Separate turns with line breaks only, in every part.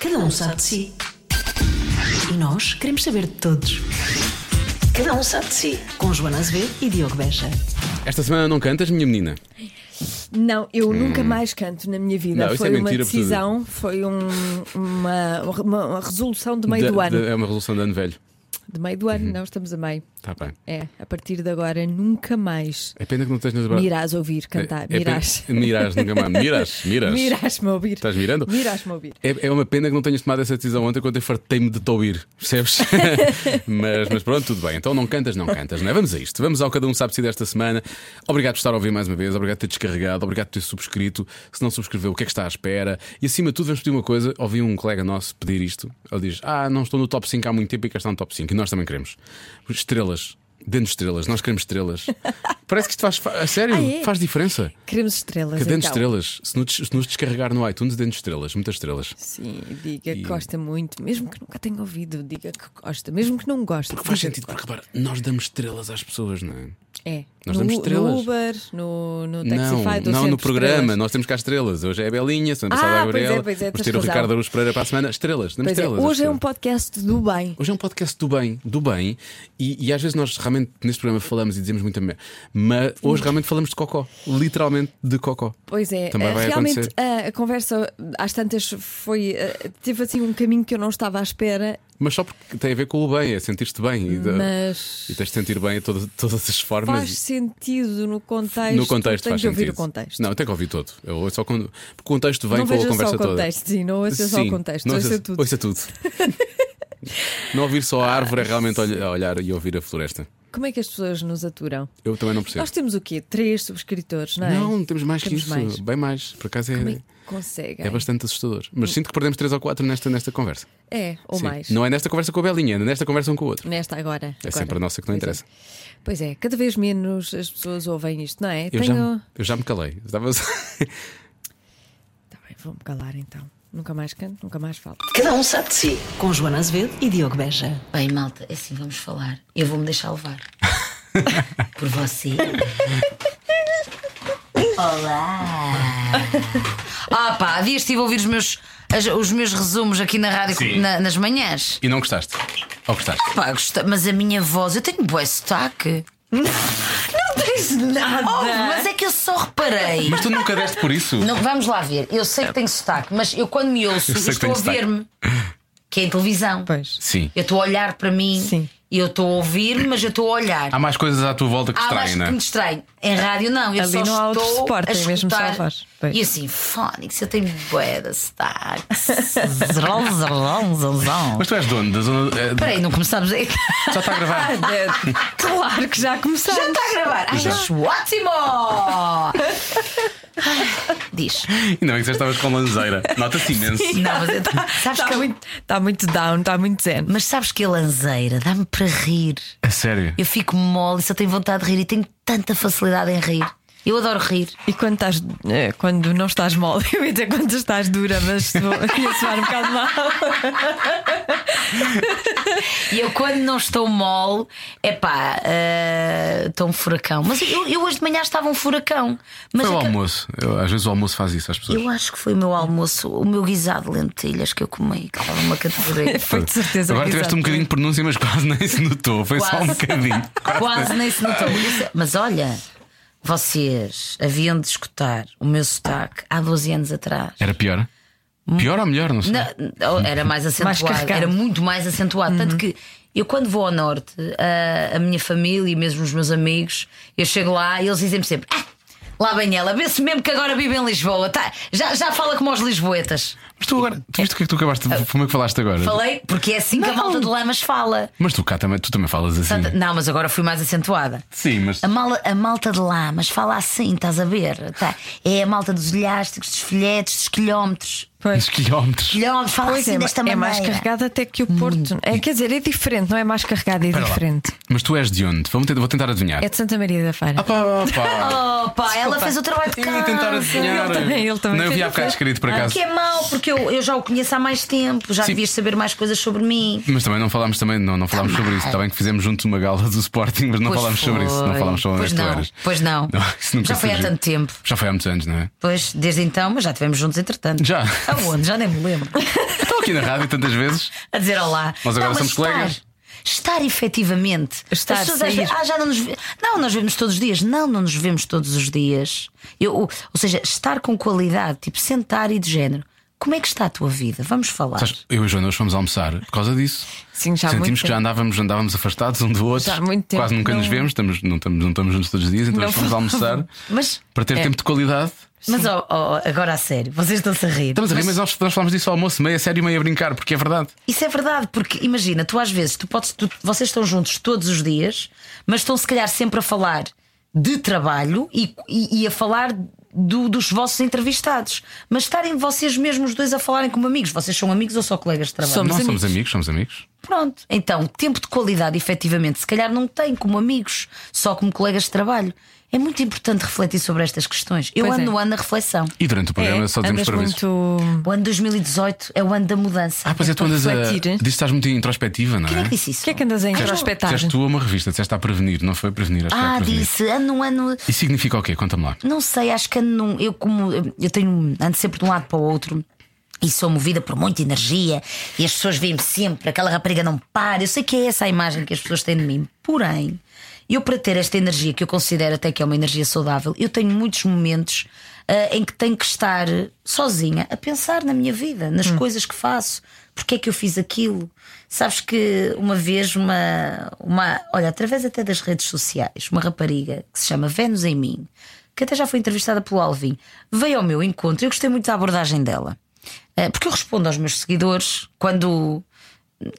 Cada um sabe de si. E nós queremos saber de todos. Cada um sabe de si. Com Joana Azevedo e Diogo Beja.
Esta semana não cantas, minha menina?
Não, eu nunca mais canto na minha vida.
Hum. Não, isso
foi
é
uma
mentira,
decisão, foi um- uma, uma- uma resolução de meio
Da-
do ano.
da- é uma resolução de Uhum. ano velho.
De meio do ano, não estamos a meio.
Está bem.
É, a partir de agora nunca mais
É pena que não tens nas
me
bra-
irás ouvir cantar.
É- é
mirás.
pena- Mirás, nunca mais. Miras, miras.
Mirás-me a ouvir.
Estás mirando?
Mirás-me a ouvir.
É, é uma pena que não tenhas tomado essa decisão ontem, quando eu fartei-me de te ouvir, percebes? mas, mas pronto, tudo bem. Então não cantas, não cantas, não é? Vamos a isto. Vamos ao Cada Um Sabe-se desta semana. Obrigado por estar a ouvir mais uma vez, obrigado por ter descarregado, obrigado por ter subscrito. Se não subscreveu, o que é que está à espera? E acima de tudo, vamos pedir uma coisa. Ouvi um colega nosso pedir isto. Ele diz: Ah, não estou no top 5 há muito tempo e cá está no top 5. E nós também queremos. Estrelas. Dentro de estrelas, nós queremos estrelas. Parece que isto faz. A sério,
Ah, é?
faz diferença.
Queremos estrelas.
Que dentro de
então.
estrelas, se nos, se nos descarregar no iTunes, dentro de estrelas, muitas estrelas.
Sim, diga que gosta muito, mesmo que nunca tenha ouvido, diga que gosta, mesmo que não goste.
Porque faz
diga
sentido,
que
porque repara, nós damos estrelas às pessoas, não é?
É.
Nós
no,
damos estrelas.
no Uber, no, no
Não,
Taxify, dou
não
sempre
no programa,
estrelas.
nós temos cá estrelas. Hoje é a Belinha, Sandra
Ah,
Sá
pois é,
Gabriela.
pois é,
vamos
tens
ter o
razão.
Ricardo Aruz Pereira para a semana. Estrelas, damos
Pois é,
estrelas. às
hoje é
pessoas.
um podcast do bem.
Hoje é um podcast do bem, do bem, e, e às vezes nós realmente neste programa falamos e dizemos muita merda, mas hoje realmente falamos de cocó, literalmente de cocó.
Pois é,
Também
eh,
vai
realmente
acontecer.
a, a conversa às tantas foi. eh, teve assim um caminho que eu não estava à espera,
Mas só porque tem a ver com o bem, é sentir-te bem e, de-
mas
e tens de sentir bem a todas, todas as formas.
faz sentido no contexto.
No contexto
Tenho
faz
que ouvir
sentido.
o contexto.
Não, tem que ouvir todo. Eu ouço só quando... Porque o contexto vem
Não
com a
veja
conversa
só o
toda.
contexto, sim, não ouça só o contexto,
não
ouça tudo.
Ouça tudo. não ouvir só a árvore é realmente olh- olhar e ouvir a floresta.
Como é que as pessoas nos aturam?
Eu também não percebo.
Nós temos o quê? Três subscritores, não é?
Não, temos mais
Temos
que isso.
mais.
Bem mais. Por acaso
Como é
é,
que conseguem?
é bastante assustador. Mas sinto que perdemos três ou quatro nesta, nesta conversa.
É, ou
Sim.
mais.
Não é nesta conversa com a Belinha, é nesta conversa um com o outro.
Nesta agora.
É
agora.
sempre a nossa que não
Pois é.
interessa.
Pois é, cada vez menos as pessoas ouvem isto, não é?
Eu, já, eu já me calei. Estava...
Tá bem, vou-me calar então. Nunca mais canto, nunca mais falo.
Cada um sabe de si. Com Joana Azevedo e Diogo Beja.
Bem, malta, é assim vamos falar. Eu vou-me deixar levar. Por você. Olá! Ah, pá, havia estive a ouvir os meus, as- os meus resumos aqui na rádio
Sim.
na- nas manhãs.
e não gostaste? Ou gostaste?
Pá, gosta- mas a minha voz, eu tenho bué sotaque. Não tens nada! mas é que eu só reparei.
Mas tu nunca deste por isso?
Não, vamos lá ver, eu sei que tenho sotaque, mas eu quando me ouço,
Eu sei que
estou a
tenho sotaque.
ver-me. Que é em televisão.
Pois.
Sim.
Eu estou a olhar para mim
Sim.
e eu estou a ouvir, mas eu estou a olhar.
Há mais coisas à tua volta que
Há
distraem,
mais que
não
me
é?
distraem. Em rádio, não. Eu
Ali
só
não há outro
estou
suporte,
a
é mesmo só a
escutar.
voz. Pois.
E assim, Fónix, eu tenho boeda, sotaque. Zrol, zrol, zrol, zrol.
Mas tu és dono da zona. eh,
Espera aí, não começámos aí.
Já está a gravar.
É, claro que já tá, começaram.
Já está a gravar. Ai,
Já.
acho ótimo! Ai, Diz.
Ainda bem que já estavas com lanzeira. Nota-se imenso.
Não, mas eu- sabes que
Está muito, está muito down, está muito zen.
Mas sabes que a lanzeira dá-me para rir.
A sério.
Eu fico mole, só tenho vontade de rir e tenho tanta facilidade em rir. Eu adoro rir.
E quando estás. eh, Quando não estás mole, eu ia dizer quando estás dura, mas vou- ia soar um bocado mal.
E eu, quando não estou mole, é pá, estou um furacão. Mas eu, eu hoje de manhã estava um furacão. Mas
Foi o
é que-
almoço. Eu- às vezes o almoço faz isso às pessoas.
eu acho que foi o meu almoço, o meu guisado de lentilhas que eu comi, que estava uma categoria.
Foi de certeza.
Agora
que
tiveste
exato.
um bocadinho de pronúncia, mas quase nem se notou. Foi só um
Quase.
bocadinho.
Quase nem se notou. Isso- Mas olha, vocês haviam de escutar o meu sotaque há 12 anos atrás.
Era pior? Pior ou melhor? Não sei.
Na- oh, era mais acentuado,
carregado. Uhum.
era muito mais acentuado. Tanto que eu, quando vou ao norte, ah, a, a minha família e mesmo os meus amigos, eu chego lá e eles dizem-me sempre: "Ah, lá bem ela, vê-se mesmo que agora vive em Lisboa. Tá, já, já fala como aos Lisboetas.
Mas tu agora. Tu viste o que é que tu acabaste de. Como é que falaste agora?
Ah, Falei, porque é assim que a malta de Lamas fala.
Mas tu cá também, tu também falas assim.
Portanto, não, mas agora fui mais acentuada.
Sim, mas.
A, mala- a malta de lá, mas fala assim, estás a ver? Tá. É a malta dos elásticos, dos filhetes, dos quilómetros.
Pois.
Os quilómetros.
Quilómetros, fala
Pois
assim
é,
desta
é
maneira.
mais carregado até que o Porto. É, quer dizer, é diferente, não é mais carregado, é
Espera lá.
diferente.
Mas tu és de onde? Vamos tentar- vou tentar adivinhar.
É de Santa Maria da Feira.
Ah, pá, pá.
Oh, pá, ela fez o trabalho de
Eu ia tentar
casa.
adivinhar.
Ele também- ele também
Não, eu
fez.
vi há bocado escrito por acaso.
Que é mau, porque eu, eu já o conheço há mais tempo, já
Sim.
devias saber mais coisas sobre mim.
Mas também não falámos também, não, não falámos sobre isso. Está bem que fizemos juntos uma gala do Sporting, mas não
Pois
falámos sobre isso. Não
foi.
falámos sobre
Pois
onde é que tu
não,
eras.
pois não.
isso nunca
Já foi há
surgiu.
tanto tempo.
Já foi há muitos anos, não é?
Pois, desde então, mas já estivemos juntos entretanto.
Já.
Aonde? Já nem me lembro.
Estou aqui na rádio tantas vezes.
A dizer olá.
Nós agora
Não, mas
somos
estar,
colegas.
Estar efetivamente.
Estar,
As pessoas às
sair.
vezes, ah, já não nos ve- Não, nós vemos todos os dias. Não, não nos vemos todos os dias. Eu, ou, ou seja, estar com qualidade, tipo sentar e de género. Como é que está a tua vida? Vamos falar.
Sabes, eu e o Joana hoje fomos almoçar por causa disso.
Sim, já há
Sentimos
muito
que já
tempo.
andávamos, andávamos afastados um do outro.
Já há muito tempo
Quase nunca
que
nos
não-
vemos, estamos, não, estamos, não estamos juntos todos os dias, então
Não É.
hoje fomos almoçar
Mas,
para ter tempo de qualidade.
mas ó, ó, agora a sério, vocês estão-se a rir.
Estamos a rir, mas nós, nós falámos disso ao almoço, meia sério e meia a brincar, porque é verdade.
Isso é verdade, porque imagina, tu às vezes, tu podes, tu- vocês estão juntos todos os dias, mas estão se calhar sempre a falar de trabalho e, e- e a falar do- dos vossos entrevistados. Mas estarem vocês mesmos dois a falarem como amigos, vocês são amigos ou só colegas de trabalho?
Somos
nós somos
amigos.
amigos, somos amigos.
Pronto. Então, tempo de qualidade, efetivamente, se calhar não tem como amigos, só como colegas de trabalho. É muito importante refletir sobre estas questões. Eu
Pois
ando
é.
ano na reflexão.
E durante o programa
É,
só dizemos
andas
para
muito.
O ano 2018 é o ano da mudança.
Ah, pois é, tu
para
andas a.
refletir, hein?
Diz que estás muito introspectiva, não
Quem é
é?
que disse isso?
O que é que andas a introspectar?
Disseste tu a uma revista, disseste a prevenir, não foi prevenir, acho que é
Ah,
prevenir.
disse, ano um ano.
E significa o quê? Conta-me lá.
Não sei, acho que ando num- eu como eu tenho ando sempre de um lado para o outro. E sou movida por muita energia e as pessoas veem-me sempre, aquela rapariga não para. Eu sei que é essa a imagem que as pessoas têm de mim. Porém, eu para ter esta energia que eu considero até que é uma energia saudável, eu tenho muitos momentos ah, em que tenho que estar sozinha a pensar na minha vida, nas coisas que faço, porque é que eu fiz aquilo. Sabes que uma vez uma, uma olha, através até das redes sociais, uma rapariga que se chama Vênus em mim que até já foi entrevistada pelo Alvin, veio ao meu encontro. Eu gostei muito da abordagem dela, Eh, porque eu respondo aos meus seguidores quando.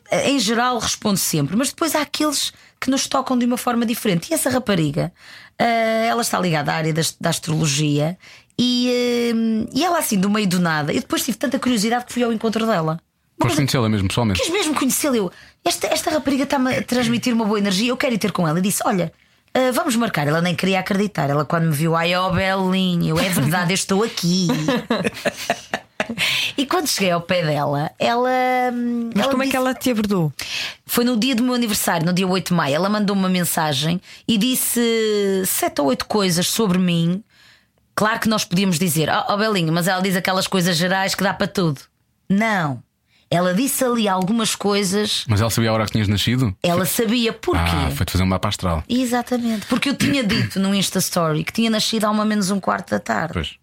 eh, Em geral, respondo sempre, mas depois há aqueles que nos tocam de uma forma diferente. E essa rapariga, eh, ela está ligada à área das- da astrologia e, eh, e ela, assim, do meio do nada, eu depois tive tanta curiosidade que fui ao encontro dela. Uma
Foste
coisa
conhecê-la mesmo pessoalmente.
quis mesmo conhecê-la. Eu, esta, esta rapariga está-me a transmitir uma boa energia, eu quero ir ter com ela. E disse: Olha, ah, vamos marcar. Ela nem queria acreditar. Ela, quando me viu, ai, ó, Belinha, eu, é verdade, eu estou aqui. e quando cheguei ao pé dela, ela. hum,
Mas como é
disse-
que ela te abordou?
foi no dia do meu aniversário, no dia 8 de maio. Ela mandou uma mensagem e disse sete ou oito coisas sobre mim. Claro que nós podíamos dizer, ó oh, Belinho, mas ela diz aquelas coisas gerais que dá para tudo. Não. Ela disse ali algumas coisas,
Mas ela sabia a hora que tinhas nascido?
ela sabia porquê.
Ah, foi-te fazer um mapa astral.
Exatamente. Porque eu tinha dito no Insta Story que tinha nascido há uma menos um quarto da tarde.
Pois.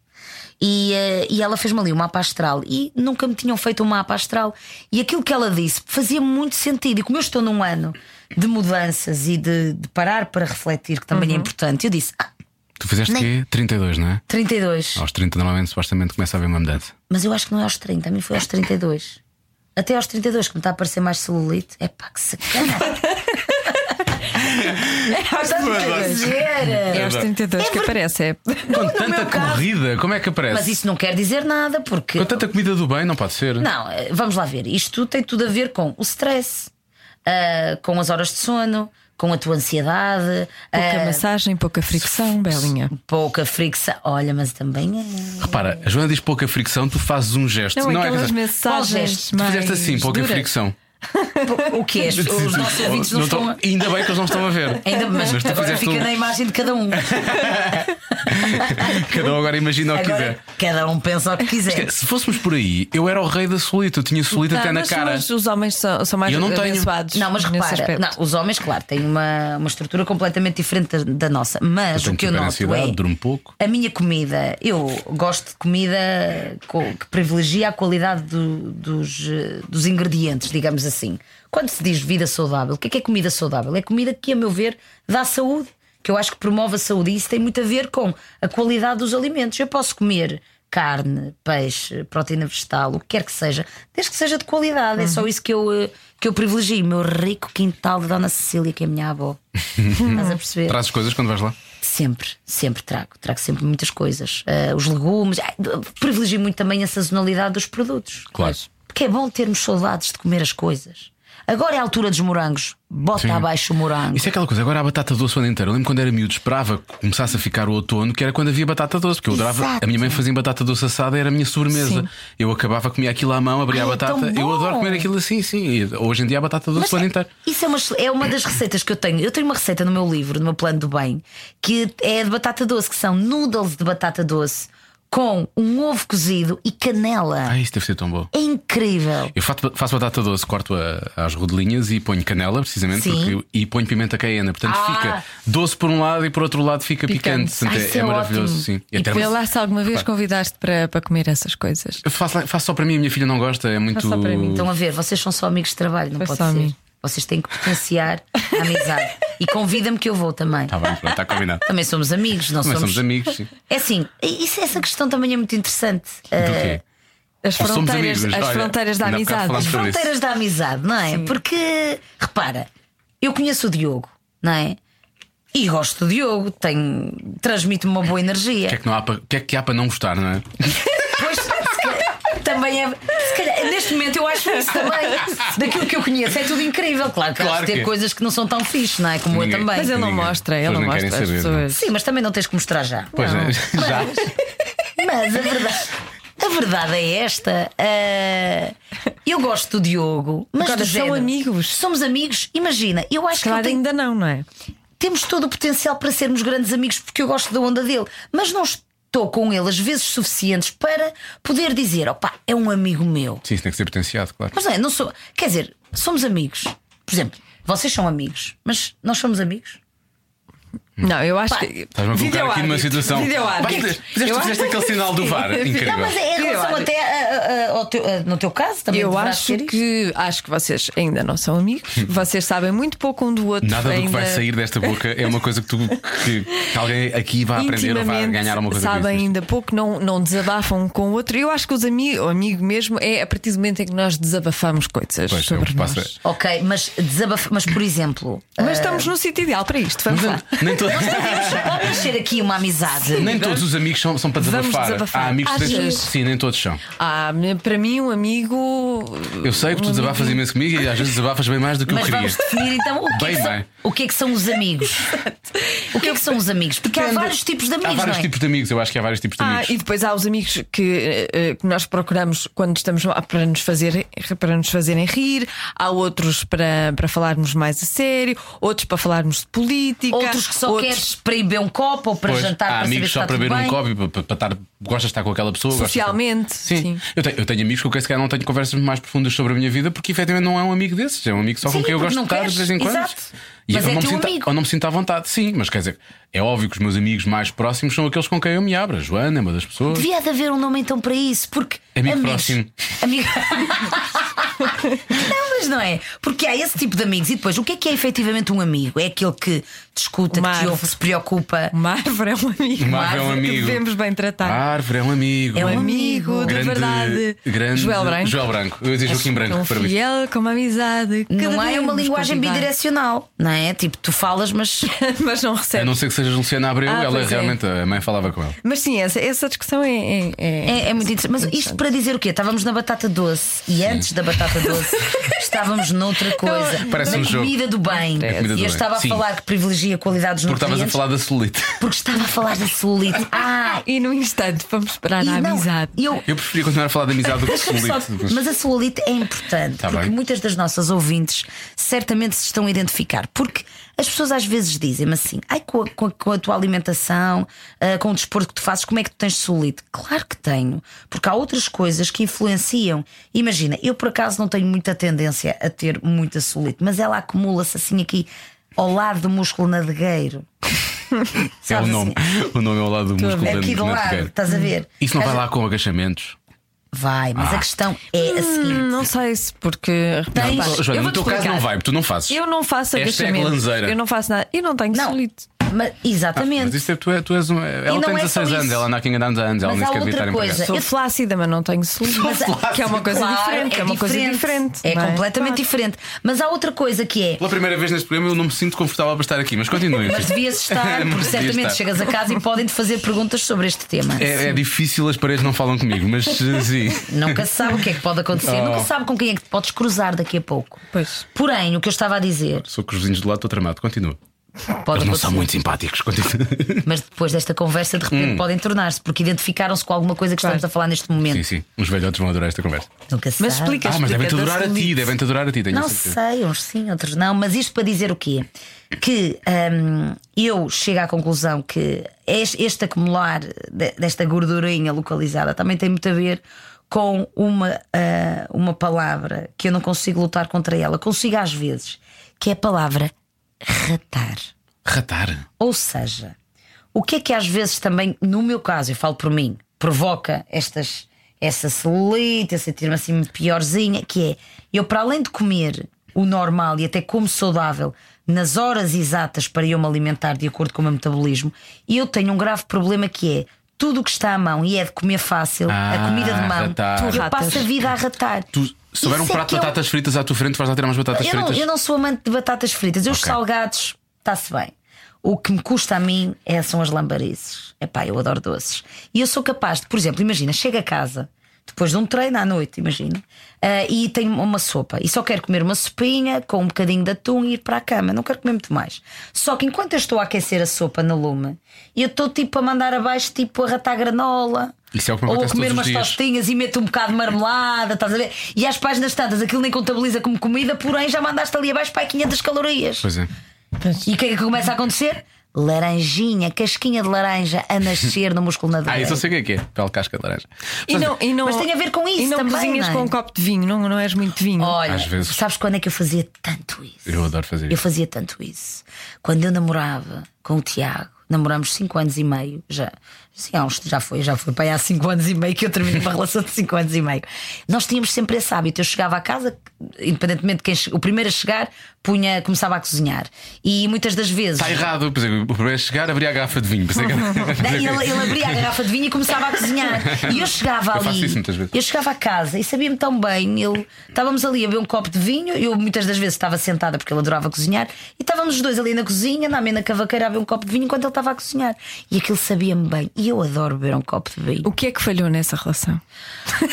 E, eh, e ela fez-me ali um mapa astral e nunca me tinham feito um mapa astral. E aquilo que ela disse fazia muito sentido. E como eu estou num ano de mudanças e de, de parar para refletir, que também é importante, eu disse: ah,
Tu fizeste
Nem-
quê? 32, não é?
32.
Aos 30, normalmente, supostamente, começa a haver uma mudança.
Mas eu acho que não é aos 30, a mim foi aos 32. Até aos 32, que me está a parecer mais celulite. É pá, que sacana! Estás-me a dizer.
É aos 32 que
ver-
aparece. É.
Com tanta
meu caso.
corrida, como é que aparece?
Mas isso não quer dizer nada, porque.
Com tanta comida do bem, não pode ser.
Não, eh, vamos lá ver. Isto tem tudo a ver com o stress, ah, com as horas de sono, com a tua ansiedade,
Pouca
ah,
massagem, pouca fricção, Belinha.
pouca fricção. Olha, mas também é.
Repara, a Joana diz pouca fricção, tu fazes um gesto.
Não,
é que
aquelas
tu
mensagens.
gesto?
mais
fizeste assim, pouca
duras.
fricção.
O que é? Os nossos ouvintes não, estão. a-
Ainda bem que eles não estão a ver.
Ainda, mas
tu
agora
fizeste
fica
um-
na imagem de cada um.
Cada um agora imagina o que
Agora,
quiser.
cada um pensa o que quiser.
Se fôssemos por aí, eu era o rei da solita, eu tinha solita
Tá,
Não,
até na
mas
cara.
Os, os homens são, são mais
Eu não tenho.
abençoados.
Não, mas
nesse
repara,
aspecto.
não, os homens, claro, têm uma, uma estrutura completamente diferente da, da nossa. Mas
tenho
o que eu
super
noto
ansiedade,
é
durmo pouco.
a minha comida. Eu gosto de comida co- que privilegia a qualidade do- dos, eh, dos ingredientes, digamos assim. Quando se diz vida saudável, o que é, que é comida saudável? É comida que, a meu ver, dá saúde, que eu acho que promove a saúde. E isso tem muito a ver com a qualidade dos alimentos. Eu posso comer carne, peixe, proteína vegetal, o que quer que seja, desde que seja de qualidade. É só isso que eu, eh, que eu privilegio. Meu rico quintal de Dona Cecília, que é a minha avó. Estás a perceber?
Trazes coisas quando vais lá?
Sempre, sempre trago. Trago sempre muitas coisas. Ah, os legumes. Ah, privilegio muito também a sazonalidade dos produtos.
Claro.
Porque é bom termos saudades de comer as coisas. Agora é a altura dos morangos. Bota
Sim.
abaixo o morango.
Isso é aquela coisa, agora há batata doce o ano inteiro. Eu lembro quando era miúdo, esperava que começasse a ficar o outono, que era quando havia batata doce, porque eu adorava.
Exato.
A minha mãe fazia batata doce assada, era a minha sobremesa. Eu acabava, comia aquilo à mão, abria
Ai,
a
é tão
batata. eu
bom.
adoro comer aquilo assim, sim. E hoje em dia há batata doce
Mas
o ano
é-
inteiro.
Isso é uma, excel- é uma das receitas que eu tenho. Eu tenho uma receita no meu livro, no meu plano do bem, que é de batata doce, que são noodles de batata doce. com um ovo cozido e canela.
Ah, isso deve ser tão bom.
É incrível.
Eu faço, faço batata doce, corto a- às rodelinhas e ponho canela, precisamente,
Sim.
porque eu- e ponho pimenta caiena. Portanto,
Ah.
fica doce por um lado e por outro lado fica picante.
Picante.
Portanto,
Ah,
é-
isso
é,
é
maravilhoso,
ótimo.
sim.
E
me-
vê lá se alguma vez convidaste para, para comer essas coisas.
Eu faço, lá- faço só para mim, a minha filha não gosta, é muito.
Faço só para mim,
Estão a ver, vocês são só amigos de trabalho, não
Foi
pode
só
ser.
amigo.
Vocês têm que potenciar a amizade. E convida-me que eu vou também.
Está Tá bem, pronto, está combinado.
Também somos amigos, não
Também
somos.
somos, amigos, sim.
É assim, isso, essa questão também é muito interessante.
Do
Ah,
Então quê?
As
Ou somos
fronteiras,
amigos,
as
olha,
fronteiras da
ainda há bocado
amizade.
falámos- sobre isso.
fronteiras da amizade, não é? Porque, repara, eu conheço o Diogo, não é? E gosto do Diogo, tenho, transmite-me uma
O
boa
que é
energia.
que, não há para, o que é que há para não gostar, não é?
Pois, se calhar, também é. Se calhar, neste momento eu acho isso também. Daquilo que eu conheço é tudo incrível. Claro que
Claro
há de ter
que é.
coisas que não são tão fixe, não é? Como
Ninguém-
eu também.
Mas ele não
Ninguém.
mostra,
As
ele não
pessoas
mostra
não querem
as
saber, não é?
pessoas.
Sim, mas também não tens que mostrar já.
Pois é, já.
Mas a verdade, a verdade é esta. ah, eu gosto do Diogo, mas
Agora,
do
são
género.
amigos.
Somos amigos. Imagina, eu acho
Se calhar
que eu tenho-
ainda não, não é?
temos todo o potencial para sermos grandes amigos porque eu gosto da onda dele, mas não estou com ele às vezes suficientes para poder dizer: opá, é um amigo meu.
Sim, isso tem que ser potenciado, claro.
Mas não é, não sou. Quer dizer, somos amigos. Por exemplo, vocês são amigos, mas nós somos amigos?
Não, eu acho
Pá,
que.
Estás-me a colocar aqui
Videoárbitro,
numa situação.
videoárbitro.
Vais- Fizeste,
Eu
fizeste
acho-
aquele sinal do VAR, incrível.
Não, mas é em
Eu
relação
acho-
até a- a- a- ao teu- a- no teu caso também.
Eu
deverá
acho
ser isso.
que acho que vocês ainda não são amigos, vocês sabem muito pouco um do outro.
Nada do que
ainda
vai sair desta boca é uma coisa que tu que, que alguém aqui vai aprender ou vai
intimamente
ganhar alguma coisa com
Sabem
isso.
ainda pouco, não, não desabafam um com o outro. Eu acho que os amigos, o amigo mesmo, é a partir do momento em que nós desabafamos coisas
Pois, é o
sobre
que
nós.
passa-
Ok, mas desabafo, mas por exemplo,
Mas estamos no sítio ideal para isto, vamos lá.
Mas Nem, to-
pode nascer aqui uma amizade.
nem todos os amigos são, são para
Vamos
desabafar.
desabafar.
Há amigos que
Às
tens-
vezes.
Sim, nem todos são.
Ah, para mim, um amigo.
Eu sei que tu desabafas imenso comigo e às vezes desabafas bem mais do que eu
Mas
queria.
vamos definir então o que, é
Bem,
que são,
bem.
o que é que são os amigos. O que é que são os amigos? Porque há
Depende.
vários tipos de
Há
amigos, não
vários
é?
tipos de amigos, eu acho que há vários tipos de
Ah,
amigos.
e depois há os amigos que, eh, que nós procuramos quando estamos lá para nos, fazer, para nos fazerem rir, há outros para, para falarmos mais a sério, outros para falarmos de política,
Outros que só
outros-
queres para ir beber um copo ou para
Pois,
jantar
há
para saber
amigos
se
só
está
para
tudo
ver um
bem.
copo e para, para estar, gostas de estar com aquela pessoa. gostas de estar-
Socialmente,
Sim,
sim.
Eu, tenho, eu tenho amigos com quem se calhar não tenho conversas mais profundas sobre a minha vida porque efetivamente não é um amigo desses, é um amigo só
Sim,
com quem eu gosto
porque
de
não
estar de
queres,
vez em quando.
exato.
E
Mas
eu,
é
não me
teu
sinto,
amigo.
eu não me sinto à vontade, sim, mas quer dizer, é óbvio que os meus amigos mais próximos são aqueles com quem eu me abro. A Joana é uma das pessoas.
Devia de haver um nome então para isso, porque.
Amigo
amigos,
próximo.
Amigo... não, mas não é. Porque há esse tipo de amigos. E depois, o que é que é efetivamente um amigo? É aquele que discuta,
Uma
que te ouve,
árvore.
que se preocupa.
Uma árvore é um amigo.
Uma árvore é um
que
amigo.
devemos bem
A
tratar.
árvore é um amigo.
É um
Um amigo de
grande,
verdade.
grande
Joel Branco.
Joel Branco. Eu ia dizer Joaquim
é
Branco,
Tão
um
para mim.
fiel como a amizade. que
Não há é uma
devemos
linguagem
cultivar.
bidirecional, não é? Tipo, tu falas, mas.
Mas não
A
recebe.
não ser que seja Luciana Abreu,
Ah,
ela
pois é.
realmente, a mãe falava com ela.
Mas sim, essa, essa discussão é. é- é-
É, é muito interessante. Mas isto para dizer o quê? Estávamos na batata doce e antes da batata doce estávamos noutra coisa.
Parece
na
um jogo.
comida do bem.
Na comida do
e eu
bem,
estava
sim.
a falar que privilegia qualidades
Porque estavas a
nutrientes.
falar da solita.
Porque estava a falar da solite. Ah!
E no instante, vamos parar
e
na
não,
amizade.
eu,
Eu preferia continuar a falar da amizade do que de
Só-
solite.
Mas a celulite é importante
Tá
porque
bem.
muitas das nossas ouvintes certamente se estão a identificar. Porque as pessoas às vezes dizem-me assim: ai, com a, com a- com a tua alimentação, ah, com o desporto que tu fazes, como é que tu tens celulite? Claro que tenho, porque há outras coisas que influenciam. Imagina, eu por acaso não tenho muita tendência a ter muita celulite, mas ela acumula-se assim aqui ao lado do músculo nadegueiro.
É o
Sabes,
nome.
assim, "Ah,
O nome é ao lado do músculo
aqui do
da
lado,
nadegueira.
estás a ver?
Isso não vai
Às-
lá Ah. com agachamentos.
Vai, mas a questão é a seguinte.
Não sei se porque. repara,
Tens-
repara,
Joana,
eu
no
vou-te
teu caso
explicar.
não vai, porque tu não fazes.
Eu não
Esta
faço
é a
agachamento.
galanzeira.
eu não faço nada. Eu não tenho
Não,
solito.
mas, exatamente.
Mas isso é, tu, é, tu és uma. Ela
não
tem
é só
16 anos,
isso.
ela anda aqui a andar anos, ela
Mas
nem
há
sequer devia
outra
estar
coisa.
empregada.
Sou
eu-
flácida, mas não tenho solito.
Mas há-
Que é uma coisa
Claro,
diferente. É, uma coisa diferente.
É
não
completamente diferente. Mas há outra coisa que é.
Pela primeira vez neste programa eu não me sinto confortável para estar aqui, mas continuem.
Mas devias estar,
Mas devia
porque certamente
estar.
chegas a casa e podem-te fazer perguntas sobre este tema.
É, é difícil, as paredes não falam comigo, mas eh, sim.
Nunca se sabe o que é que pode acontecer,
Oh.
nunca se sabe com quem é que te podes cruzar daqui a pouco.
Pois.
Porém, o que eu estava a dizer
Sou com os vizinhos do lado, estou tramado, continua.
Pode
Eles não
acontecer.
são muito simpáticos.
Mas depois desta conversa, de repente, podem tornar-se, porque identificaram-se com alguma coisa que
Claro.
estamos a falar neste momento.
sim, sim. Os velhotes vão adorar esta conversa.
Nunca se
Mas é
sabe.
explica
Ah, mas devem-te
explica
adorar a
desse
ti,
livro.
devem-te adorar a ti, tenho a
Não
certeza.
sei, uns sim, outros não, mas isto para dizer o quê? Que hum, eu chego à conclusão que es- este acumular de- desta gordurinha localizada também tem muito a ver com uma, ah, uma palavra que eu não consigo lutar contra ela, consigo às vezes, que é a palavra ratar.
Ratar.
Ou seja, o que é que às vezes também, no meu caso, eu falo por mim, provoca estas, essa celulite, eu sentir-me assim piorzinha, que é eu, para além de comer o normal e até como saudável, nas horas exatas para eu me alimentar de acordo com o meu metabolismo, eu tenho um grave problema que é. Tudo o que está à mão e é de comer fácil,
Ah,
a comida de mão,
ratar.
Tu
eu
ratas.
passo a vida a ratar.
Tu, se houver um
Isso é
prato de
que eu-
batatas fritas à tua frente, vais lá tirar umas batatas
eu não,
fritas.
eu não sou amante de batatas fritas. Eu Os
Ok.
salgados, está-se bem. O que me custa a mim é, são as lambarizes. Epá, eu adoro doces. E eu sou capaz de, por exemplo, imagina, chego a casa, depois de um treino à noite, imagina, ah, e tenho uma sopa. E só quero comer uma sopinha com um bocadinho de atum e ir para a cama. Não quero comer muito mais. Só que enquanto eu estou a aquecer a sopa na lume, eu estou tipo a mandar abaixo, tipo a ratar granola.
Isso é o que me
ou a
acontece
comer
todos
umas
os dias.
tinhas e meto um bocado de marmelada, estás a ver? E às páginas tantas, aquilo nem contabiliza como comida, porém já mandaste ali abaixo para aí 500 calorias.
Pois é.
E o que é que começa a acontecer? Laranjinha, casquinha de laranja a nascer no músculo na
Ah, isso eu
direita.
sei o que é que é. Pele casca de laranja. é.
E não, e não,
Mas tem a ver com isso
E não
também,
cozinhas
não é?
com um copo de vinho, não, não és muito de vinho.
Olha,
Às vezes.
sabes quando é que eu fazia tanto isso?
Eu adoro fazer
Eu
isso.
fazia tanto isso. Quando eu namorava com o Tiago, namoramos 5 anos e meio, já, assim, há uns, já foi, já foi para aí há 5 anos e meio que eu terminei uma relação de 5 anos e meio. Nós tínhamos sempre esse hábito. Eu chegava à casa, independentemente de quem che- o primeiro a chegar, punha, começava a cozinhar. E muitas das vezes.
Está errado. Por exemplo, o primeiro a chegar, abrir a garrafa de vinho. é Por exemplo,
Daí ele, ele abria a garrafa de vinho e começava a cozinhar. E eu chegava ali.
Eu faço isso muitas vezes.
Eu chegava a casa e sabia-me tão bem. Ele, estávamos ali a beber um copo de vinho. Eu muitas das vezes estava sentada porque ele adorava cozinhar. E estávamos os dois ali na cozinha, na amena cavaqueira, a beber um copo de vinho enquanto ele estava a cozinhar. E aquilo sabia-me bem. E eu adoro beber um copo de vinho.
O que é que falhou nessa relação?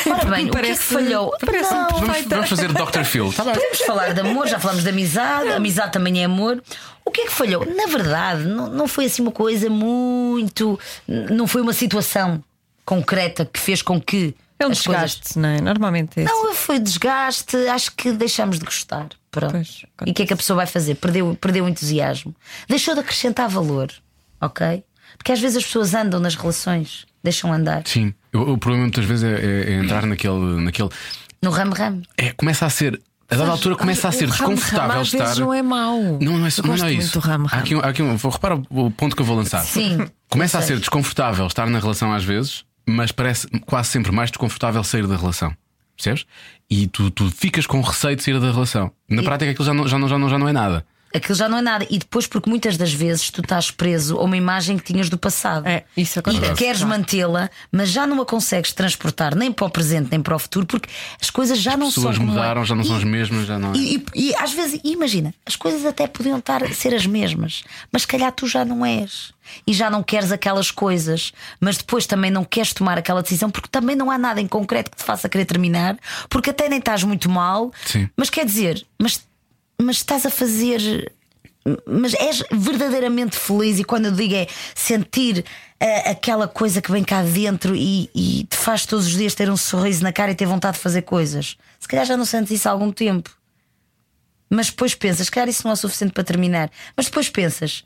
Ora bem,
Me
o que é que falhou?
Parece
Não.
vamos,
perfeita.
vamos fazer Dr. Phil. Tá bem.
Podemos falar de amor, já falamos de amizade, a amizade também é amor. O que é que falhou? Na verdade, não, não foi assim uma coisa muito. n- Não foi uma situação concreta que fez com que.
É um
as coisas-
desgaste, não é? Normalmente é
Não, foi desgaste, acho que deixámos de gostar. Pronto.
Pois,
e o que é que a pessoa vai fazer? Perdeu, perdeu o entusiasmo. Deixou de acrescentar valor, ok? Porque às vezes as pessoas andam nas relações, deixam andar.
Sim. O, o problema muitas vezes é, é- é entrar naquele. naquele
No ramo-ramo.
é, começa a ser. A dada altura começa a ser desconfortável
Às vezes
estar.
não é mau.
Não, não é,
Eu
não,
gosto
não é
muito
isso.
do ramo,
Há aqui, um- há aqui um, vou- repara o ponto que eu vou lançar.
Sim,
Começa
eu
a
sei.
ser desconfortável estar na relação às vezes, mas parece quase sempre mais desconfortável sair da relação. Percebes? E tu, tu ficas com receio de sair da relação. Na prática, aquilo já não, já, não, já, não, já não é nada.
Aquilo já não é nada. E depois, porque muitas das vezes tu estás preso a uma imagem que tinhas do passado.
É, isso acontece.
E queres mantê-la, mas já não a consegues transportar nem para o presente nem para o futuro, porque as coisas já não
Pessoas
são. como
mudaram,
é.
já não são
E-
as mesmas, já não é.
E, e- e às vezes, imagina, as coisas até podiam estar, ser as mesmas, mas se calhar tu já não és e já não queres aquelas coisas, mas depois também não queres tomar aquela decisão porque também não há nada em concreto que te faça querer terminar, porque até nem estás muito mal,
Sim.
mas quer dizer, mas, mas estás a fazer. Mas és verdadeiramente feliz, e quando eu digo é sentir ah, aquela coisa que vem cá dentro e, e te faz todos os dias ter um sorriso na cara e ter vontade de fazer coisas. Se calhar já não sentes isso há algum tempo. Mas depois pensas, cara, isso não é o suficiente para terminar. Mas depois pensas,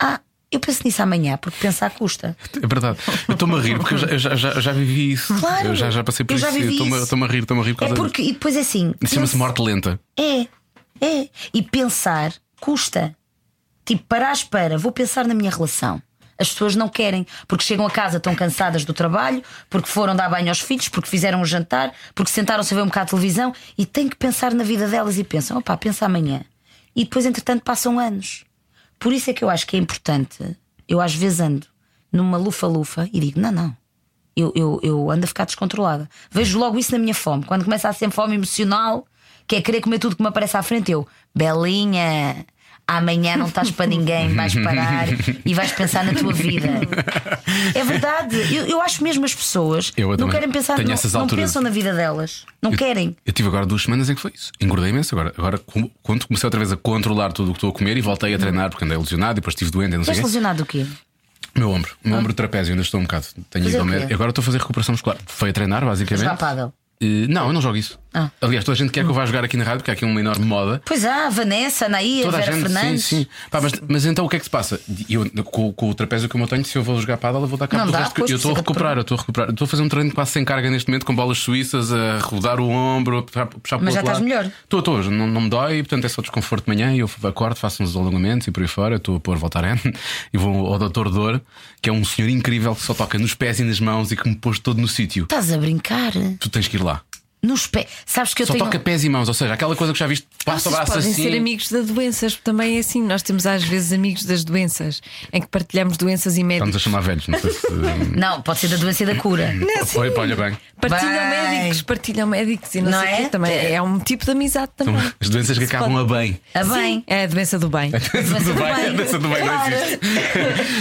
ah, eu penso nisso amanhã, porque pensar custa.
É verdade. Eu estou-me a rir porque eu já, eu já, já, já vivi isso.
Claro.
Eu já, já passei por
Eu
isso.
já vivi
Eu estou-me a-
isso.
estou-me a rir, estou-me a rir por
É
causa
porque, e depois é assim.
disso. Chama-se
pensa-
morte lenta.
É, é. E pensar custa. Tipo, parar à espera, vou pensar na minha relação. As pessoas não querem, porque chegam a casa tão cansadas do trabalho, porque foram dar banho aos filhos, porque fizeram o jantar, porque sentaram-se a ver um bocado de televisão e têm que pensar na vida delas e pensam, opá, pensa amanhã. E depois, entretanto, passam anos. Por isso é que eu acho que é importante. Eu às vezes ando numa lufa-lufa e digo: não, não. Eu, eu, eu ando a ficar descontrolada. Vejo logo isso na minha fome. Quando começa a ser fome emocional, que é querer comer tudo que me aparece à frente, eu, Belinha. amanhã não estás para ninguém, vais parar e vais pensar na tua vida. É verdade, eu, eu acho mesmo as pessoas
Eu
não
também
querem pensar,
tenho
não,
essas
não
alturas.
pensam na vida delas, não
Eu-
querem.
Eu tive agora duas semanas em que foi isso. Engordei imenso agora. Agora, com- quando comecei outra vez a controlar tudo o que estou a comer e voltei a treinar, porque andei lesionado e depois estive doente e não sei
Estás
o quê.
lesionado o quê?
Meu ombro, meu ombro de trapézio, ainda estou um bocado. Tenho
Ah. Fazer
ido ao
o quê?
médico. Agora estou a fazer recuperação muscular. Foi a treinar, basicamente.
Jogar pádel.
Eh, não, eu não jogo isso.
Ah.
Aliás, toda a gente quer que eu vá jogar aqui na rádio, porque há aqui uma enorme moda.
Pois há, a Vanessa, a Nair, a
Toda a
Vera
gente,
Fernandes.
sim, sim. Pá, mas, mas então o que é que se passa? Eu, com, com o trapézio que eu tenho, se eu vou jogar pádel, eu vou dar cabo
Não
do
dá,
resto. que-
pois,
eu
por isso
estou a
é que eu te
recuperar, eu estou a recuperar. Estou a fazer um treino quase sem carga neste momento, com bolas suíças, a rodar o ombro, a puxar, puxar para o
Mas já
outro
estás
lado.
melhor?
Estou, estou, não, não me dói, portanto é só desconforto de manhã. e Eu acordo, faço uns alongamentos e por aí fora. Estou a pôr Voltaren e vou ao Dr. Dor, que é um senhor incrível que só toca nos pés e nas mãos e que me pôs todo no sítio.
Estás a brincar
Tu tens que ir lá.
nos pés. Sabes que eu
só
tenho. um-
toca pés e mãos, ou seja, aquela coisa que já viste, passa o
Vocês
braço
podem
assim.
ser amigos da doenças também é assim. Nós temos às vezes amigos das doenças em que partilhamos doenças e
Estamos a
médicos.
chamar velhos, não sei se.
Não, pode ser da doença e da cura.
Oi, pá, olha bem.
Partilham
Bem.
médicos, partilham médicos e não,
Não
sei o
é?
quê também. É um tipo de amizade
São
também.
Então, as doenças que
Se
acabam a bem.
A bem.
Sim, é a doença do bem.
Doença do bem.
A doença do bem não
Claro.
existe.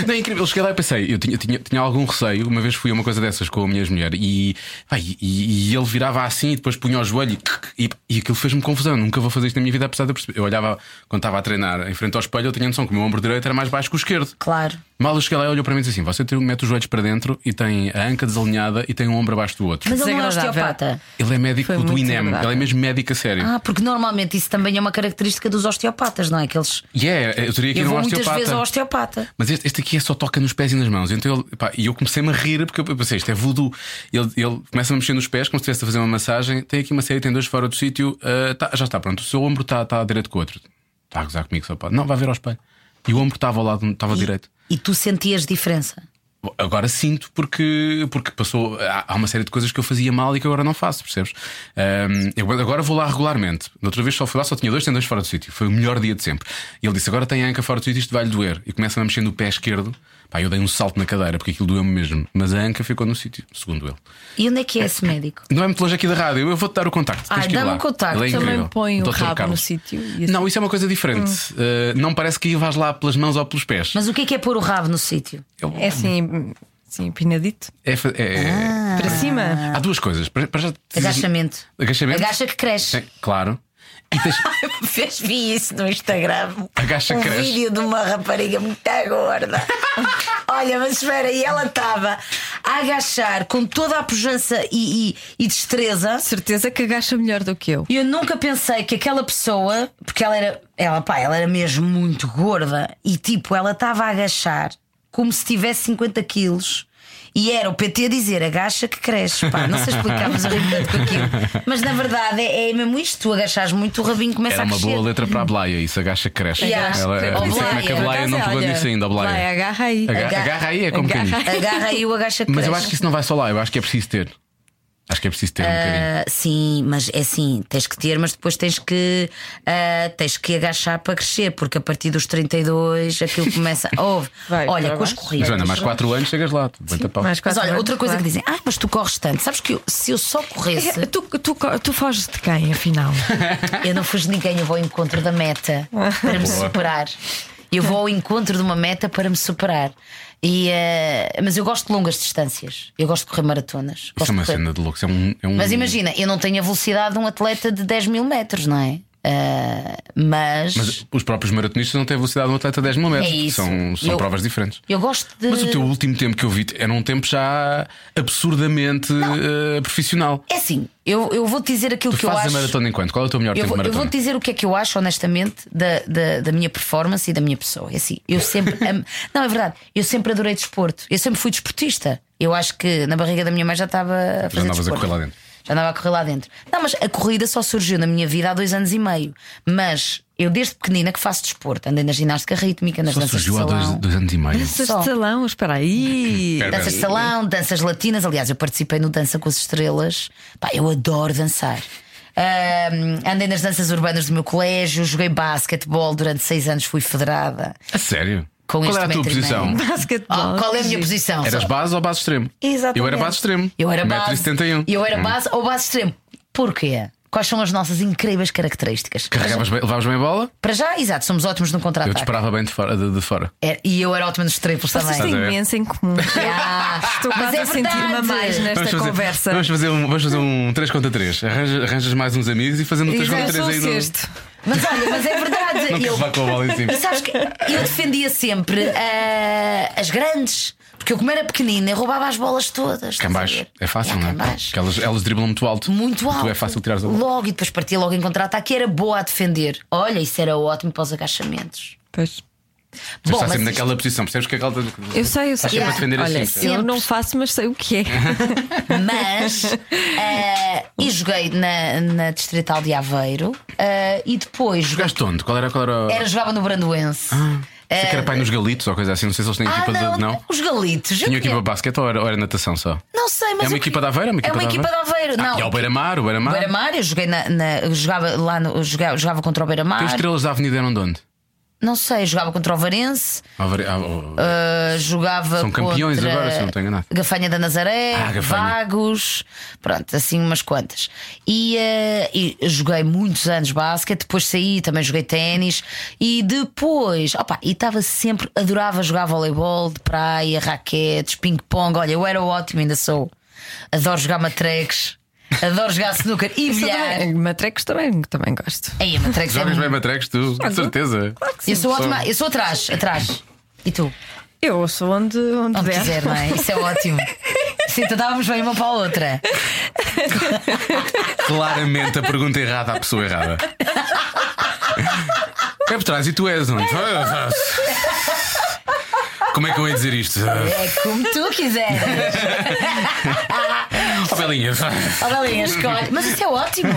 Não, é incrível. Eu cheguei lá e pensei, eu tinha, tinha, tinha algum receio. Uma vez fui a uma coisa dessas com a minha mulher e, pá, e, e ele virava assim e depois punha o joelho e, e, e aquilo fez-me confusão. Nunca vou fazer isto na minha vida, apesar de eu perceber. Eu olhava quando estava a treinar em frente ao espelho, eu tinha noção que o meu ombro direito era mais baixo que o esquerdo.
Claro.
Mal eu cheguei lá e olhou para mim e disse assim: Você tem- mete os joelhos para dentro e tem a anca desalinhada e tem um ombro abaixo do outro.
Mas ele não é
Desagradável.
osteopata.
Ele é médico
Foi
do
muito
INEM,
agradável.
ele é mesmo médico a sério.
Ah, porque normalmente isso também é uma característica dos osteopatas, não é? Que eles.
E é, eu teria que ir
Eu
a um
vou muitas
osteopata.
vezes ao osteopata.
Mas este, este aqui é só toca nos pés e nas mãos. Então ele, pá, e eu comecei-me a rir porque eu pensei, isto é voodoo. Ele, ele começa a mexer nos pés, como se estivesse a fazer uma massagem. Tem aqui uma série, tem dois fora do sítio. ah, tá- já está pronto. O seu ombro tá, está está direito com o outro. Está a gozar comigo, só pode. Não, vai ver ao espelho. E o ombro estava ao lado, estava direito.
E tu sentias diferença.
Bom, Agora sinto porque, porque passou. Há há uma série de coisas que eu fazia mal e que agora não faço, percebes? Ahm, eu agora vou lá regularmente. Da outra vez só fui lá, só tinha dois tendões fora do sítio. Foi o melhor dia de sempre. E ele disse: Agora tem a anca fora do sítio, isto vai-lhe doer. E começa-me a mexer no pé esquerdo. Pá, eu dei um salto na cadeira porque aquilo doeu-me mesmo. Mas a anca ficou no sítio, segundo ele.
E onde é que é esse médico?
Não é muito longe aqui da rádio, eu vou-te dar o contacto.
Ah,
Tens que ir
dá-me
lá.
o contacto.
Ele é
Também
incrível.
põe o
Dr.
rabo no
Carlos.
sítio. e assim. Hum.
Não, isso é uma coisa diferente. Ah, não parece que vais lá pelas mãos ou pelos pés.
Mas o que é que é pôr o rabo no sítio?
Eu-
É assim, assim empinadito.
é fa- é-
Ah.
Para cima.
Há duas coisas. Para- para já- assim.
Agachamento.
Agachamento?
Agacha que cresce.
Sim, claro. E tens...
Fez, vi isso no Instagram.
Agacha
um
que cresce.
vídeo de uma rapariga muito gorda. Olha, mas espera, e ela estava a agachar com toda a pujança e, e- e destreza.
Certeza que agacha melhor do que eu.
E eu nunca pensei que aquela pessoa, porque ela era, ela, pá, ela era mesmo muito gorda e tipo, ela estava a agachar como se tivesse 50 quilos. E era o PT a dizer agacha que cresce, pá. Não sei explicar, mas eu ri tanto com aquilo. Mas na verdade é, é mesmo isto: tu agachas muito, o rabinho começa
Era
a
uma
crescer.
boa letra para a Blaia, isso agacha que cresce.
Yeah.
Ela,
Ou
não sei como é que a
Blaia.
Blaia não
Por acaso,
pegou
olha,
nisso ainda, a
Blaia,
Blaia.
agarra aí.
Aga-
Agarra.
Agarra aí, é como quem diz.
Agarra.
Agarra aí o agacha que
Mas eu
cresce.
acho que isso não vai só lá, eu acho que é preciso ter. Acho que é preciso ter um bocadinho.
Ah, sim, mas é assim, tens que ter, mas depois tens que ah, tens que agachar para crescer, porque a partir dos 32 aquilo começa. Ouve,
Vai,
olha,
para
com as
baixo.
corridas.
Mas Ana, mais 4 anos chegas lá, tu aguenta pau.
Mais
Mas
quatro
olha,
anos,
outra coisa
claro.
que dizem, ah, mas tu corres tanto. Sabes que eu- se eu só corresse,
É, Tu, tu, tu foges de quem, afinal?
eu não fujo de ninguém, eu vou ao encontro da meta para me superar. Eu vou ao encontro de uma meta para me superar. E, ah, mas eu gosto de longas distâncias, eu gosto de correr maratonas.
Isso
Gosto
é uma
de correr-
cena de louco. isso É um, é um...
Mas imagina, eu não tenho a velocidade de um atleta de 10 mil metros, não é? Ah, mas,
Mas os próprios maratonistas não têm a velocidade de um atleta a 10 mil metros.
É isso.
São, são
Eu-
provas diferentes.
eu gosto de.
Mas o teu último tempo que eu vi era um tempo já absurdamente eh, profissional.
É assim, eu, eu vou te dizer aquilo
Tu
que eu
fazes
acho.
a maratona em quanto? Qual é o teu melhor
Eu
tempo
vou,
de
eu
maratona?
vou te dizer o que é que eu acho, honestamente, da, da, da minha performance e da minha pessoa. É assim, eu sempre. am- Não, é verdade, eu sempre adorei desporto. Eu sempre fui desportista. Eu acho que na barriga da minha mãe já estava a fazer
andavas a
desporto.
correr lá dentro.
Já andava a correr lá dentro. Não, mas a corrida só surgiu na minha vida há dois anos e meio. Mas eu, desde pequenina, que faço desporto. Andei na ginástica rítmica, nas
Só
danças
surgiu
de
há
salão.
dois, dois anos e meio.
Danças
Só.
de salão, espera aí.
Espera.
Danças de salão, danças latinas. Aliás, eu participei no Dança com as Estrelas. Pá, eu adoro dançar. Ahm, andei nas danças urbanas do meu colégio, joguei basquetebol durante seis anos, fui federada.
A sério?
Com
Qual
este
era a tua
metro e meio.
posição?
Basquetebol.
Oh, qual é a minha
Ah, Giro.
posição?
Eras base ou base extremo?
Exatamente.
Eu era base extremo.
Eu era base.
1,71m.
Eu era base ou base extremo. Porquê? quais são as nossas incríveis características.
Carregavas bem, levavas bem a bola?
Para já, exato, somos ótimos no
Eu
contra-ataque.
disparava bem de fora. De, de fora.
É, E eu era ótima nos triplos
Vocês
também.
têm
Estás a ver?
imenso em comum.
Ah,
Estou
mas
quase
é
a sentir-me a
verdade.
mais né? nesta
fazer,
conversa.
Vamos fazer, um, vamos fazer um 3 contra 3. Arranjas, arranjas mais uns amigos e fazemos um 3 contra 3
Eu sou o
aí no.
sexto.
Mas olha, mas é verdade.
Não queres
eu,
levar com a bola em cima.
E sabes que eu defendia sempre ah, as grandes. Porque eu, como era pequenina, eu roubava as bolas todas.
Cá
estás
em
a
baixo.
ver?
É fácil,
Já, cá em
não é?
baixo.
Porque elas, elas driblam muito alto.
Muito alto.
Tu é fácil tirar a bola.
Logo e depois partia logo em contra-ataque. e Era boa a defender. Olha, isso era ótimo para os agachamentos.
Pois.
Mas está
mas
sempre
isto-
naquela posição, percebes que aquela.
Eu sei, eu
Estás
sei.
sempre
Ah,
a defender assim, as
Olha,
cinco.
eu
Sempre.
não faço, mas sei o que é.
Mas eh, e joguei na, na Distrital de Aveiro eh, e depois joguei-
Jogaste onde? Qual era. Qual era...
era, jogava no Brandoense.
Sei que era pai nos galitos ou coisa assim. Não sei se eles têm
Ah,
equipa
não,
de. Não?
os galitos. eu
Tinha equipa de
conheço.
basquete ou era, ou era natação só?
Não sei, mas
é uma
eu
equipa
conhe-
da Aveira?
É uma equipa de Aveiro.
Ah,
Não,
e ao Beira-Mar, o Beira-Mar.
Beira-Mar, eu joguei na, na- eu jogava lá no, eu jogava, jogava contra o
Tem
Beira-Mar.
estrelas da Avenida eram de onde?
Não sei, jogava contra o Varense,
Aveira- ah, oh,
eh, jogava
São campeões
contra
agora, se eu não estou enganado.
Gafanha da Nazaré,
Ah, Gafanha.
Vagos, pronto, assim umas quantas. E, eh, e joguei muitos anos basquete, depois saí, também joguei ténis e depois, opa, e estava sempre, adorava jogar voleibol de praia, raquetes, ping-pong. Olha, eu era ótimo, ainda sou. Adoro jogar matreques, adoro jogar snooker e
Isso eu
bilhar.
também- Matrecos também, também gosto.
Aí, matreques é
Jogas
muito-
bem matrecos, tu? De certeza.
Eu sou ótima, eu sou atrás, atrás. E tu?
Eu sou onde, onde,
Onde
der.
quiser, não é? Isso é ótimo. Sim, então estávamos bem uma para a outra.
Claramente a pergunta errada à pessoa errada. É por trás e tu és onde? Como é que eu ia dizer isto?
É como tu quiseres.
Oh, Belinha.
Ó, Belinha, escolhe. Mas isso é ótimo.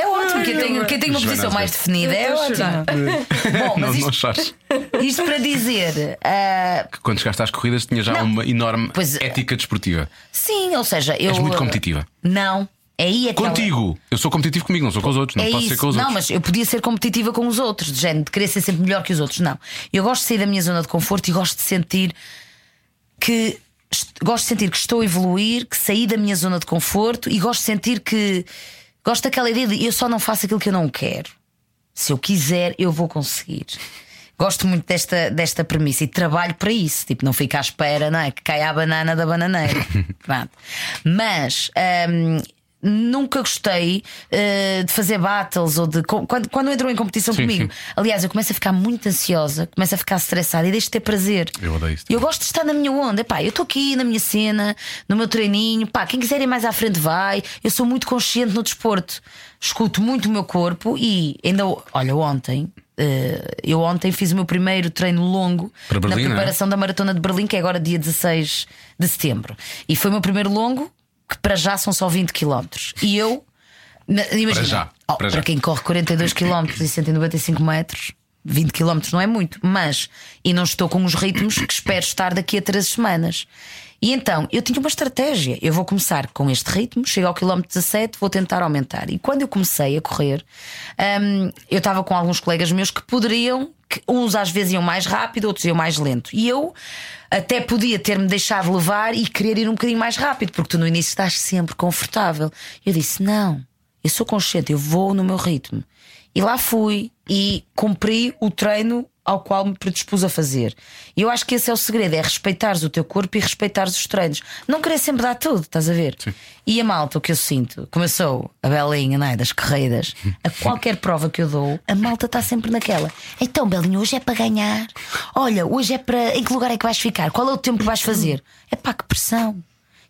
É ótimo. Quem tem, quem tem uma
Joana,
posição mais
eu-
definida é
Eu estou a
ótimo.
chorar.
Bom,
Não,
mas
não
isto,
chores.
isto para dizer. ah,
Que Quando chegaste às corridas, tinha já
Não.
uma enorme
Pois é.
ética desportiva.
sim, ou seja, eu.
És muito competitiva.
Não. Aí é que ela-
Contigo! Eu sou competitivo comigo, não sou com os outros. Não
É
posso
isso.
ser com os
não,
outros.
mas eu podia ser competitiva com os outros, de género, de querer ser sempre melhor que os outros. Não. Eu gosto de sair da minha zona de conforto e gosto de sentir que est- gosto de sentir que estou a evoluir, que saí da minha zona de conforto e gosto de sentir que gosto daquela ideia de eu só não faço aquilo que eu não quero. Se eu quiser, eu vou conseguir. Gosto muito desta, desta premissa e trabalho para isso. Tipo, não fico à espera, não é? Que caia a banana da bananeira. Pronto. Mas. hum, Nunca gostei eh, de fazer battles ou de. co- Quando, quando entram em competição
Sim,
comigo.
sim.
Aliás, eu começo a ficar muito ansiosa, começo a ficar estressada e deixo de ter prazer.
Eu odeio isso
Eu gosto de estar na minha onda. Epá, eu estou aqui na minha cena, no meu treininho. Pá, quem quiser ir mais à frente vai. Eu sou muito consciente no desporto. Escuto muito o meu corpo e ainda. o- Olha, ontem. eh, eu ontem fiz o meu primeiro treino longo
Para Berlim, não
na
é?
preparação da Maratona de Berlim, que é agora dia 16 de setembro. E foi o meu primeiro longo, que para já são só 20 km. E eu. na- Imagina,
já,
Oh,
para
para,
já.
quem corre 42 km e 195 metros, 20 km não é muito, mas e não estou com os ritmos que espero estar daqui a 3 semanas. E então, eu tinha uma estratégia. Eu vou começar com este ritmo, chego ao quilómetro 17, vou tentar aumentar. E quando eu comecei a correr, hum, eu estava com alguns colegas meus que poderiam, que uns às vezes iam mais rápido, outros iam mais lento. E eu até podia ter-me deixado levar e querer ir um bocadinho mais rápido, porque tu no início estás sempre confortável. Eu disse: não, eu sou consciente, eu vou no meu ritmo. E lá fui e cumpri o treino ao qual me predispus a fazer. E eu acho que esse é o segredo: é respeitares o teu corpo e respeitares os treinos. Não querer sempre dar tudo, estás a ver? E a malta, o que eu sinto, começou a Belinha, não é? Das corridas, a qualquer prova que eu dou, a malta está sempre naquela. Então, Belinha, hoje é para ganhar. Olha, hoje é para. Em que lugar é que vais ficar? Qual é o tempo que vais fazer? É pá, que pressão.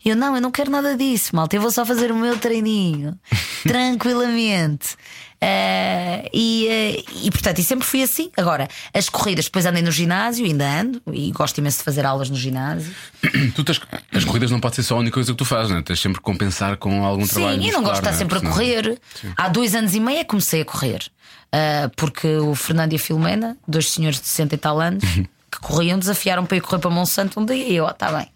E Eu não, eu não quero nada disso, malta. Eu vou só fazer o meu treininho, tranquilamente. Eh, e, eh, e portanto, e sempre fui assim. Agora, as corridas, depois andei no ginásio, ainda ando, e gosto imenso de fazer aulas no ginásio.
Tu tens- as corridas não pode ser só a única coisa que tu fazes, não é? Tens sempre que compensar com algum trabalho.
Sim, e não
muscular,
gosto de estar
é?
sempre a
Senão-
correr. Há dois anos e meio é que comecei a correr. Ah, porque o Fernando e a Filomena, dois senhores de 60 e tal anos,
Uhum.
que corriam, desafiaram para ir correr para Monsanto um dia e eu, está bem.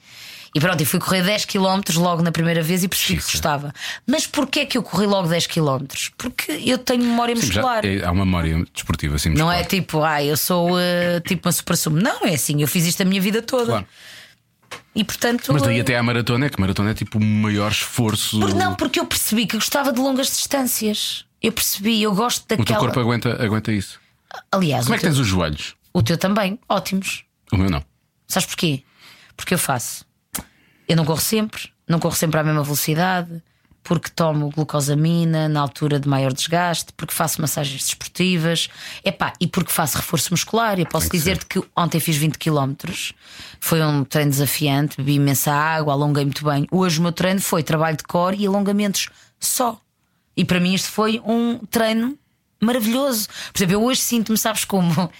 E pronto, e fui correr 10 km logo na primeira vez e percebi que gostava. Mas porquê é que eu corri logo 10 km? Porque eu tenho memória
Sim, já-
muscular.
é- há uma memória desportiva, assim.
Não
muscular.
é tipo, ah, eu sou eh, tipo uma super sumo. Não, é assim, eu fiz isto a minha vida toda.
Claro.
E portanto. eh,
Mas daí até à maratona é que maratona é tipo o maior esforço.
Por- não, porque eu percebi que eu gostava de longas distâncias. Eu percebi, eu gosto
O teu
daquela.
corpo aguenta, aguenta isso.
Aliás,
Como
o,
é que
teu,
tens os joelhos?
o teu também, ótimos.
O meu não.
Sabes porquê? Porque eu faço. Eu não corro sempre, não corro sempre à mesma velocidade, porque tomo glucosamina na altura de maior desgaste, porque faço massagens desportivas, epá, e porque faço reforço muscular. Eu posso
Tem que
dizer-te que ontem fiz 20 km, foi um treino desafiante, bebi imensa água, alonguei muito bem. Hoje o meu treino foi trabalho de core e alongamentos só. E para mim isto foi um treino maravilhoso. Por exemplo, eu hoje sinto-me, sabes como?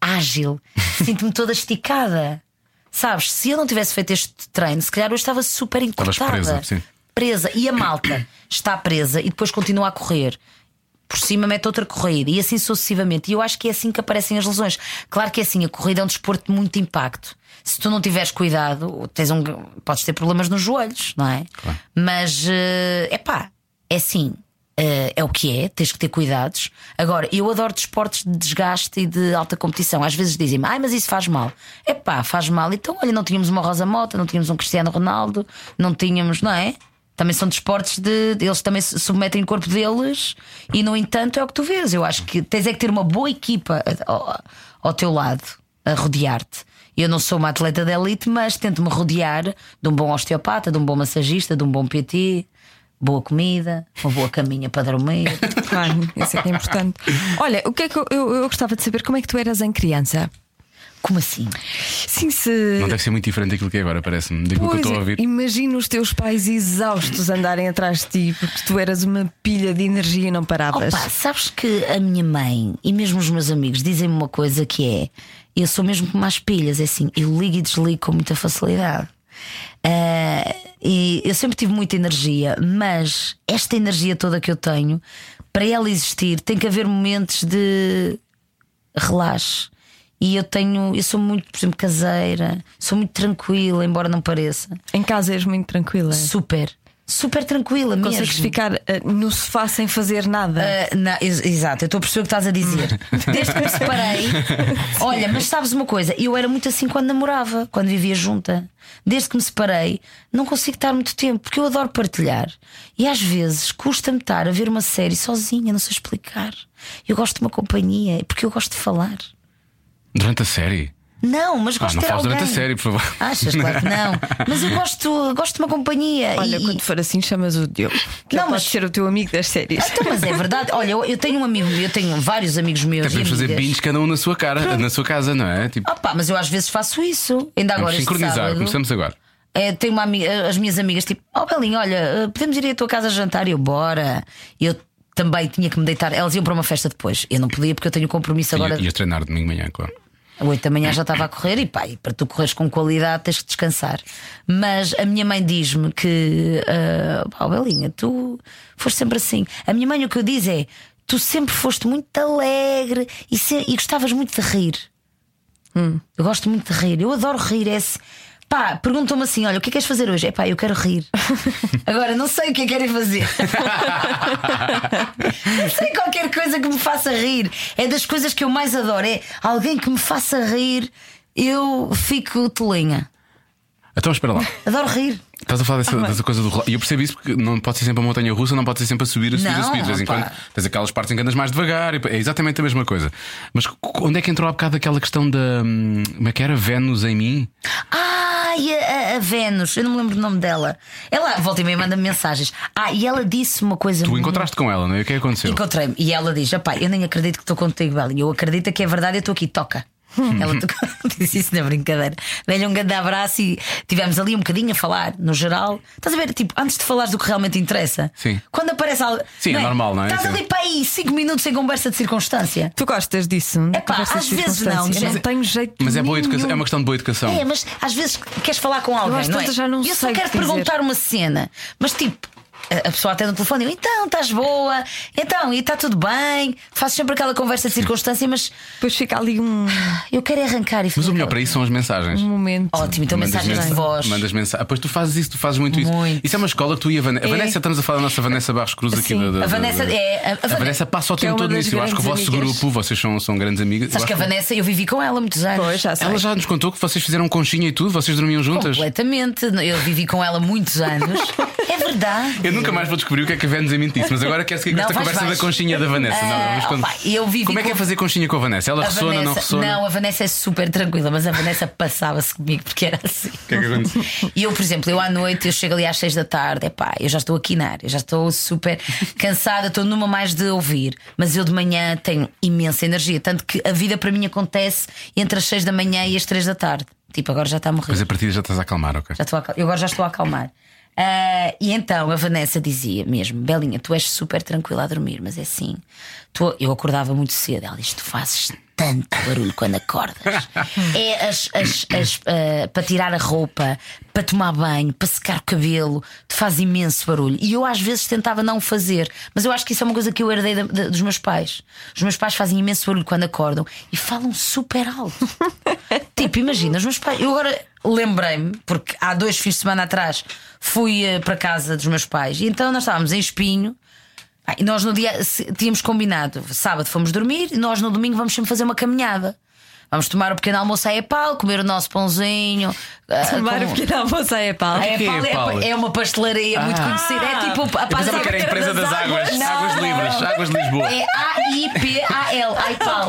Ágil. Sinto-me toda esticada. Sabes, se eu não tivesse feito este treino, se calhar eu estava super encurtada.
presa, sim.
Presa. E a malta está presa e depois continua a correr. Por cima mete outra corrida e assim sucessivamente. E eu acho que é assim que aparecem as lesões. Claro que é assim, a corrida é um desporto de muito impacto. Se tu não tiveres cuidado, tens um, podes ter problemas nos joelhos, não é? Mas é pá, é assim. eh, é o que é, tens que ter cuidados. Agora, eu adoro desportos de desgaste e de alta competição. Às vezes dizem-me, ai, mas isso faz mal. É pá, faz mal. Então, olha, não tínhamos uma Rosa Mota, não tínhamos um Cristiano Ronaldo, não tínhamos, não é? Também são desportos de. Eles também se submetem o corpo deles e, no entanto, é o que tu vês. Eu acho que tens é que ter uma boa equipa eh, ao, ao teu lado, a rodear-te. Eu não sou uma atleta de elite, mas tento-me rodear de um bom osteopata, de um bom massagista, de um bom PT, boa comida, uma boa caminha para dormir.
Claro, isso é que é importante. Olha, o que é que eu, eu- eu gostava de saber como é que tu eras em criança?
Como assim?
Sim, se.
Não deve ser muito diferente daquilo que é agora, parece-me. Digo o que eu
Pois,
estou
é.
a ouvir.
Imagina os teus pais exaustos andarem atrás de ti porque tu eras uma pilha de energia e não paravas.
Opa, sabes que a minha mãe e mesmo os meus amigos dizem-me uma coisa que é: eu sou mesmo como as pilhas, é assim, eu ligo e desligo com muita facilidade. Ah, e eu sempre tive muita energia, mas esta energia toda que eu tenho, para ela existir, tem que haver momentos de relaxe. E eu tenho, eu sou muito, por exemplo, caseira, sou muito tranquila, embora não pareça.
Em casa és muito tranquila.
Super, super tranquila mesmo.
Consegues ficar eh, no sofá sem fazer nada.
Ah, na- ex- exato, eu estou a perceber o que estás a dizer. Desde que me separei. Olha, mas sabes uma coisa? Eu era muito assim quando namorava, quando vivia junta. Desde que me separei, não consigo estar muito tempo, porque eu adoro partilhar. E às vezes custa-me estar a ver uma série sozinha, não sei explicar. Eu gosto de uma companhia, porque eu gosto de falar.
Durante a série?
Não, mas
Ah,
gosto
não
de ter
fales durante a
alguém.
série, por favor.
Achas, claro que não. Mas eu gosto, gosto de uma companhia.
Olha,
e-
quando for assim, chamas o Diogo. Que
Não,
ele
mas-
pode ser o teu amigo das séries.
Então, mas é verdade. Olha, eu, eu tenho um amigo, eu tenho vários amigos meus.
Até podemos
e
fazer
amigas.
bins cada um na sua cara, na sua casa, não é? Tipo,
Ah pá, mas eu às vezes faço isso. Ainda agora
vamos
este
sincronizar,
sábado,
começamos agora.
eh, tenho uma ami- eh, as minhas amigas tipo, oh Belinho, olha, eh, podemos ir à tua casa jantar? E Eu, bora. E Eu também tinha que me deitar. Elas iam para uma festa depois. Eu não podia porque eu tenho um compromisso agora.
Agora... Ias treinar domingo de manhã, claro.
A 8 da manhã já estava a correr e pá, e para tu correres com qualidade tens que descansar. Mas a minha mãe diz-me que, ah, pá, Belinha, tu foste sempre assim. A minha mãe o que eu diz é: tu sempre foste muito alegre e, se- e gostavas muito de rir. Eu gosto muito de rir, eu adoro rir. É esse... Pá, perguntam-me assim: olha, o que é que queres fazer hoje? É pá, eu quero rir. Agora, não sei o que é que querem fazer. Não sei qualquer coisa que me faça rir. É das coisas que eu mais adoro. É alguém que me faça rir, eu fico tolinha.
Então espera lá.
Adoro rir.
Estás a falar dessa, dessa coisa do relógio. E eu percebo isso porque não pode ser sempre a montanha russa, não pode ser sempre a subir, a subir, a
Não,
subir. De vez em
pá.
quando tens aquelas partes em que andas mais devagar. e- É exatamente a mesma coisa. Mas c- onde é que entrou há bocado aquela questão da. hum, Como é que era? Vênus em mim?
Ai, a, a- a Vênus, eu não me lembro o nome dela. Ela volta e meia manda-me mensagens. Ah, e ela disse uma coisa
Tu
muito-
encontraste com ela, não é? O que é que aconteceu?
Encontrei-me e ela diz: Pai, eu nem acredito que estou contigo, Belinha. Eu acredito que é verdade, eu estou aqui, toca. Ela tocou- disse isso na brincadeira. Dei-lhe um grande abraço e tivemos ali um bocadinho a falar, no geral. Estás a ver, tipo, antes de falares do que realmente interessa,
Sim.
quando aparece algo.
Sim, é normal, não é?
Estás
Sim.
ali para aí 5 minutos em conversa de circunstância.
Tu gostas disso? de
Epá,
conversas
às
de
vezes
circunstância?
não,
Eu
mas-
não tenho jeito
Mas é, boa
nenhum.
educação, é uma questão de boa educação.
É, mas às vezes queres falar com alguém.
às
não é?
tantas já não
eu
sei
só
o
quero
que dizer.
perguntar uma cena, mas tipo, a- a pessoa atende o telefone e eu, então, estás boa, então, e está tudo bem. Faço sempre aquela conversa de circunstância, mas
Depois fica ali um
eu quero é arrancar e
Mas
fazer
o melhor
aquela-
para isso são as mensagens.
momento.
Ótimo, então mensagens de voz.
Mandas mensagens. Ah, pois tu fazes isso, tu fazes muito, isso.
Muito. É.
Isso é uma escola que tu e a Vanessa. A Vanessa, estamos a falar da nossa Vanessa Barros Cruz aqui
Sim.
da, da-
A Vanessa
da-
é- a- a
A
Vane-
Vanessa passa o
que é
tempo
uma
todo
das
nisso. Eu acho que o
grandes
vosso
amigas.
grupo, vocês são, são grandes amigas. Eu
Sabes que a
acho que-
Vanessa, eu vivi com ela muitos anos.
Pois, já sei.
Ela já nos contou que vocês fizeram conchinha e tudo, vocês dormiam juntas.
Completamente. Eu vivi com ela muitos anos. é verdade.
Eu nunca mais vou descobrir o que é que a Vanessa me disse, mas agora quero seguir com
Não,
esta
vais,
conversa
vais.
da conchinha da Vanessa. não, não, mas
Ah,
quando-
opa, eu vivi
Como é que é
com-
fazer conchinha com a Vanessa? Ela
A
ressona,
Vanessa,
não ressona?
a Vanessa é super tranquila, mas a Vanessa passava-se comigo porque era assim.
O que é que aconteceu?
E eu, por exemplo, eu à noite, eu chego ali às seis da tarde, epá, eu já estou aqui na área, já estou super cansada, estou numa mais de ouvir, mas eu de manhã tenho imensa energia, tanto que a vida para mim acontece entre as seis da manhã e as três da tarde. Tipo, agora já está a morrer.
Mas a partir já estás a acalmar, ok?
Já estou a acal- eu agora já estou a acalmar. Ah, e então a Vanessa dizia mesmo: Belinha, tu és super tranquila a dormir, mas é assim. tu- eu acordava muito cedo. Ela diz: Tu fazes tanto barulho quando acordas. é as, as- as, ah, para tirar a roupa, para tomar banho, para secar o cabelo. Tu fazes imenso barulho. E eu às vezes tentava não fazer, mas eu acho que isso é uma coisa que eu herdei da- da- dos meus pais. Os meus pais fazem imenso barulho quando acordam e falam super alto. Tipo, imagina, os meus pais. Eu agora lembrei-me, porque há dois fins de semana atrás fui eh, para casa dos meus pais e então nós estávamos em espinho. Ah, E nós no dia se- tínhamos combinado, sábado fomos dormir e nós no domingo vamos sempre fazer uma caminhada. Vamos tomar o pequeno almoço à Epal, comer o nosso pãozinho. ah,
Tomar
com-
o pequeno almoço à Epal.
A
que é
Epal é,
Epal?
é uma pastelaria muito
Ah.
conhecida. É tipo a
Eu pensava
pastelaria
que era a empresa das águas,
Não,
águas
não,
livres,
não.
águas de Lisboa.
É A-I-P-A-L, Aipal.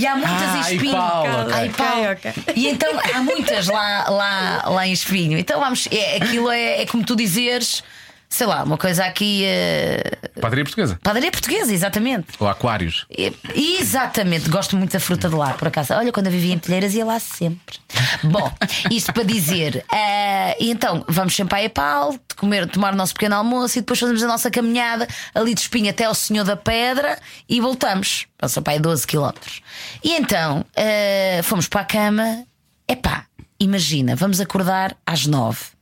E há muitas
Ah,
em espinho.
Aipal, ok.
Aipal.
Ok, ok.
E então há muitas lá, lá, lá em espinho. Então vamos, é, aquilo é, é como tu dizeres, sei lá, uma coisa aqui. eh,
Padaria portuguesa.
padaria portuguesa, exatamente.
Ou aquários.
É, Exatamente, gosto muito da fruta de lá, por acaso. Olha, quando eu vivia em Telheiras ia lá sempre. Bom, isto para dizer, eh, e então vamos sempre à Epal, de comer, tomar o nosso pequeno almoço e depois fazemos a nossa caminhada ali de espinho até ao Senhor da Pedra e voltamos. Nossa, pai, 12 quilómetros. E então eh, fomos para a cama, epá, imagina, vamos acordar às 9.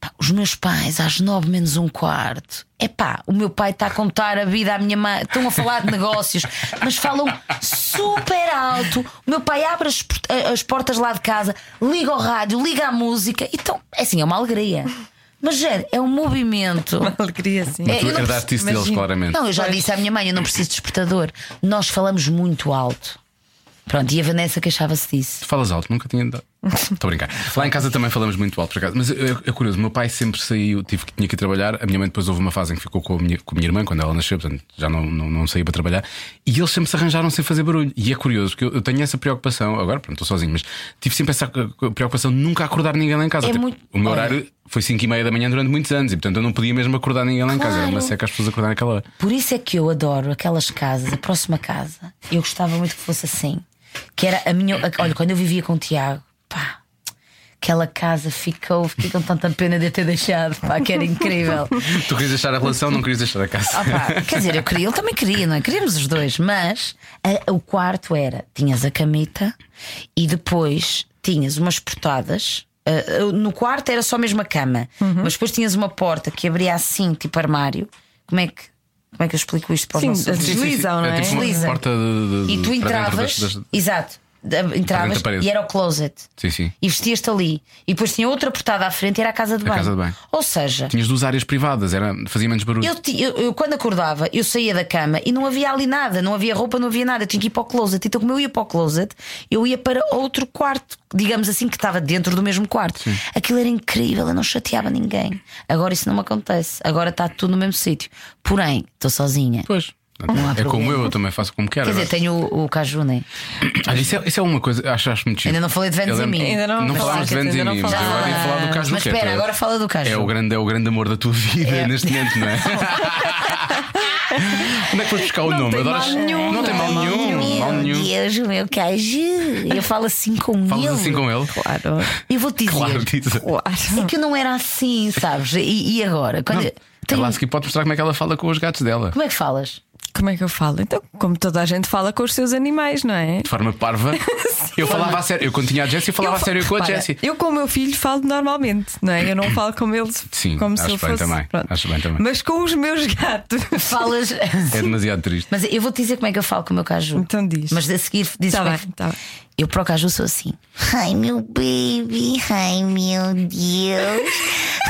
Pá, Os meus pais, às nove menos um quarto. É pá, o meu pai está a contar a vida à minha mãe. Estão a falar de negócios, mas falam super alto. O meu pai abre as, port- a- as portas lá de casa, liga ao rádio, liga à música. Então, é assim, é uma alegria. Mas, gente, é um movimento.
Alegria, sim.
É,
Tu
eu não
herdaste isso deles,
imagino.
claramente.
Não, eu já disse à minha mãe, eu não preciso de despertador. Nós falamos muito alto. Pronto, e a Vanessa queixava-se disso.
Tu falas alto, nunca tinha dado. Estou a brincar. Lá em casa também falamos muito alto, por acaso. Mas é, é curioso, o meu pai sempre saiu, tive, que- tinha que ir trabalhar. A minha mãe depois houve uma fase em que ficou com a minha, com a minha irmã, quando ela nasceu, portanto já não, não, não saía para trabalhar. E eles sempre se arranjaram sem fazer barulho. E é curioso, porque eu, eu tenho essa preocupação. Agora, pronto, estou sozinho, mas tive sempre essa eh, preocupação de nunca acordar ninguém lá em casa.
É
Tipo,
muito-
O meu
Olha.
horário foi 5 e meia da manhã durante muitos anos e, portanto, eu não podia mesmo acordar ninguém lá em casa. Era uma
Claro.
seca as pessoas acordarem naquela hora.
Por isso é que eu adoro aquelas casas, a próxima casa. Eu gostava muito que fosse assim. Que era a minha. a- olha, quando eu vivia com o Tiago, pá, aquela casa ficou. Fiquei com tanta pena de a ter deixado, pá, que era incrível.
Tu querias deixar a relação, não querias deixar a casa.
Ah, pá, quer dizer, eu queria, ele também queria, não é? Queríamos os dois, mas a- o quarto era: tinhas a camita e depois tinhas umas portadas. Ah, ah, no quarto era só mesmo a cama, mas depois tinhas uma porta que abria assim, tipo armário. Como é que, como é que eu explico isto para os
Sim,
nossos
Sim, sim, sim.
Deslizam, não é?
tipo uma
Deslizam.
porta de- de-
E tu
para dentro
entravas,
das- das-
exato, da- entravas
da parede.
e era o closet.
Sim, sim.
E vestias-te ali. E depois tinha outra portada à frente e era a casa de
A
banho.
casa de banho.
Ou seja,
Tinhas duas áreas privadas, era, fazia menos barulho.
eu, ti- eu- eu quando acordava, eu saía da cama e não havia ali nada, não havia roupa, não havia nada. Eu tinha que ir para o closet. Então, como eu ia para o closet, eu ia para outro quarto, digamos assim, que estava dentro do mesmo quarto. Aquilo era incrível, eu não chateava ninguém. Agora isso não me acontece. Agora está tudo no mesmo sítio. Porém, estou sozinha.
Pois.
Não há
é como
problema.
eu, eu também faço como quero.
Quer dizer,
Agora-
tenho o, o caju, né?
Olha, isso, é, isso é uma coisa, acho, acho muito chique.
Ainda não falei de Vênus
Eu
em
lembro-
mim.
Ainda não-
Não
mas
falámos de
olha,
Vênus em
ainda
mim,
não
mas agora ia
falámos.
falar do Caju
Mas
que é
espera,
teu-
agora fala do Caju.
É o grande, é o grande amor da tua vida
É.
neste momento, não é? Onde é que foste buscar o nome?
tem
Adoro
mal
as-
nenhum.
Não tem mal nenhum. Mal
Meu
nenhum.
Deus, o meu caju. Eu falo assim com
Falas
ele.
assim com ele?
Claro.
Eu vou te dizer.
Claro, diz.
É
Claro.
que eu não era assim, sabes? E, e agora? Quando eu-
Não, É
tenho-
A Lasky pode mostrar como é que ela fala com os gatos dela.
Como é que falas?
Como é que eu falo? Então, como toda a gente fala com os seus animais, não é?
De forma parva. eu falava a sério. Eu, quando tinha a Jessie, eu falava
fa-
a sério com a
repara,
Jessie.
Eu com o meu filho falo normalmente, não é? Eu não falo com eles
Sim,
como
acho
se eu
bem
fosse.
também,
pronto.
acho bem também.
Mas com os meus gatos.
Falas.
É demasiado triste.
Mas eu vou-te dizer como é que eu falo com o meu caju.
Então diz.
Mas a seguir diz
Tá
como é
bem,
que-
tá bem.
Eu para o caju sou assim.
Ai, meu baby. Ai, meu Deus.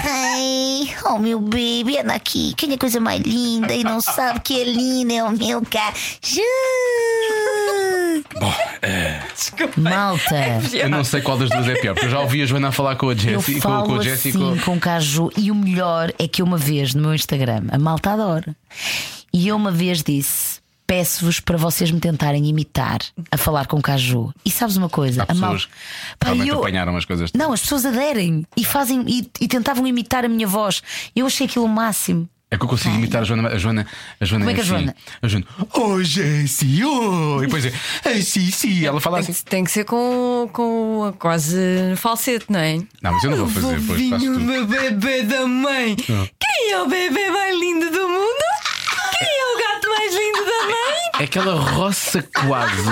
Ai, oh, meu baby. Anda aqui. Quem é a coisa mais linda e não sabe que é linda é o meu caju.
É
Malta.
Eu não sei qual das duas é pior, porque eu já ouvi a Joana a falar com a
Eu
Jessie e com,
falo
com a Jessie e
assim
com.
com... o caju e o melhor é que uma vez no meu Instagram, a malta adora, e eu uma vez disse: peço-vos para vocês me tentarem imitar a falar com o caju. E sabes uma coisa?
Há
a mal-
pessoas que
Pá,
realmente
eu-
apanharam as coisas.
Não, as pessoas aderem e fazem e, e tentavam imitar a minha voz. Eu achei aquilo o máximo.
É que eu consigo imitar a Joana. A Joana, a Joana
Como é que a
assim.
Joana?
A Joana. Oh, Jessie, oh! E depois é. "Ah, sim, sim. Ela fala assim.
Tem que ser com, com quase falsete, não é?
Não, mas eu não vou fazer, pois,
Vinho,
faço tudo. Ah.
meu bebê da mãe. Quem é o bebê mais lindo do mundo? Quem é o gato mais lindo da mãe?
É que ela roça quase.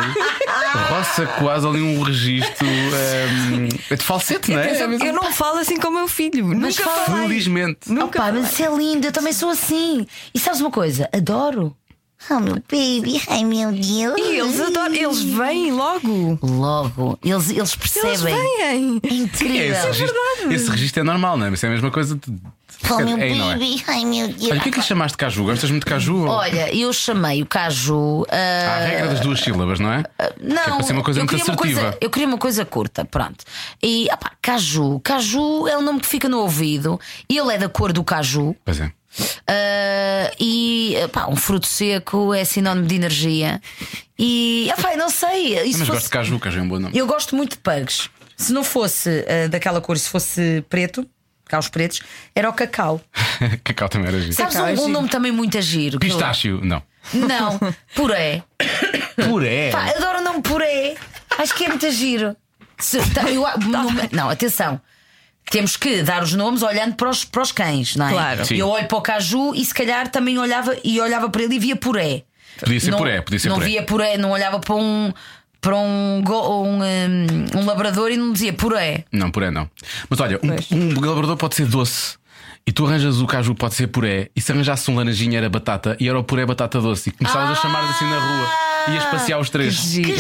roça quase ali um registro. ehm, É de falsete, não
Atenção,
é?
eu não falo assim com o meu filho. Nunca
fala-
falei.
Felizmente.
Opa, mas isso é lindo, eu também sou assim. E sabes uma coisa? Adoro.
Oh, meu baby. Ai, meu Deus.
E assim, eles adoram, eles vêm logo.
Logo, eles, eles
Eles
percebem.
vêm.
É incrível.
esse, registro, esse registro é normal, não é? Mas é a mesma coisa. De...
Oh,
um
meu
É, não é?
baby. Ai, meu Deus.
Olha, o que é que lhe chamaste de caju? Gostas muito de caju?
Olha, eu chamei o caju. ah,
Há a regra das duas sílabas, não é?
Não,
é para ser uma coisa
eu
muito
queria uma
assertiva.
coisa- eu queria uma coisa curta, pronto. E opá, caju, caju é um nome que fica no ouvido. Ele é da cor do caju.
Pois é.
ah, e opá, um fruto seco é sinónimo de energia. E opá, não sei. e
Mas
se
gosto
fosse-
de caju, caju é um bom nome.
Eu gosto muito de pugs. Se não fosse ah, daquela cor, se fosse preto, cá os pretos, era o cacau.
Cacau também era giro.
Sabes um, um nome também muito a giro? que eu-
Pistácio, não.
Não, puré.
Puré.
Pá, adoro o nome puré. Acho que é muito giro. Se- tá, eu- não, não, atenção. Temos que dar os nomes olhando para os, para os cães, não é?
Claro.
Sim.
Eu olho para o caju e se calhar também olhava e olhava para ele e via puré.
Podia ser
não,
puré, podia ser
não
puré.
via puré, não olhava para um para um, go- um, um, um labrador e não dizia puré.
Não, puré não. Mas olha, um, um labrador pode ser doce. E tu arranjas o caju, pode ser puré. E se arranjasse um laranjinha, era batata. E era o puré batata doce. E começavas a chamar assim na rua. Ias passear os três.
Ah, Que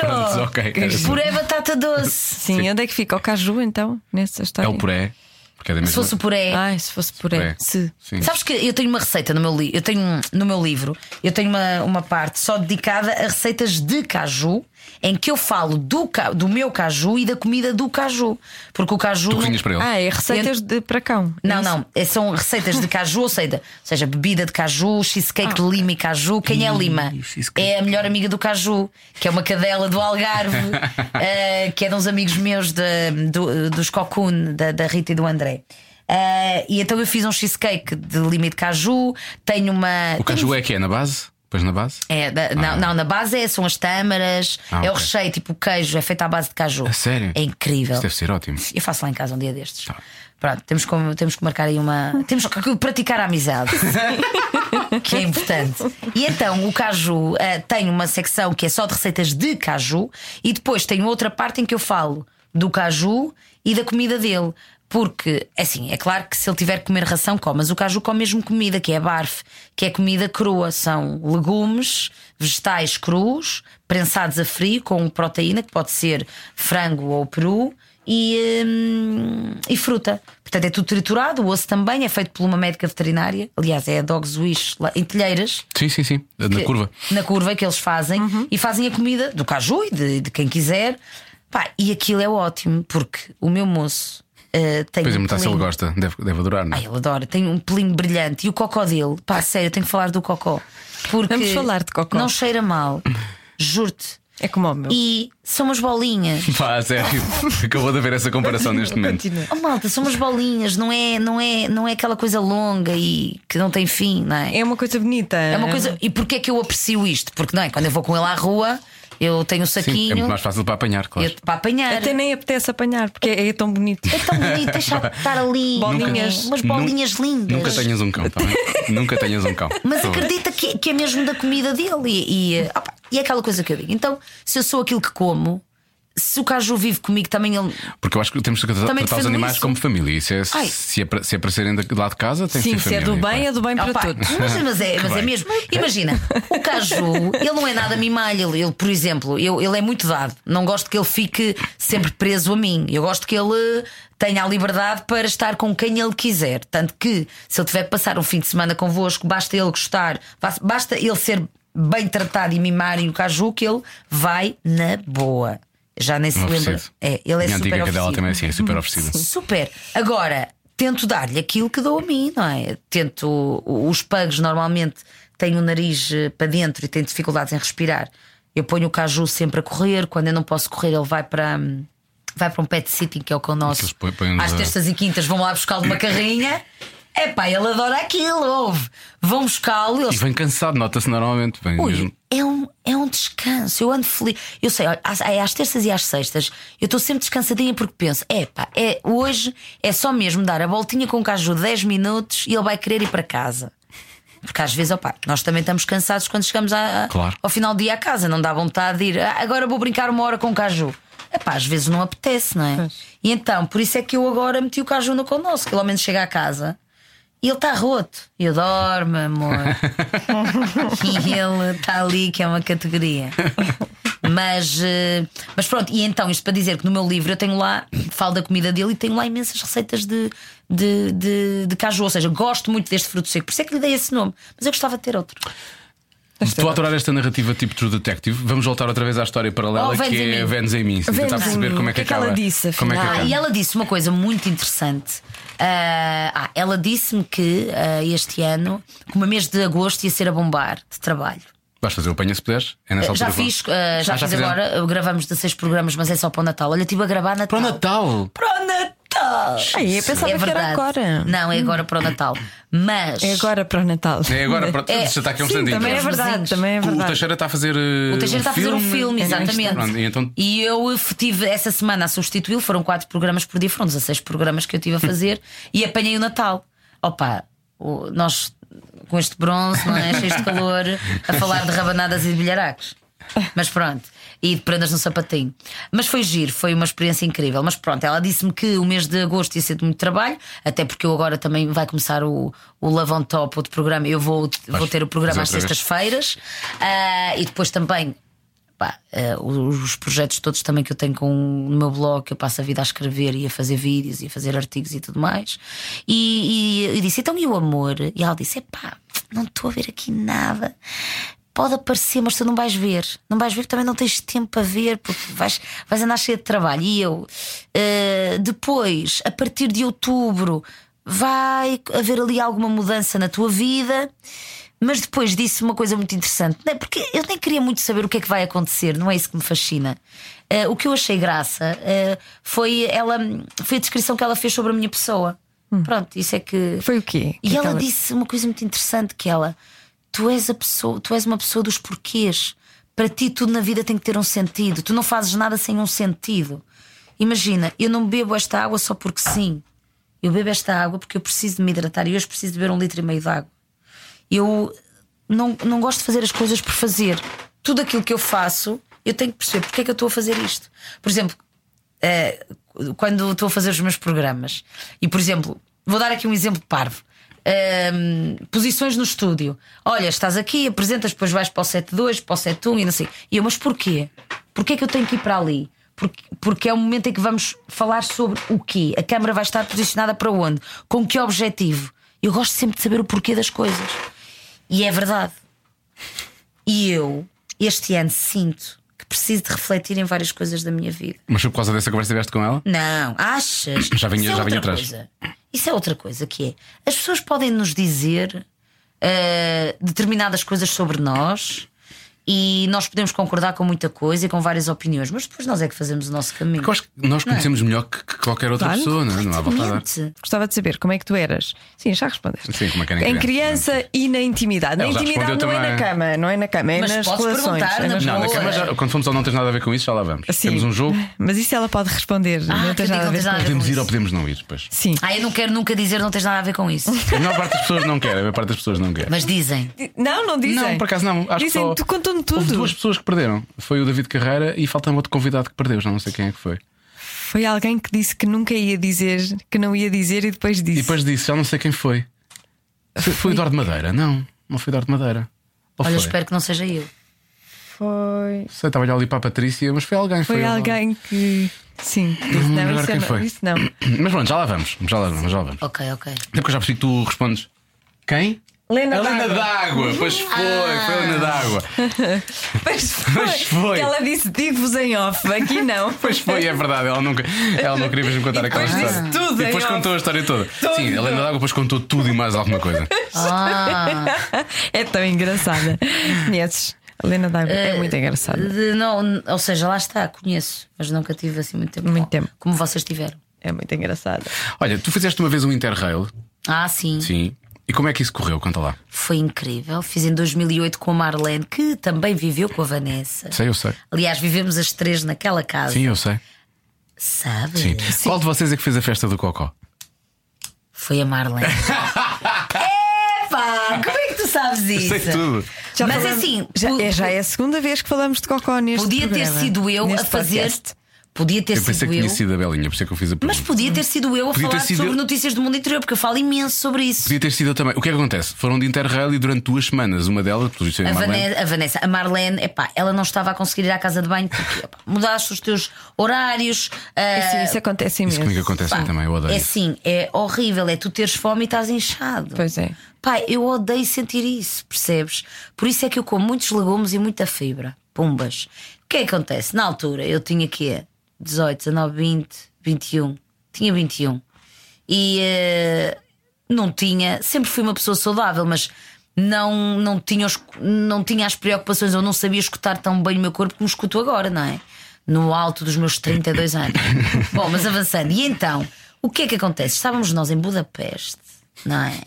Pronto, ok. Era assim. só-
Puré batata doce.
Sim, onde é que fica o caju então? Nessa
É
história.
o É. puré. Porque é da mesma.
Se fosse o puré.
Ai, se fosse por aí.
Puré.
Se.
Sim.
Sabes que eu tenho uma receita no meu livro, eu tenho um- no meu livro, eu tenho uma, uma parte só dedicada a receitas de caju, em que eu falo do, ca- do meu caju e da comida do caju. Porque o caju.
Tu
não-
cozinhas para ele.
Ah, é receitas de para cão.
Não, não, é- são receitas de caju, ou seja, ou seja, bebida de caju, cheesecake de lima e caju. Quem é Lima?
cheesecake.
É a melhor amiga do caju, que é uma cadela do Algarve, eh, que é de uns amigos meus da- do- dos Cocun, da, da Rita e do André. Eh, e então eu fiz um cheesecake de lima e de caju, tenho uma.
O caju é que é na base? Pois na base?
Então, É, da- não, não, na base é, são as tâmaras,
Ah,
é o
ok.
recheio, tipo o queijo, é feito à base de caju.
A sério?
É incrível.
Isso deve ser ótimo.
Eu faço lá em casa um dia destes. Pronto, temos que, temos que marcar aí uma. Temos que praticar a amizade. que é importante. E então o caju eh, tem uma secção que é só de receitas de caju e depois tem outra parte em que eu falo do caju e da comida dele. Porque, assim, é claro que se ele tiver que comer ração, come, mas o caju come mesmo comida, que é barfe, que é comida crua. São legumes, vegetais crus, prensados a frio, com proteína, que pode ser frango ou peru, e, hum, e fruta. Portanto, é tudo triturado. O osso também é feito por uma médica veterinária. Aliás, é a Dogs Wish lá em Telheiras.
Sim, sim, sim. Na
que-
curva.
Na curva que eles fazem.
Uhum.
E fazem a comida do caju e de, de quem quiser. Pá, e aquilo é ótimo, porque o meu moço eh, tem.
Pois é,
um
muito se ele
pelinho-
gosta. Deve, deve adorar, não
Ai,
é?
ele adora. Tem um pelinho brilhante. E o cocó dele. Pá, sério, eu tenho que falar do cocó. Porque
Vamos falar de cocó.
Não cheira mal. Juro-te.
É como o meu.
E são umas bolinhas.
Pá, a sério. Acabou de haver essa comparação neste momento.
Continua.
Oh, malta, são umas bolinhas, não é, não, é, não é aquela coisa longa e que não tem fim, não é?
É uma coisa bonita.
É uma coisa. E porquê é que eu aprecio isto? Porque não é? Quando eu vou com ele à rua, Eu tenho
um
o
Sim, é
saquinho
muito mais fácil para apanhar, claro.
eu- para apanhar.
Até nem apetece apanhar, porque é, é tão bonito.
É tão bonito, deixa de estar ali. é?
Bolinhas.
Umas bolinhas lindas.
Nunca tenhas um cão, tá bem? Nunca tenhas um cão.
Mas
Por favor.
acredita que, que é mesmo da comida dele. E, e, eh, opa, e é aquela coisa que eu digo. Então, se eu sou aquilo que como, se o caju vive comigo, também ele.
Porque eu acho que temos que tratar,
Também
tratar os
defendo
animais
isso.
como família. E se, é,
Ai.
se, é, pra- se é para serem de lá de casa, tem
Sim,
que ser
se é
família.
do bem,
pá.
é do bem para
Opa,
todos.
Mas, mas é, mas é
bem.
mesmo. Imagina, o caju, ele não é nada mimalho. Ele, ele, por exemplo, eu- ele é muito dado. Não gosto que ele fique sempre preso a mim. Eu gosto que ele tenha a liberdade para estar com quem ele quiser. Tanto que, se ele tiver que passar um fim de semana convosco, basta ele gostar, bas- basta ele ser bem tratado e mimar e o caju, que ele vai na boa. Já nem se lembra.
Oferecido.
É, ele é
Minha
super
antiga cadela
oferecido.
também é assim, é super oferecida.
Super. Agora, tento dar-lhe aquilo que dou a mim, não é? Tento. o- Os pugs normalmente têm o nariz eh, para dentro e têm dificuldades em respirar. Eu ponho o caju sempre a correr. Quando eu não posso correr, ele vai para. hum, Vai para um pet sitting que é o que é o nosso.
Aqueles põe- põem-nos
Às
a-
terças e quintas vão lá buscá-lo numa carrinha. Epá, ele adora aquilo, ouve. Vão buscá-lo.
E
Eles...
vem cansado, nota-se normalmente. Vem mesmo.
Ui,
É um, é um descanso. Eu ando feliz.
eu sei, olha, às, é às terças e às sextas eu estou sempre descansadinha porque penso: epá, é, hoje é só mesmo dar a voltinha com o caju 10 minutos e ele vai querer ir para casa. Porque às vezes, opá, nós também estamos cansados quando chegamos a- a-
Claro.
ao final do dia à casa, não dá vontade de ir. "Ah, agora vou brincar uma hora com o caju. Epá, às vezes não apetece, não é? E então, por isso é que eu agora meti o caju no connosco, que ele ao menos chega à casa. E ele está roto. E eu dorme, amor. e ele está ali, que é uma categoria. Mas, eh, mas pronto, e então, isto para dizer que no meu livro eu tenho lá, falo da comida dele e tenho lá imensas receitas de, de, de, de caju. Ou seja, gosto muito deste fruto seco, por isso é que lhe dei esse nome. Mas eu gostava de ter outro.
Estou a adorar esta narrativa tipo True Detective. Vamos voltar outra vez à história paralela
Oh, Vênus
que
em
é
mim.
Vênus em mim. Sim,
Vênus
tentar
em
perceber
mim.
como é
O
que
que é que ela
acaba.
disse,
como é que
afinal?
Ah,
acaba.
e ela disse uma coisa muito interessante. Ah, ah, ela disse-me que ah, este ano, como o mês de agosto, ia ser a bombar de trabalho.
Vais fazer o apanha se puderes? É nessa
já
altura que
fiz,
vamos.
ah, já
Ah,
fiz
fizeram?
agora, ah, gravamos 16 programas, mas é só para o Natal. Olha, eu estive a gravar Natal.
Para o Natal!
Para o Natal!
Ai, eu pensava
é
que era
verdade.
agora.
Não, é agora para o Natal. Mas.
É agora para o Natal.
É agora, pronto,
É,
já está aqui um
Sim,
standinho.
também é
Os
verdade,
vizinhos.
também é
O
verdade.
Teixeira está a fazer. eh,
O Teixeira está a fazer um filme,
Pronto,
exatamente.
e então-
E eu eh, tive essa semana a substituí-lo, foram quatro programas por dia, foram 16 programas que eu tive a fazer e apanhei o Natal. Opa, o- nós com este bronze, não é? Cheio de calor, a falar de rabanadas e de bilharacos. Mas pronto, e de prendas no sapatinho. Mas foi giro, foi uma experiência incrível. Mas pronto, ela disse-me que o mês de agosto ia ser de muito trabalho, até porque eu agora também vai começar o, o Love on Top, outro programa. Eu vou, vou ter o programa às
fazer outra vez.
sextas-feiras ah, e depois também pá, eh, os, os projetos todos também que eu tenho com, no meu blog, que eu passo a vida a escrever e a fazer vídeos e a fazer artigos e tudo mais. E, e eu disse, então e o amor? E ela disse, pá,
Não estou a ver aqui nada. Pode aparecer, mas tu não vais ver. Não vais ver porque também não tens tempo para ver, porque vais, vais andar cheia de trabalho. E eu,
ah,
eh, depois, a partir de outubro, vai haver ali alguma mudança na tua vida. Mas depois disse uma coisa muito interessante, não é? porque eu nem queria muito saber o que é que vai acontecer, não é isso que me fascina. Eh, o que eu achei graça eh, foi, ela, foi a descrição que ela fez sobre a minha pessoa. Pronto, isso é que.
Hum. Foi o quê?
E
Que
ela
aquela-
disse uma coisa muito interessante que ela, tu és a pessoa, tu és uma pessoa dos porquês. Para ti tudo na vida tem que ter um sentido. Tu não fazes nada sem um sentido. Imagina, eu não bebo esta água só porque sim. Eu bebo esta água porque eu preciso de me hidratar e hoje preciso de beber um litro e meio de água. Eu não, não gosto de fazer as coisas por fazer. Tudo aquilo que eu faço, eu tenho que perceber porque é que eu estou a fazer isto. Por exemplo, eh, quando estou a fazer os meus programas. E, por exemplo, vou dar aqui um exemplo parvo. Ahm, posições no estúdio. Olha, estás aqui, apresentas, depois vais para o 7-2, para o 7-1 e não sei. E eu, mas porquê? Porquê é que eu tenho que ir para ali? Porque, porque é o momento em que vamos falar sobre o quê? A câmara vai estar posicionada para onde? Com que objetivo? Eu gosto sempre de saber o porquê das coisas. E é verdade. E eu, este ano, sinto que preciso de refletir em várias coisas da minha vida.
Mas foi por causa dessa conversa que tiveste com ela?
Não, achas?
Já vinha-
Isso é
já vinha
outra
atrás.
coisa. Isso é outra coisa que é. As pessoas podem nos dizer eh, determinadas coisas sobre nós
E nós podemos concordar com muita coisa e com várias opiniões, mas depois nós é que fazemos o nosso caminho.
Porque eu acho que nós conhecemos melhor que que qualquer outra
Claro.
pessoa, não é? Não há volta a dar.
Exatamente.
Gostava de saber como é que tu eras. Sim, já respondeste.
Sim, como é que era em
em
criança,
criança e na intimidade. Na
Ela já
intimidade
respondeu
não é na
também.
cama, não é na cama, é
Mas
nas
posso
relações.
perguntar
é
na
nas
Não, na
Boa.
cama já, quando formos ao não tens nada a ver com isso, já lá vamos.
Sim.
Temos um jogo,
Mas isso ela pode responder. Ah, não tens
que
nada a
digam,
ver
tens nada
com
a ver
isso.
podemos
com
ir ou
isso.
podemos não ir. Pois.
Sim.
Ah, eu não quero nunca dizer não tens nada a ver com isso.
A maior parte das pessoas não quer, a maior parte das pessoas não quer.
Mas dizem.
Não, não dizem.
Não, por acaso não. Acho
dizem,
que só...
tu contam-me
Houve
tudo.
duas pessoas que perderam. Foi o David Carreira e falta um outro convidado que perdeu, já não sei quem é que foi.
Foi alguém que disse que nunca ia dizer, que não ia dizer e depois disse.
E depois disse, já não sei quem foi. Foi, foi o Eduardo Madeira? Não, não foi o Eduardo Madeira. Ou
Olha, eu
foi?
espero que não seja eu.
Foi.
Sei, estava a olhar ali para a Patrícia, mas foi alguém.
Foi
o-
alguém que. Sim, que disse,
Não me
não,
lembro agora
isso, é
Uhum. quem
ma-
foi.
isso não.
Mas pronto, já lá vamos. Já lá vamos, já lá vamos.
Ok, ok.
Até porque eu já percebi que tu respondes. Quem?
Lena
Helena
D'Água. Ah.
d'Água, pois foi, foi a Helena d'Água.
Pois foi.
Pois foi.
Que ela disse: digo-vos em off, aqui não.
Pois foi, é verdade, ela nunca, ela não queria mesmo contar
E
aquela
depois
história.
disse tudo,
e depois
hein,
contou a história toda. Sim, a Helena d'Água depois contou tudo e mais alguma coisa.
É tão engraçada. Conheces? A Lena D'Água
Eh,
é muito engraçada.
De- não, n- ou seja, lá está, conheço, mas nunca tive assim muito tempo.
Muito tempo.
Como vocês tiveram.
É muito engraçada.
Olha, tu fizeste uma vez um Interrail.
Ah, sim.
Sim. E como é que isso correu? Conta lá.
Foi incrível. Fiz em 2008 com a Marlene, que também viveu com a Vanessa.
Sei, eu sei.
Aliás, vivemos as três naquela casa.
Sim, eu sei.
Sabe?
Sim. Qual de vocês é que fez a festa do Cocó?
Foi a Marlene. Epá, como é que tu sabes isso?
Sei tudo.
Já
Mas
falamos-
assim,
Já
po-
é, já é a segunda vez que falamos de Cocó neste
podia ter
programa,
sido eu a
neste
fazer.
podcast.
Podia ter
Eu pensei que
sido Assim eu.
tinha sido a Belinha, por isso é que eu fiz a
Mas
pergunta.
podia ter sido eu a
Podia ter
falar
sido
sobre
eu-
notícias do mundo interior, porque eu falo imenso sobre isso.
Podia ter sido eu também. O que é que acontece? Foram de Interrail e durante duas semanas, uma delas, pelo visto, é
A
Marlene.
Vanessa, a Vanessa, a Marlene, epá, ela não estava a conseguir ir à casa de banho porque epá, mudaste os teus horários. ah,
Sim, isso acontece
Isso comigo
imenso.
acontece
pá,
também, eu odeio.
É assim, é horrível, é tu teres fome e estás inchado.
Pois é.
Pai, eu odeio sentir isso, percebes? Por isso é que eu como muitos legumes e muita fibra. Pumbas. O que é que acontece? Na altura eu tinha é quê? 18, 19, 20, 21. Tinha 21. E eh, não tinha. Sempre fui uma pessoa saudável, mas não, não, tinha os- não tinha as preocupações, eu não sabia escutar tão bem o meu corpo como escuto agora, não é? No alto dos meus 32 anos. Bom, mas avançando. E então, o que é que acontece? Estávamos nós em Budapeste, não é?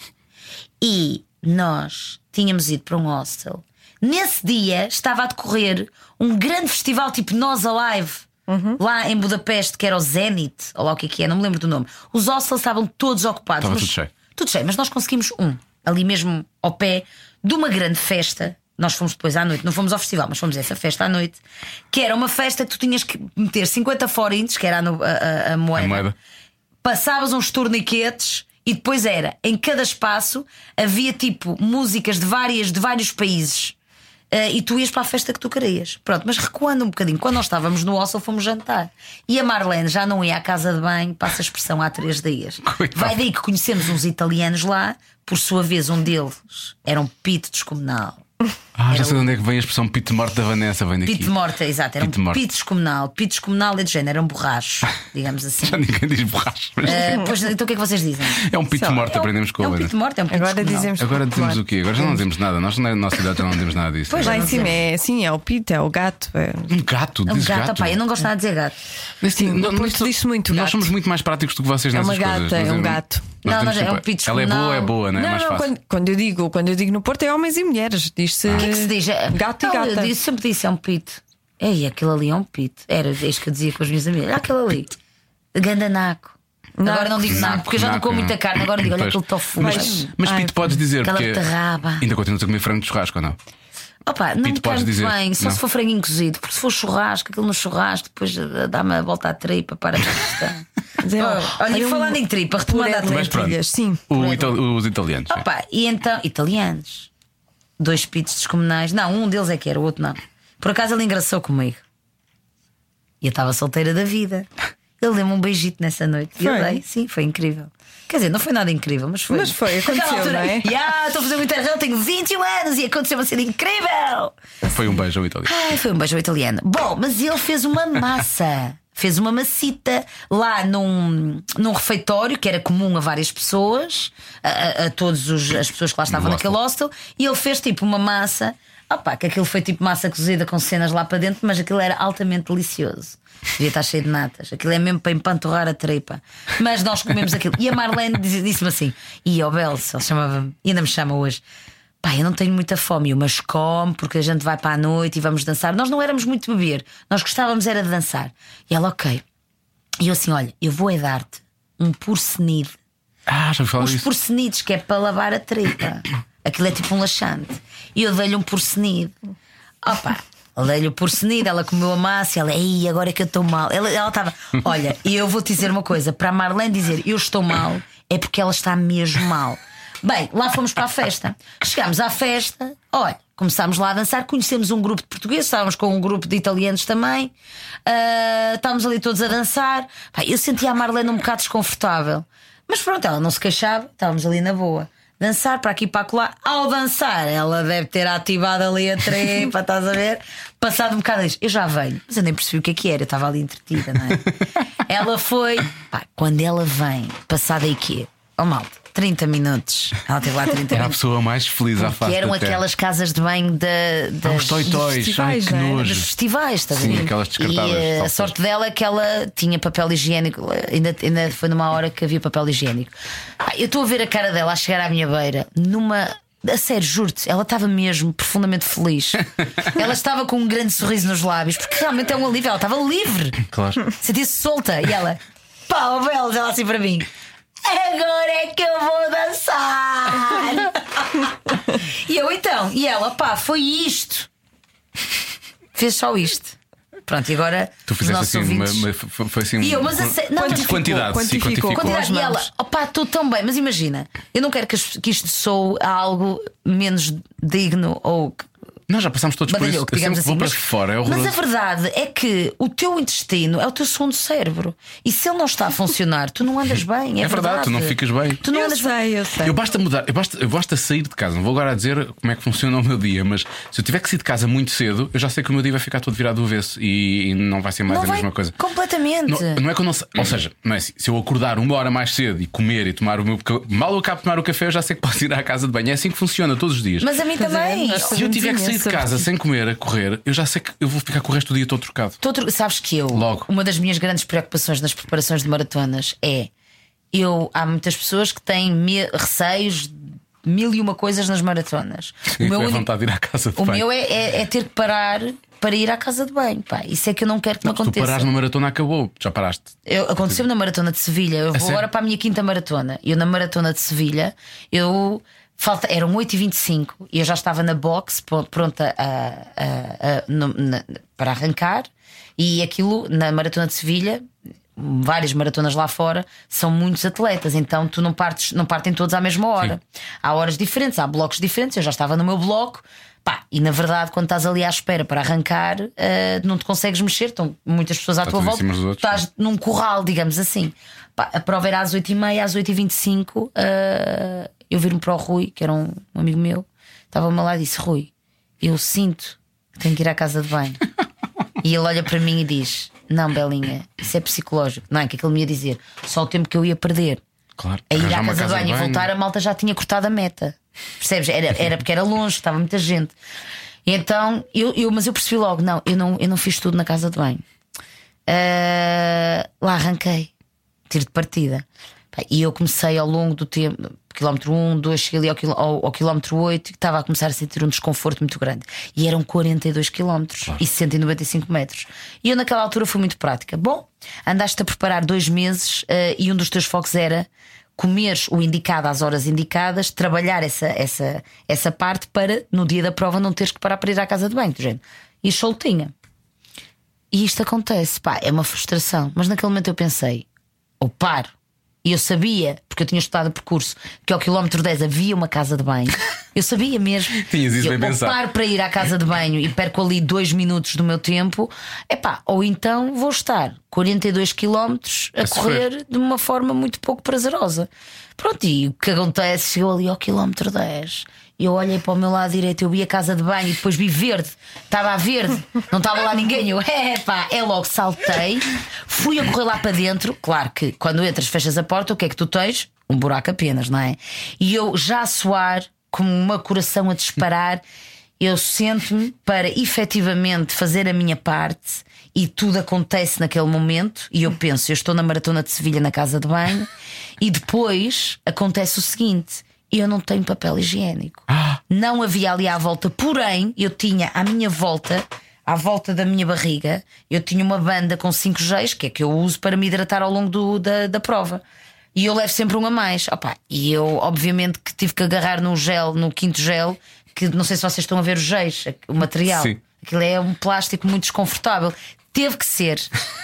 E nós tínhamos ido para um hostel. Nesse dia estava a decorrer um grande festival tipo Nós Alive, lá em Budapeste, que era o Zenit, ou lá o que é que é, não me lembro do nome. Os hostels estavam todos ocupados.
Estava
mas-
tudo cheio.
Tudo cheio, mas nós conseguimos um, ali mesmo ao pé de uma grande festa. Nós fomos depois à noite, não fomos ao festival, mas fomos a essa festa à noite, que era uma festa que tu tinhas que meter 50 forintes, que era a, no- a- a-
A É moeda.
passavas uns torniquetes e depois era, em cada espaço havia tipo músicas de várias de vários países. Eh, e tu ias para a festa que tu querias. Pronto, mas recuando um bocadinho, quando nós estávamos no hostel, fomos jantar. E a Marlene já não ia à casa de banho, passa a expressão há três dias.
Coitada.
Vai daí que conhecemos uns italianos lá, por sua vez, um deles era um pito descomunal.
Ah, já sei de onde é
um
que vem a expressão pito morte da Vanessa, vem daqui.
Pito de morte, exato, era
Pito
um
morte.
pito descomunal. Pito descomunal é de género, era um borracho, digamos assim.
Já ninguém diz borracha, mas
Eh, pois, então o que é que vocês dizem?
é um pito
só-
morte, aprendemos com
é
a
um
Helena.
pito morto, é um pito
Agora
descomunal.
dizemos.
Agora dizemos
Claro.
o quê? Agora já não dizemos nada. Nós na nossa idade já não dizemos nada disso.
Pois
Lá
já
em
não
cima
sei.
é assim, é o pito, é o gato. é-
Um gato,
É um
diz
gato,
gato.
pá, eu não gosto nada de dizer gato.
Neste-
Sim,
não-
o Porto
nós-
diz-se muito
Nós
gato.
somos muito mais práticos do que vocês
É
nessas
uma gata,
coisas.
é um
Nós-
gato.
nós
Não,
temos
nós- é um
sempre-
pito
Ela é boa, é
descomunal.
boa, não é?
não,
mais
não,
fácil.
quando, quando eu digo, quando eu digo no Porto é homens e mulheres. Diz-se.
O que é que se diz? É-
Gato e
Não,
gata.
Eu disse- sempre disse é um pito. Ei, aquele ali é um pito. Era isto que eu dizia com os meus amigos. Ah, Aquele ali. Gandanaco. Agora não digo naco, porque eu já não
Naco,
como muita
não.
carne. Agora digo, olha
Pois.
aquele tofu.
Mas, mas
Ai,
Pito, podes dizer.
Aquela
porque
beterraba.
Ainda continuas a comer frango de churrasco ou não?
Opa, não
Pito, podes
me cai muito
dizer.
bem, só
Não.
se for franguinho cozido, porque se for churrasco, aquilo no churrasco, depois eh, dá-me a volta à tripa para a questão.
Dizer,
Oh, Olha, e
um
falando em tripa, retomando
puré
à
de
tripa.
Mas pronto.
lentilhas, sim.
O ita- os italianos. sim.
Opa, e então, italianos. Dois pitos descomunais. Não, um deles é que era, o outro não. Por acaso ele engraçou comigo. E eu estava solteira da vida. Ele deu-me um beijito nessa noite. E eu
Foi?
dei, sim, foi incrível. Quer dizer, não foi nada incrível, mas foi.
Mas foi, aconteceu,
Naquela altura,
não é?
"Ya, estou a fazer muito errado, tenho 21 anos e aconteceu uma cena incrível.
Foi um beijo ao italiano.
Ai, foi um beijo ao italiano. Bom, mas ele fez uma massa. fez uma macita lá num, num refeitório que era comum a várias pessoas, a, a, a todas as pessoas que lá estavam
No
naquele hostel, e ele fez tipo uma massa. Opá, que aquilo foi tipo massa cozida com cenas lá para dentro, mas aquilo era altamente delicioso. Devia estar cheio de natas. Aquilo é mesmo para empanturrar a tripa. Mas nós comemos aquilo. E a Marlene diz- disse-me assim: e ao Belso, ele chamava-me, e ainda me chama hoje. Pá, eu não tenho muita fome, eu, mas come, porque a gente vai para a noite e vamos dançar. Nós não éramos muito beber, nós gostávamos era de dançar. E ela, ok. E eu assim: olha, eu vou é dar-te um porcenide
Ah, já me falaram
os
disso.
porcenidos, que é para lavar a tripa. Aquilo é tipo um laxante. E eu dei-lhe um porcenido. Opa! Dei-lhe o porcenido, ela comeu a massa, ela, ei, agora é que eu estou mal. Ela ela estava, olha, e eu vou te dizer uma coisa: para a Marlene dizer eu estou mal, é porque ela está mesmo mal. Bem, lá fomos para a festa. Chegámos à festa, olha, começámos lá a dançar, conhecemos um grupo de portugueses, estávamos com um grupo de italianos também, ah, estávamos ali todos a dançar. Pá, eu sentia a Marlene um bocado desconfortável. Mas pronto, ela não se queixava, estávamos ali na boa. Dançar para aqui e para acolá. Ao dançar, ela deve ter ativado ali a trepa, estás a ver? Passado um bocado, diz: Eu já venho. Mas eu nem percebi o que é que era, eu estava ali entretida, não é? ela foi. Pá, quando ela vem, passado aí quê? Oh malta, 30 minutos. Ela teve lá 30
Era a
minutos.
pessoa mais feliz à face.
Que eram
da terra.
aquelas casas de banho da,
Ah,
das,
Os toitóis. Ai,
festivais,
que
não é?
dos
nojo.
festivais, estás a
Sim,
ver?
aquelas descartáveis,
E eh, a
talvez.
sorte dela é que ela tinha papel higiênico, ainda, ainda foi numa hora que havia papel higiênico. Ah, eu estou a ver a cara dela a chegar à minha beira, numa. A sério, juro-te, ela estava mesmo profundamente feliz. ela estava com um grande sorriso nos lábios, porque realmente é um alívio, ela estava livre.
Claro.
Sentia-se solta e ela, pá, o Belos, ela assim para mim. Agora é que eu vou dançar! e eu então, e ela, pá, foi isto. Fez só isto. Pronto, e agora
Tu
os
fizeste
nossos
assim, uma,
ouvintes.
uma- foi foi assim.
E eu,
um-
mas a sé- não, mas- tipo,
quantidade, sim,
quantificou.
quantificou.
Quantidade.
Com
E
as
ela,
mãos.
opá, estou tão bem, mas imagina, eu não quero que, as- que isto soe a algo menos digno ou que-
Nós já passámos todos por isso.
badalhoco,
Eu sempre
digamos
vou
assim.
para
mas,
um fora, é
mas
horroroso.
a verdade é que o teu intestino é o teu segundo cérebro. E se ele não está a funcionar, tu não andas bem. É,
É verdade, tu não ficas bem.
Tu não
eu
andas bem.
sei, eu sei.
Eu basta mudar, eu basta, eu basta sair de casa. Não vou agora dizer como é que funciona o meu dia, mas se eu tiver que sair de casa muito cedo, eu já sei que o meu dia vai ficar todo virado do avesso e, e não vai ser mais
Não
a
vai
mesma coisa.
Completamente.
Não, não é que eu não sei. Ou seja, não é assim. Se eu acordar uma hora mais cedo e comer e tomar o meu. ca- Mal eu acabo de tomar o café, eu já sei que posso ir à casa de banho. É assim que funciona todos os dias.
Mas a mim
Pois é,
também.
nós-
se eu tiver que sair de
Imenso.
casa sem comer, a correr, eu já sei que eu vou ficar com o resto do dia todo trocado.
Tu outro- sabes que eu,
Logo.
uma das minhas grandes preocupações nas preparações de maratonas é eu há muitas pessoas que têm me- receios de mil e uma coisas nas maratonas.
E
o meu,
é
único-
vontade de ir à casa de
o
banho.
meu é, é- é ter que parar para ir à casa de banho. Pá. Isso é que eu não quero que me
Se tu
aconteça.
parares numa maratona, acabou. Já paraste.
Eu, aconteceu na maratona de Sevilha. Eu vou
sério?
agora para a minha quinta maratona. Eu na maratona de Sevilha, eu falta, eram 8h25 e eu já estava na box pr- pronta a- a- a- no- na- para arrancar. E aquilo na maratona de Sevilha, várias maratonas lá fora, são muitos atletas, então tu não partes, não partem todos à mesma hora. Há horas diferentes, há blocos diferentes. Eu já estava no meu bloco. Pá, e na verdade, quando estás ali à espera para arrancar, eh, não te consegues mexer, estão muitas pessoas à
Está
Tá,
Tá
tua
tudo em cima
volta.
dos outros,
Estás estás num curral, digamos assim. Pá, a prova era às 8h30, às 8h25. ah, eu viro-me para o Rui, que era um, um amigo meu, estava-me lá e disse: Rui, eu sinto que tenho que ir à casa de banho. e ele olha para mim e diz: Não, Belinha, isso é psicológico. Não é que aquilo me ia dizer, só o tempo que eu ia perder
Claro.
a ir
Arranjar
à
uma
casa de banho e voltar, a malta já tinha cortado a meta. Percebes? Era, era porque era longe, estava muita gente. E Então, eu, eu- mas eu percebi logo: não, eu não, eu não fiz tudo na casa de banho. Ah, lá arranquei, tiro de partida. Pá, E eu comecei ao longo do tempo, quilómetro 1, 2, cheguei ali ao, quiló- ao- ao quilómetro 8 e estava a começar a sentir um desconforto muito grande. E eram 42 quilómetros e 195 metros. E eu naquela altura fui muito prática. Bom, andaste a preparar dois meses ah, e um dos teus focos era comeres o indicado às horas indicadas, trabalhar essa, essa, essa parte para no dia da prova não teres que parar para ir à casa de banho, do género. E soltinha. E isto acontece, pá, é uma frustração. Mas naquele momento eu pensei, ou paro. E eu sabia, porque eu tinha estudado o percurso, que ao quilómetro 10 havia uma casa de banho. Eu sabia mesmo.
Tinhas isso
eu,
bem
ou
pensado.
paro para ir à casa de banho e perco ali dois minutos do meu tempo, epá, ou então vou estar 42 quilómetros a,
A sofrer.
correr de uma forma muito pouco prazerosa. Pronto, e o que acontece? Chegou ali ao quilómetro 10 Eu olhei para o meu lado direito, eu vi a casa de banho e depois vi verde. Estava a verde, não estava lá ninguém. Eu, epá, é logo, saltei, fui a correr lá para dentro. Claro que quando entras, fechas a porta, o que é que tu tens? Um buraco apenas, não é? E eu já a suar, com uma coração a disparar, eu sento-me para efetivamente fazer a minha parte e tudo acontece naquele momento. E eu penso, eu estou na maratona de Sevilha na casa de banho e depois acontece o seguinte: eu não tenho papel higiênico. Não havia ali à volta, porém eu tinha à minha volta. À volta da minha barriga, eu tinha uma banda com 5 Gs, que é que eu uso para me hidratar ao longo do- da, da prova. E eu levo sempre um a mais. Opa, e eu, obviamente, que tive que agarrar num gel, no quinto gel, que não sei se vocês estão a ver os Gs, o material.
Sim.
Aquilo é um plástico muito desconfortável. Teve que ser.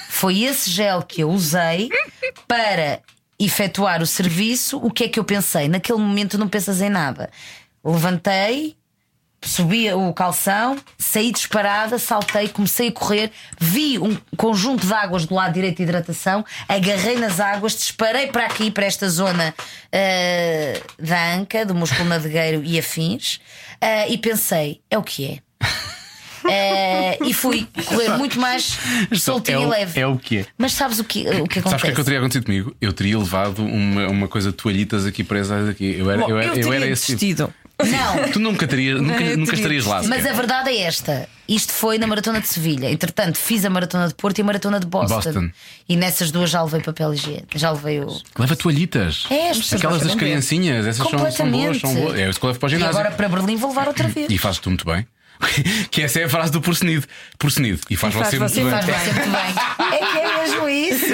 Foi esse gel que eu usei para efetuar o serviço. O que é que eu pensei? Naquele momento não pensas em nada. Levantei, subi o calção, saí disparada, saltei, comecei a correr, vi um conjunto de águas do lado direito de hidratação, agarrei nas águas, disparei para aqui, para esta zona eh, da anca, do músculo navegueiro e afins, eh, e pensei: é o que é. Eh, e fui correr muito mais soltinho e leve.
É o quê?
Mas sabes o que, o
Sabes
que
o
acontece?
que é que eu teria acontecido comigo? Eu teria levado uma, uma coisa de toalhitas aqui presas aqui. Eu era,
Bom,
eu era,
eu
eu
teria
era esse tipo.
desistido.
Não,
Tu nunca terias, nunca,
Eu
nunca
teria
estarias lá.
Mas a
sequer.
verdade é esta. Isto foi na Maratona de Sevilha. Entretanto, fiz a Maratona de Porto e a Maratona de Boston.
Boston.
E nessas duas já levei papel higiênico. Já levei o.
Leva toalhitas.
É, as pessoas
Aquelas das
gostam de ver.
criancinhas, essas são, são boas, são
Completamente.
boas. É isso que eu levo para o
E
ginásio.
agora para Berlim vou levar outra vez.
E fazes-te muito bem. que essa é a frase do porcenido. Porcenido. E faz,
E faz
você,
você
muito
Faz
bem.
bem, sempre bem. É que é mesmo isso.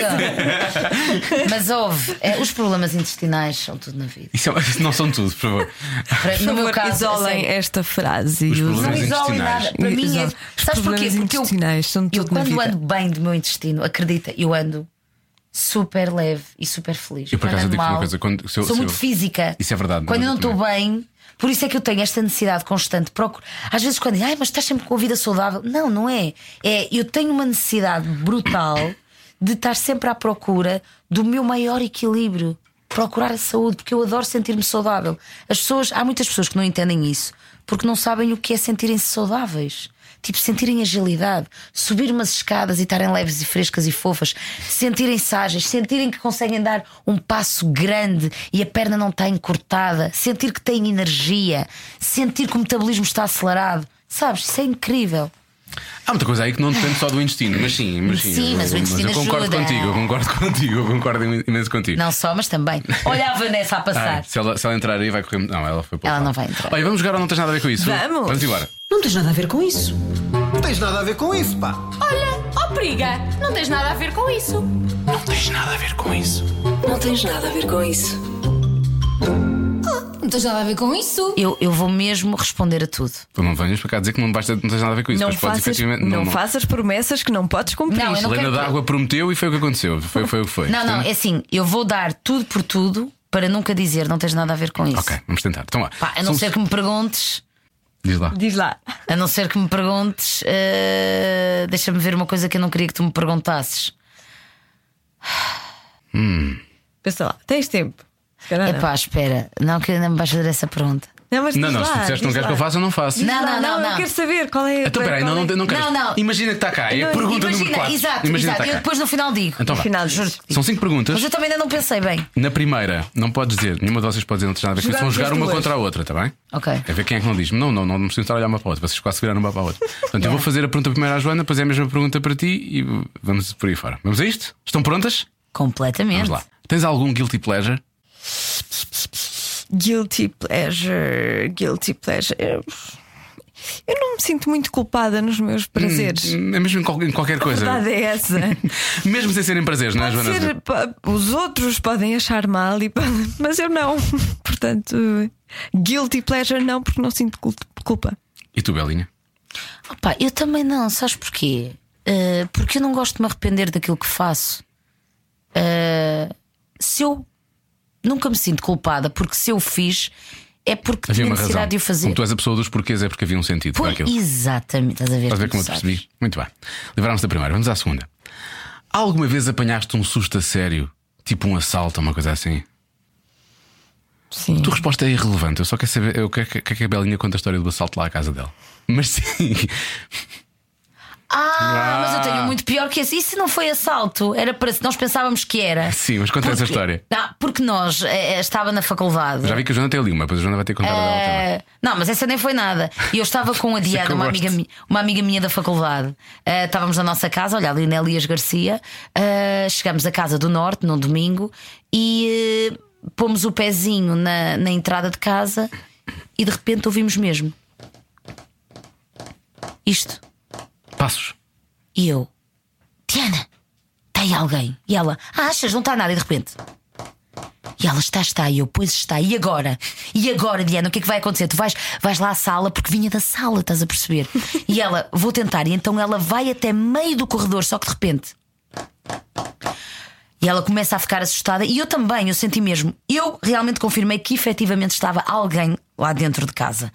Mas houve. é, os problemas intestinais são tudo na vida.
Isso, é- isso não são tudo, por favor.
Para-
Por
no
favor,
meu caso, a
isolem
sério,
esta frase. e
Os
usem.
não
problemas
isolem
intestinais.
nada. Para mim é.
Exato. Os
Sabes porquê?
problemas
Porque eu,
intestinais são
eu
tudo na
quando
vida.
ando bem do meu intestino, acredita, eu ando super leve e super feliz.
Eu, por
Quando
acaso,
ando
digo-te uma
mal,
coisa, quando- se eu-
sou
se
muito
eu-
física.
Isso é verdade,
Quando
mas
eu não
eu
estou bem, por isso é que eu tenho esta necessidade constante. de Procuro. Às vezes, quando dizem, ai, mas estás sempre com a vida saudável. Não, não é. É, eu tenho uma necessidade brutal de estar sempre à procura do meu maior equilíbrio. Procurar a saúde, porque eu adoro sentir-me saudável. As pessoas, há muitas pessoas que não entendem isso, porque não sabem o que é sentirem-se saudáveis. Tipo, sentirem agilidade, subir umas escadas e estarem leves e frescas e fofas, sentirem-se ágeis, sentirem que conseguem dar um passo grande e a perna não está encurtada, sentir que têm energia, sentir que o metabolismo está acelerado. Sabes, isso é incrível.
Há muita coisa aí que não depende só do intestino, mas sim, mas sim.
Sim,
eu-
mas o intestino
eu concordo
ajuda.
contigo, eu concordo contigo, eu concordo imenso contigo.
Não só, mas também. Olha a Vanessa a
Ai,
passar.
se, ela, se ela entrar aí, vai correr. Não, ela foi para
Ela
o
não
lado.
vai entrar.
Olha, vamos jogar ou não tens nada a ver com isso?
Vamos.
Vamos embora.
Não tens nada a ver com isso.
Não tens nada a ver com isso, pá.
Olha, ó periga, não tens nada a ver com isso.
Não tens nada a ver com isso.
Ah, Não tens nada a ver com isso.
Eu, eu vou mesmo responder a tudo.
Tu não venhas para cá dizer que não, basta, não tens nada a ver com isso.
Não
pois podes
faças,
efetivamente.
não faças promessas que não podes cumprir.
Não, eu não
Helena
quero-
d'Água prometeu e foi o que aconteceu. Foi, foi o que foi.
Não, não,
Portanto,
é assim, eu vou dar tudo por tudo para nunca dizer não tens nada a ver com isso.
Ok, vamos tentar. Então lá.
Pá, a não
Somos-
ser que me perguntes.
Diz lá.
Diz lá.
A não ser que me perguntes, eh, deixa-me ver uma coisa que eu não queria que tu me perguntasses.
Pensa lá, tens tempo. Se calhar
É
não.
pá, espera, não que ainda me vais fazer essa pergunta.
Não, mas
Não,
diz
não, se
lá,
tu disseste que não
diz
queres que eu
lá.
faça, eu não faço.
Não, não, não,
Eu
não.
quero saber qual é
Então peraí, não, não, não queres.
Não, não.
Imagina que está cá, é a
Não,
pergunta número
Imagina,
4.
exato,
Imagina
exato.
que está
Eu
cá.
depois no final digo.
Então vá.
Final,
São cinco perguntas.
Mas eu também ainda não pensei bem.
Na primeira, não podes dizer, nenhuma de vocês pode dizer, não tens nada a ver com isso. Vão
Jogamos
jogar
as
uma
duas.
contra a outra, está bem?
Ok.
A ver quem é que não diz. Não, não, não, não preciso estar a olhar uma para a outra. Vocês quase viraram uma para a outra. Portanto, eu vou fazer a pergunta primeiro à Joana, depois é a mesma pergunta para ti e vamos por aí fora. Vamos a isto? Estão prontas?
Completamente.
Vamos lá. Tens algum guilty pleasure?
Guilty pleasure, guilty pleasure. Eu eu não me sinto muito culpada nos meus prazeres.
Hum, É mesmo em, qual- em qualquer
A
coisa.
verdade é essa.
Mesmo sem serem prazeres, não é,
Pode
Joana?
ser, pa- os outros podem achar mal, e pa- mas eu não. Portanto, guilty pleasure não, porque não sinto cul- culpa.
E tu, Belinha?
Opa, eu também não, sabes porquê? Eh, porque eu não gosto de me arrepender daquilo que faço. Eh, se eu nunca me sinto culpada porque se eu fiz é porque
Havia
tinha
uma
necessidade
razão.
de o fazer.
Como tu és a pessoa dos porquês, é porque havia um sentido
Por-
para aquilo.
Exatamente, estás a ver?
Estás a ver
tu
como eu te
sabes.
percebi? Muito bem. Livrámos da primeira, vamos à segunda. Alguma vez apanhaste um susto a sério? Tipo um assalto, uma coisa assim?
Sim.
A tua resposta é irrelevante. Eu só quero saber eu quero- quero- quero que a Belinha conta a história do assalto lá à casa dela. Mas sim.
Ah, mas eu
Ah.
tenho muito pior que esse. Isso não foi assalto, era para nós pensávamos que era.
Sim, mas conta essa
Porque-
história.
Não, porque nós eh, eh, estava na faculdade.
Já vi que a Joana tem ali uma, depois a Joana vai ter que contar a dela também.
Eh, não, mas essa nem foi nada. E eu estava com a
Isso é que
Diana,
eu
uma
gosto.
amiga, mi- uma amiga minha da faculdade. Eh, estávamos na nossa casa, olha, ali na Elias Garcia. Eh, chegámos à Casa do Norte num domingo e eh, pomos o pezinho na, na entrada de casa e de repente ouvimos mesmo isto.
Passos.
E eu, Diana, tem alguém? E ela, ah, achas, não está nada, e de repente. E ela está, está, e eu, pois está, e agora? E agora, Diana, o que é que vai acontecer? Tu vais, vais lá à sala, porque vinha da sala, estás a perceber? E ela, vou tentar, e então ela vai até meio do corredor, só que de repente. E ela começa a ficar assustada, e eu também, eu senti mesmo. Eu realmente confirmei que efetivamente estava alguém lá dentro de casa.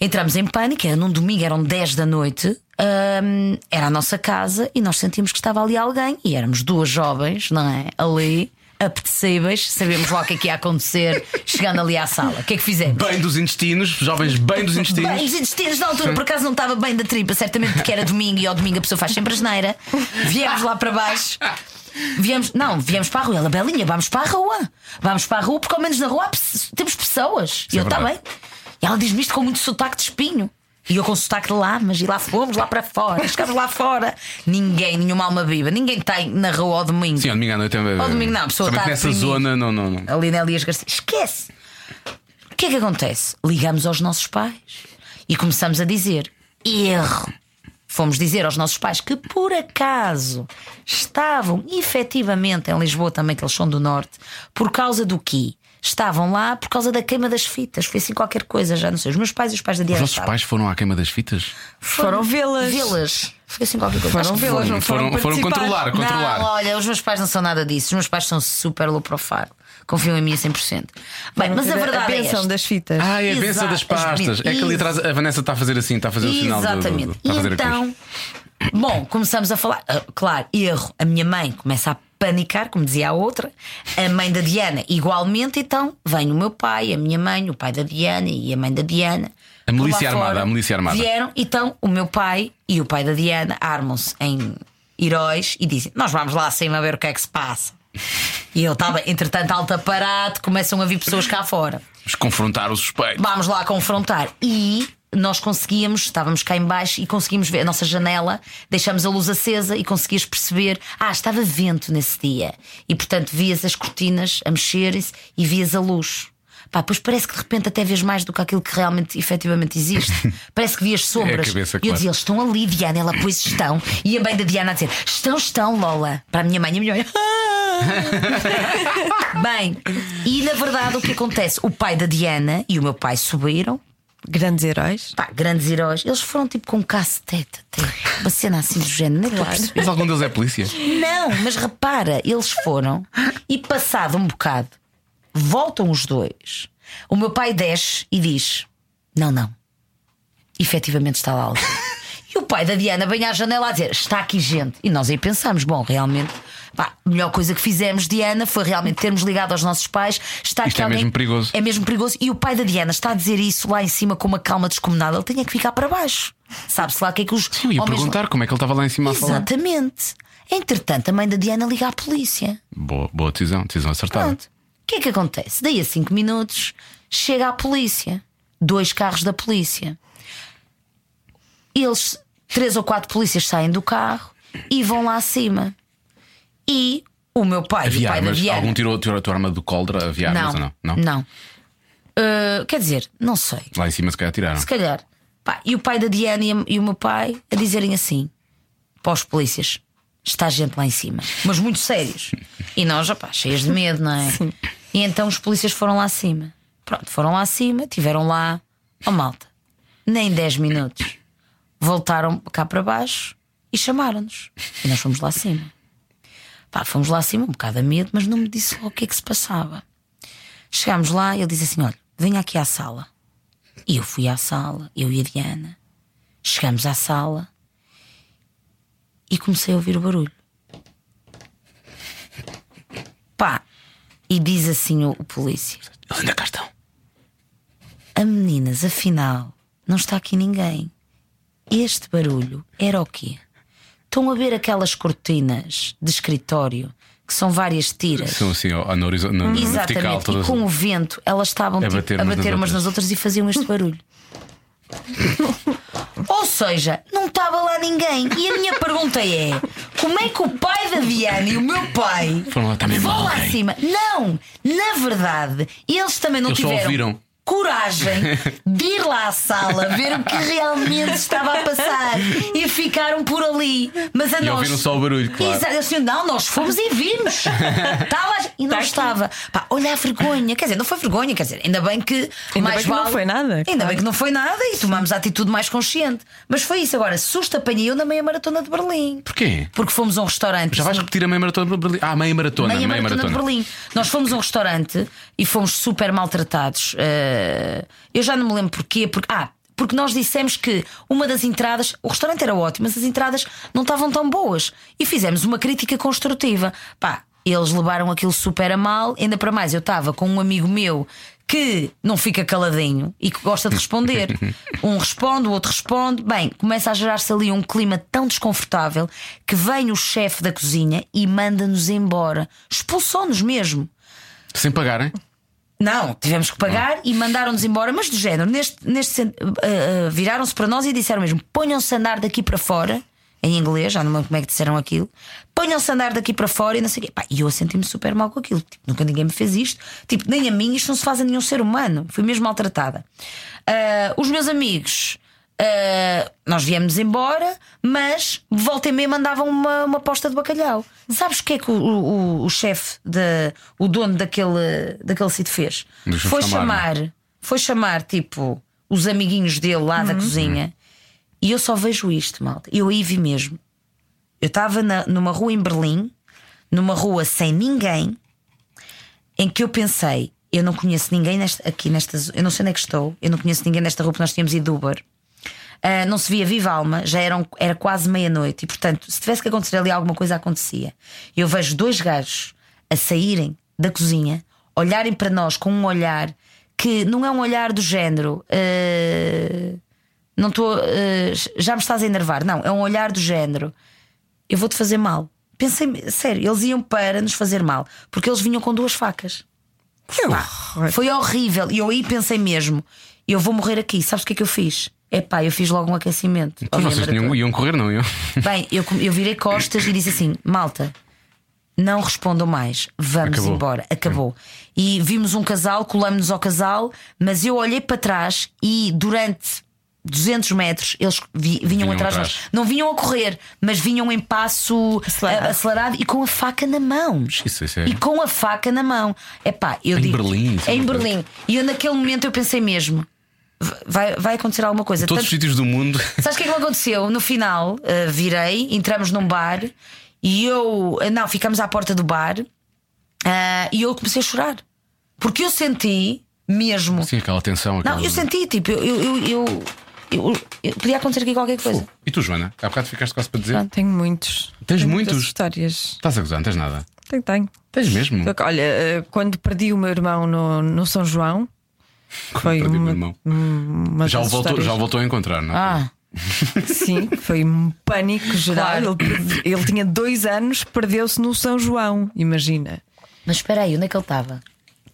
Entramos em pânico, era num domingo, eram 10 da noite, hum, era a nossa casa e nós sentimos que estava ali alguém e éramos duas jovens, não é? Ali, apetecíveis, sabíamos lá o que é que ia acontecer chegando ali à sala. O que é que fizemos?
Bem dos intestinos, jovens bem dos intestinos.
Bem, os intestinos na altura, por acaso não estava bem da tripa, certamente porque era domingo e ao domingo a pessoa faz sempre asneira. Viemos lá para baixo. Viemos, não, viemos para a rua. Ela, Belinha, vamos para a rua. Vamos para a rua, porque ao menos na rua há pe- temos pessoas.
é
e eu, está
verdade.
bem. E ela diz-me isto com muito sotaque de espinho. E eu com sotaque de lá, mas e lá fomos, lá para fora, chegámos lá fora. Ninguém, nenhuma alma viva, ninguém tem na rua ao domingo.
Sim, ao domingo à noite. Ao
domingo não, a pessoa está
nessa
deprimida. É,
zona, não, não, não.
ali na Elias Garcia. Esquece! O que é que acontece? Ligamos aos nossos pais e começamos a dizer: erro. Fomos dizer aos nossos pais que por acaso estavam efetivamente em Lisboa, também que eles são do Norte, por causa do quê? Estavam lá por causa da queima das fitas. Foi assim qualquer coisa, já não sei. Os meus pais e os pais da
Os
Diana.
nossos
estavam.
pais foram à queima das fitas?
Foram vê-las.
Vê-las. Foi assim qualquer coisa. Acho
Foram
que
vê-las, não foram,
Foram, foram
participar.
controlar, controlar.
Não, olha, os meus pais não são nada disso. Os meus pais são super low profile. Confiam em mim a 100%. Bem, mas a verdade é.
benção
esta.
das fitas.
Ah, é a benção
Exato,
das pastas. É que ali
isso.
atrás a Vanessa está a fazer assim, está a fazer o sinal do- do- do-
Exatamente.
está a fazer a cruz.
então, bom, começamos a falar. Ah, claro, erro. A minha mãe começa a panicar, como dizia a outra. A mãe da Diana, igualmente. Então, vem o meu pai, a minha mãe, o pai da Diana e a mãe da Diana.
A milícia
Lá fora,
armada, a milícia armada.
Vieram, então o meu pai e o pai da Diana armam-se em heróis e dizem: Nós vamos lá acima ver o que é que se passa. E eu estava, entretanto, alto aparato, começam a vir pessoas cá fora
Vamos confrontar o suspeito.
vamos lá confrontar. E nós conseguíamos, estávamos cá em baixo e conseguimos ver a nossa janela, deixámos a luz acesa e conseguias perceber, ah, estava vento nesse dia. E portanto vias as cortinas a mexerem-se e vias a luz. Pá, pois parece que de repente até vês mais do que aquilo que realmente efetivamente existe. Parece que vias sombras.
É a cabeça,
e eu
claro.
dizia, eles estão ali, Diana, ela, pois estão. E a mãe da Diana a dizer, estão, estão, Lola. Para a minha mãe, a minha mãe, "Ah!" bem. E na verdade o que acontece? O pai da Diana e o meu pai subiram,
Grandes heróis.
pá, grandes heróis, eles foram tipo com um cacetete, até. uma cena assim do género, nem estou a perceber.
Mas algum deles é polícia?
Não, mas repara, eles foram e passado um bocado, voltam os dois. O meu pai desce e diz: Não, não, efetivamente está lá alguém. E o pai da Diana vem à janela a dizer: Está aqui gente. E nós aí pensamos: Bom, realmente, pá, a melhor coisa que fizemos, Diana, foi realmente termos ligado aos nossos pais.
Isto
Está aqui
é
alguém-
mesmo perigoso.
É mesmo perigoso. E o pai da Diana está a dizer isso lá em cima com uma calma descomunada. Ele tinha que ficar para baixo. Sabe-se lá o que é que os.
Eu ia
homens-
perguntar como é que ele estava lá em cima a falar.
Exatamente. Entretanto, a mãe da Diana liga à polícia.
Boa, boa decisão, decisão acertada.
Pronto. O que é que acontece? Daí a cinco minutos chega a polícia. Dois carros da polícia. Eles, três ou quatro polícias saem do carro e vão lá acima. E o meu pai, e o
Havia
pai da
armas.
Diana.
Algum tirou, tirou a tua arma do coldra? Havia armas ou não?
não. não. Ah, quer dizer, não sei.
Lá em cima se calhar tiraram.
Se calhar. Pá, e o pai da Diana e, a- e o meu pai a dizerem assim para os polícias: está gente lá em cima, mas muito sérios. E nós, opá, cheias de medo, não é? E então os polícias foram lá acima. Pronto, foram lá acima, tiveram lá. Ó malta, nem 10 minutos. Voltaram cá para baixo e chamaram-nos. E nós fomos lá acima. Pá, fomos lá acima, um bocado a medo, mas não me disse logo o que é que se passava. Chegámos lá e ele disse assim: olha, venha aqui à sala. E eu fui à sala, eu e a Diana. Chegámos à sala e comecei a ouvir o barulho. Pá! E diz assim o, o polícia:
Eles ainda cá estão.
A meninas, afinal, não está aqui ninguém. Este barulho era o quê? Estão a ver aquelas cortinas de escritório que são várias tiras?
São assim, ó, no horizonte, no, no vertical,
Exatamente,
todas.
e com o vento elas estavam
A
tipo,
bater
a
umas nas
bater umas
outras.
nas outras e faziam este barulho. Ou seja, não estava lá ninguém. E a minha pergunta é: como é que o pai da Diana e o meu pai
Foram lá também
vão
mal,
lá
hein?
acima? Não! Na verdade, eles também não
Eles só
tiveram
ouviram.
coragem de ir lá à sala ver o que realmente estava a passar e ficaram por ali. Mas a
E
nós.
ouviram só o barulho, claro.
Exato. Eu disse, não, nós fomos e vimos. Estava e
Tá
não estava. Pá, olha a vergonha. Quer dizer, não foi vergonha, quer dizer, ainda bem que.
Ainda
mais
bem que não
vale-
foi nada,
Ainda
claro.
bem que não foi nada e tomámos a atitude mais consciente. Mas foi isso. Agora, susto apanhei eu na meia maratona de Berlim.
Porquê?
Porque fomos a um restaurante.
Já vais
Isso-
repetir a meia maratona de Berlim? Ah, meia maratona.
meia maratona, de Berlim. Nós fomos a um restaurante e fomos super maltratados. Eh, eu já não me lembro porquê. Porque, ah, porque nós dissemos que uma das entradas, o restaurante era ótimo, mas as entradas não estavam tão boas. E fizemos uma crítica construtiva. Pá, eles levaram aquilo super a mal. Ainda para mais, eu estava com um amigo meu que não fica caladinho e que gosta de responder. um responde, o outro responde. Bem, começa a gerar-se ali um clima tão desconfortável que vem o chefe da cozinha e manda-nos embora. Expulsou-nos mesmo.
Sem pagar, hein?
Não, tivemos que pagar e mandaram-nos embora, mas do género, neste, neste sen- ah, ah, viraram-se para nós e disseram mesmo: ponham-se a andar daqui para fora, em inglês, já não me lembro como é que disseram aquilo, ponham-se a andar daqui para fora e não sei o quê. Pá, E eu senti-me super mal com aquilo. Tipo, nunca ninguém me fez isto, tipo, nem a mim, isto não se faz a nenhum ser humano. Fui mesmo maltratada. Ah, os meus amigos. ah, nós viemos embora, mas volta e meia mandavam uma, uma aposta de bacalhau. Sabes o que é que o, o, o- o chefe, da- o dono daquele, daquele sítio fez?
Deixa-me
foi
chamar,
chamar, foi chamar tipo os amiguinhos dele lá da cozinha. E eu só vejo isto, malta. Eu aí vi mesmo. Eu estava na- numa rua em Berlim, numa rua sem ninguém, em que eu pensei, eu não conheço ninguém nesta- aqui nesta, zo- eu não sei onde é que estou, eu não conheço ninguém nesta rua porque nós tínhamos ido de Uber. Ah, não se via viva alma, já eram, era quase meia-noite e, portanto, se tivesse que acontecer ali alguma coisa, acontecia. Eu vejo dois gajos a saírem da cozinha, olharem para nós com um olhar que não é um olhar do género. ah, não estou. eh, já me estás a enervar. Não, é um olhar do género. Eu vou-te fazer mal. Pensei, sério, eles iam para nos fazer mal, porque eles vinham com duas facas. Pá, foi horrível. E eu aí pensei mesmo: eu vou morrer aqui. Sabes o que é que eu fiz? É pá, eu fiz logo um aquecimento.
Pois
Ao
vocês
membro da
tinham,
tua-
iam correr, não iam?
Bem, eu, com- eu virei costas e disse assim: malta, não respondam mais, vamos
Acabou.
embora. Acabou. E vimos um casal, colamos-nos ao casal, mas eu olhei para trás e durante 200 metros eles vi- vinham,
Vinham
atrás de nós.
atrás.
Não vinham a correr, mas vinham em passo eh, acelerado,
Acelerado.
e com a faca na mão.
Isso, isso é-
E com a faca na mão. Epá, eu
Em
digo.
Berlim, isso é
Em
uma coisa.
Berlim. E eu naquele momento eu pensei mesmo. "V- Vai, vai acontecer alguma coisa.
Todos os
Tanto-
sítios do mundo.
Sabes o que é que me aconteceu? No final, eh, virei, entramos num bar e eu. eh, Não, ficamos à porta do bar ah, e eu comecei a chorar. Porque eu senti mesmo.
Sim, aquela tensão.
não,
Aquela...
eu senti, tipo, eu. eu, eu, eu- eu- eu- podia acontecer aqui qualquer coisa.
Oh, E tu, Joana? Há bocado ficaste quase para dizer.
Pronto.
Tenho muitos.
Tens
Tenho
muitos? Hum.
muitas histórias.
Estás a gozar, não tens nada.
Tenho, tenho.
Tens mesmo.
Só que, Olha, eh, quando perdi o meu irmão no, no São João, foi
perdi o meu
uma,
irmão.
uma
Já o,
das
voltou,
histórias-
já o voltou a encontrar, não? é?
Ah,
Sim, foi um pânico geral.
Claro.
Ele, perde- ele tinha dois anos, perdeu-se no São João, imagina.
mas espera aí, onde é que ele estava?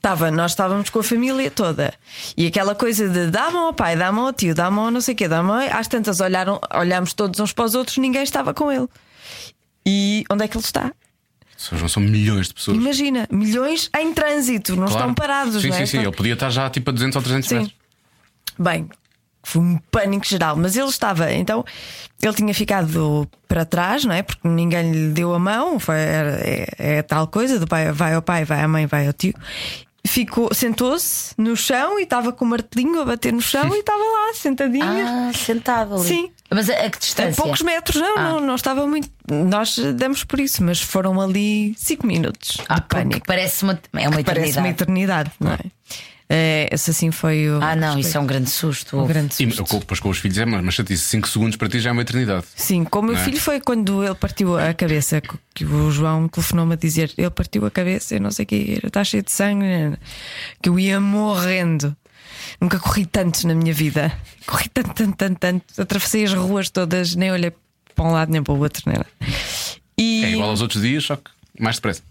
Tava, nós estávamos com a família toda E aquela coisa de dá mão ao pai, dá mão ao tio, dá mão ao não sei o quê, dá mão ao-" Às tantas olharam, olhámos todos uns para os outros Ninguém estava com ele E onde é que ele está?
São, João, são milhões de pessoas.
Imagina, milhões em trânsito Não
Claro.
estão parados,
Sim,
não
sim,
é?
Então-
sim.
Estão-
Ele podia estar já tipo a 200 ou 300
Sim.
metros.
Bem, foi um pânico geral, mas ele estava, então ele tinha ficado para trás, não é? Porque ninguém lhe deu a mão, foi, era- é, é tal coisa: do pai, vai ao pai, vai à mãe, vai ao tio. Ficou, sentou-se no chão e estava com o martelinho a bater no chão e estava lá, sentadinha.
Ah, sentado ali.
Sim.
Mas a, a que
A
distância?
poucos metros, não,
Ah.
não, não estava muito. Nós demos por isso, mas foram ali cinco minutos
Ah,
de pânico.
porque parece uma, é uma
Parece uma eternidade,
eternidade.
não é? Eh, esse assim foi o.
Ah, não, isso é um grande susto.
um grande
E
susto.
com- depois com os filhos é mais, mas chatice, 5 segundos para ti já é uma eternidade.
Sim, como o meu
Não é?
filho foi quando ele partiu a cabeça, que- que o João telefonou-me a dizer: ele partiu a cabeça, eu não sei o que, está cheio de sangue, né, que eu ia morrendo. Nunca corri tanto na minha vida. Corri tanto, tanto, tanto, tanto. Atravessei as ruas todas, nem olhei para um lado nem para o outro. né. Nem nada. E...
É igual aos outros dias, só que mais depressa.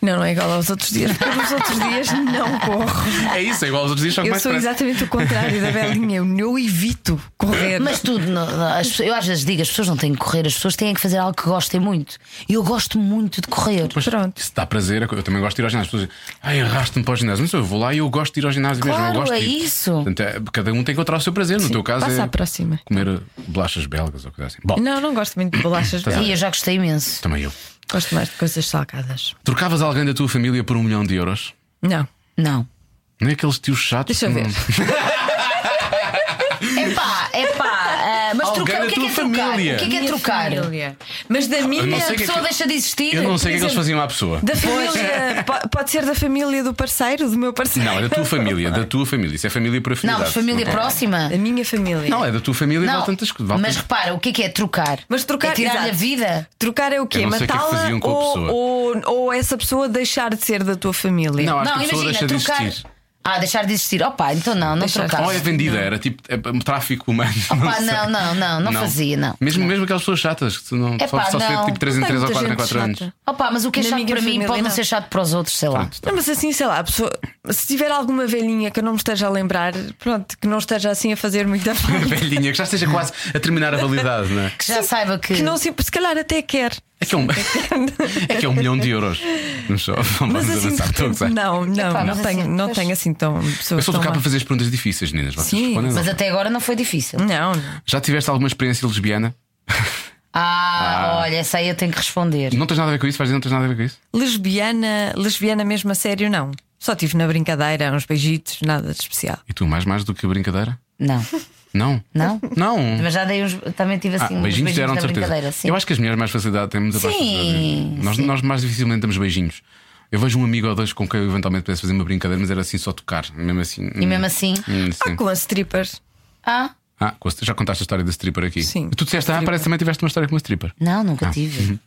Não, não é igual aos outros dias, porque nos outros dias não corro.
É isso, é igual aos outros dias, só que
Eu
mais
sou
depressa.
exatamente o contrário da Belinha. Eu- Eu evito correr.
Mas tudo, não- não, as pessoas- eu às vezes digo, as pessoas não têm que correr, as pessoas têm que fazer algo que gostem muito. E eu gosto muito de correr.
Pois,
Pronto.
Isso dá prazer, eu também gosto de ir ao ginásio. As pessoas dizem, ai, arrasto-me para o ginásio. Mas eu vou lá e eu gosto de ir ao ginásio mesmo.
Claro,
Eu gosto
é
de ir.
isso.
Portanto, é- cada um tem que encontrar o seu prazer. No teu caso
passa
é
à próxima.
comer bolachas belgas ou coisa assim. Bom,
Não, não gosto muito de bolachas.
é.
E eu já gostei imenso.
também eu.
Gosto mais de coisas salgadas.
Trocavas alguém da tua família por um milhão de euros?
Não.
Não.
Nem aqueles tios chatos.
Deixa eu
que não-
ver.
Epá, epá. ah, mas
Alguém
trocar,
da
o que é que
tua
é trocar?
família.
O que é que é trocar?
Mas da minha.
não sei
A
o que é
pessoa
que-
deixa de existir?
Eu não sei o que é que
Por
eles
exemplo,
faziam à pessoa.
Da família. po- Pode ser da família do parceiro, do meu parceiro.
Não, é da tua família, da tua família. Isso é família por
Não,
afinidade.
mas família
Não é?
próxima.
Da minha família.
Não, é da tua família e
Não,
vale tantas vale
mas
tantas-
repara, o que é que é trocar?
Mas trocar-
é tirar-lhe
exato.
a vida?
Trocar é o quê?
Eu não sei o que é que
Matá-la
faziam com a
ou,
pessoa.
ou, ou essa pessoa deixar de ser da tua família?
Não, acho
não,
que a pessoa
imagina,
deixa de
trocar.
existir.
Ah, deixar de existir. Opa, então não, não
Deixar de
trocar.
Ou é vendida, era tipo é, um tráfico humano.
Opa,
sei.
não, não, não, não fazia, não.
Mesmo, mesmo aquelas pessoas chatas que tu não,
É
só,
pá,
só se vê
não.
tipo 3 em
Não tem
3 ou
muita
4 em
gente
4 anos.
chata.
Opa, mas o que é
Na
chato
minha
para mim
família,
pode não
não.
ser chato para os outros, sei lá.
Pronto, tá.
Não, mas assim, sei lá, a pessoa, se tiver alguma velhinha que eu não me esteja a lembrar, pronto, que não esteja assim a fazer muita
A
falta,
velhinha, que já esteja quase a terminar a validade, não é?
Que já saiba que.
que não se, se calhar até quer.
É que é um, é que é um milhão de euros. Vamos só vamos
Mas assim, de
avançar. estou a
repente,
gozar.
não, não,
Epá, mas
não, tenho,
assim,
não
pois.
tenho assim tão
Eu
pessoas.
sou
tão
tocar
má.
para fazer as perguntas difíceis, meninas. Vocês
Sim.
respondem, não?
Mas até agora não foi difícil.
Não, não.
Já tiveste alguma experiência lesbiana?
Ah, olha, essa aí eu tenho que responder.
Não tens nada a ver com isso? Vais dizer não tens nada a ver com isso?
Lesbiana, lesbiana mesmo a sério, não. Só tive na brincadeira, uns beijitos, nada de especial.
E tu, mais mais do que brincadeira?
Não,
Não?
não.
Não.
Mas já dei uns. Também tive assim
Ah,
uns
beijinhos deram de
na brincadeira.
certeza.
Sim.
Eu acho que as mulheres mais facilidade têm muita mais
Sim,
facilidade. Nós, nós mais dificilmente damos beijinhos. Eu vejo um amigo ou dois com quem eu eventualmente pudesse fazer uma brincadeira, mas era assim só tocar. Mesmo assim.
E mesmo assim.
Hum,
Ah,
sim.
com as strippers.
Ah,
Ah, Costa, já contaste a história da stripper aqui.
Sim.
Tu disseste, ah, parece que também tiveste uma história com uma stripper.
não,
Ah.
nunca
Hum.
tive.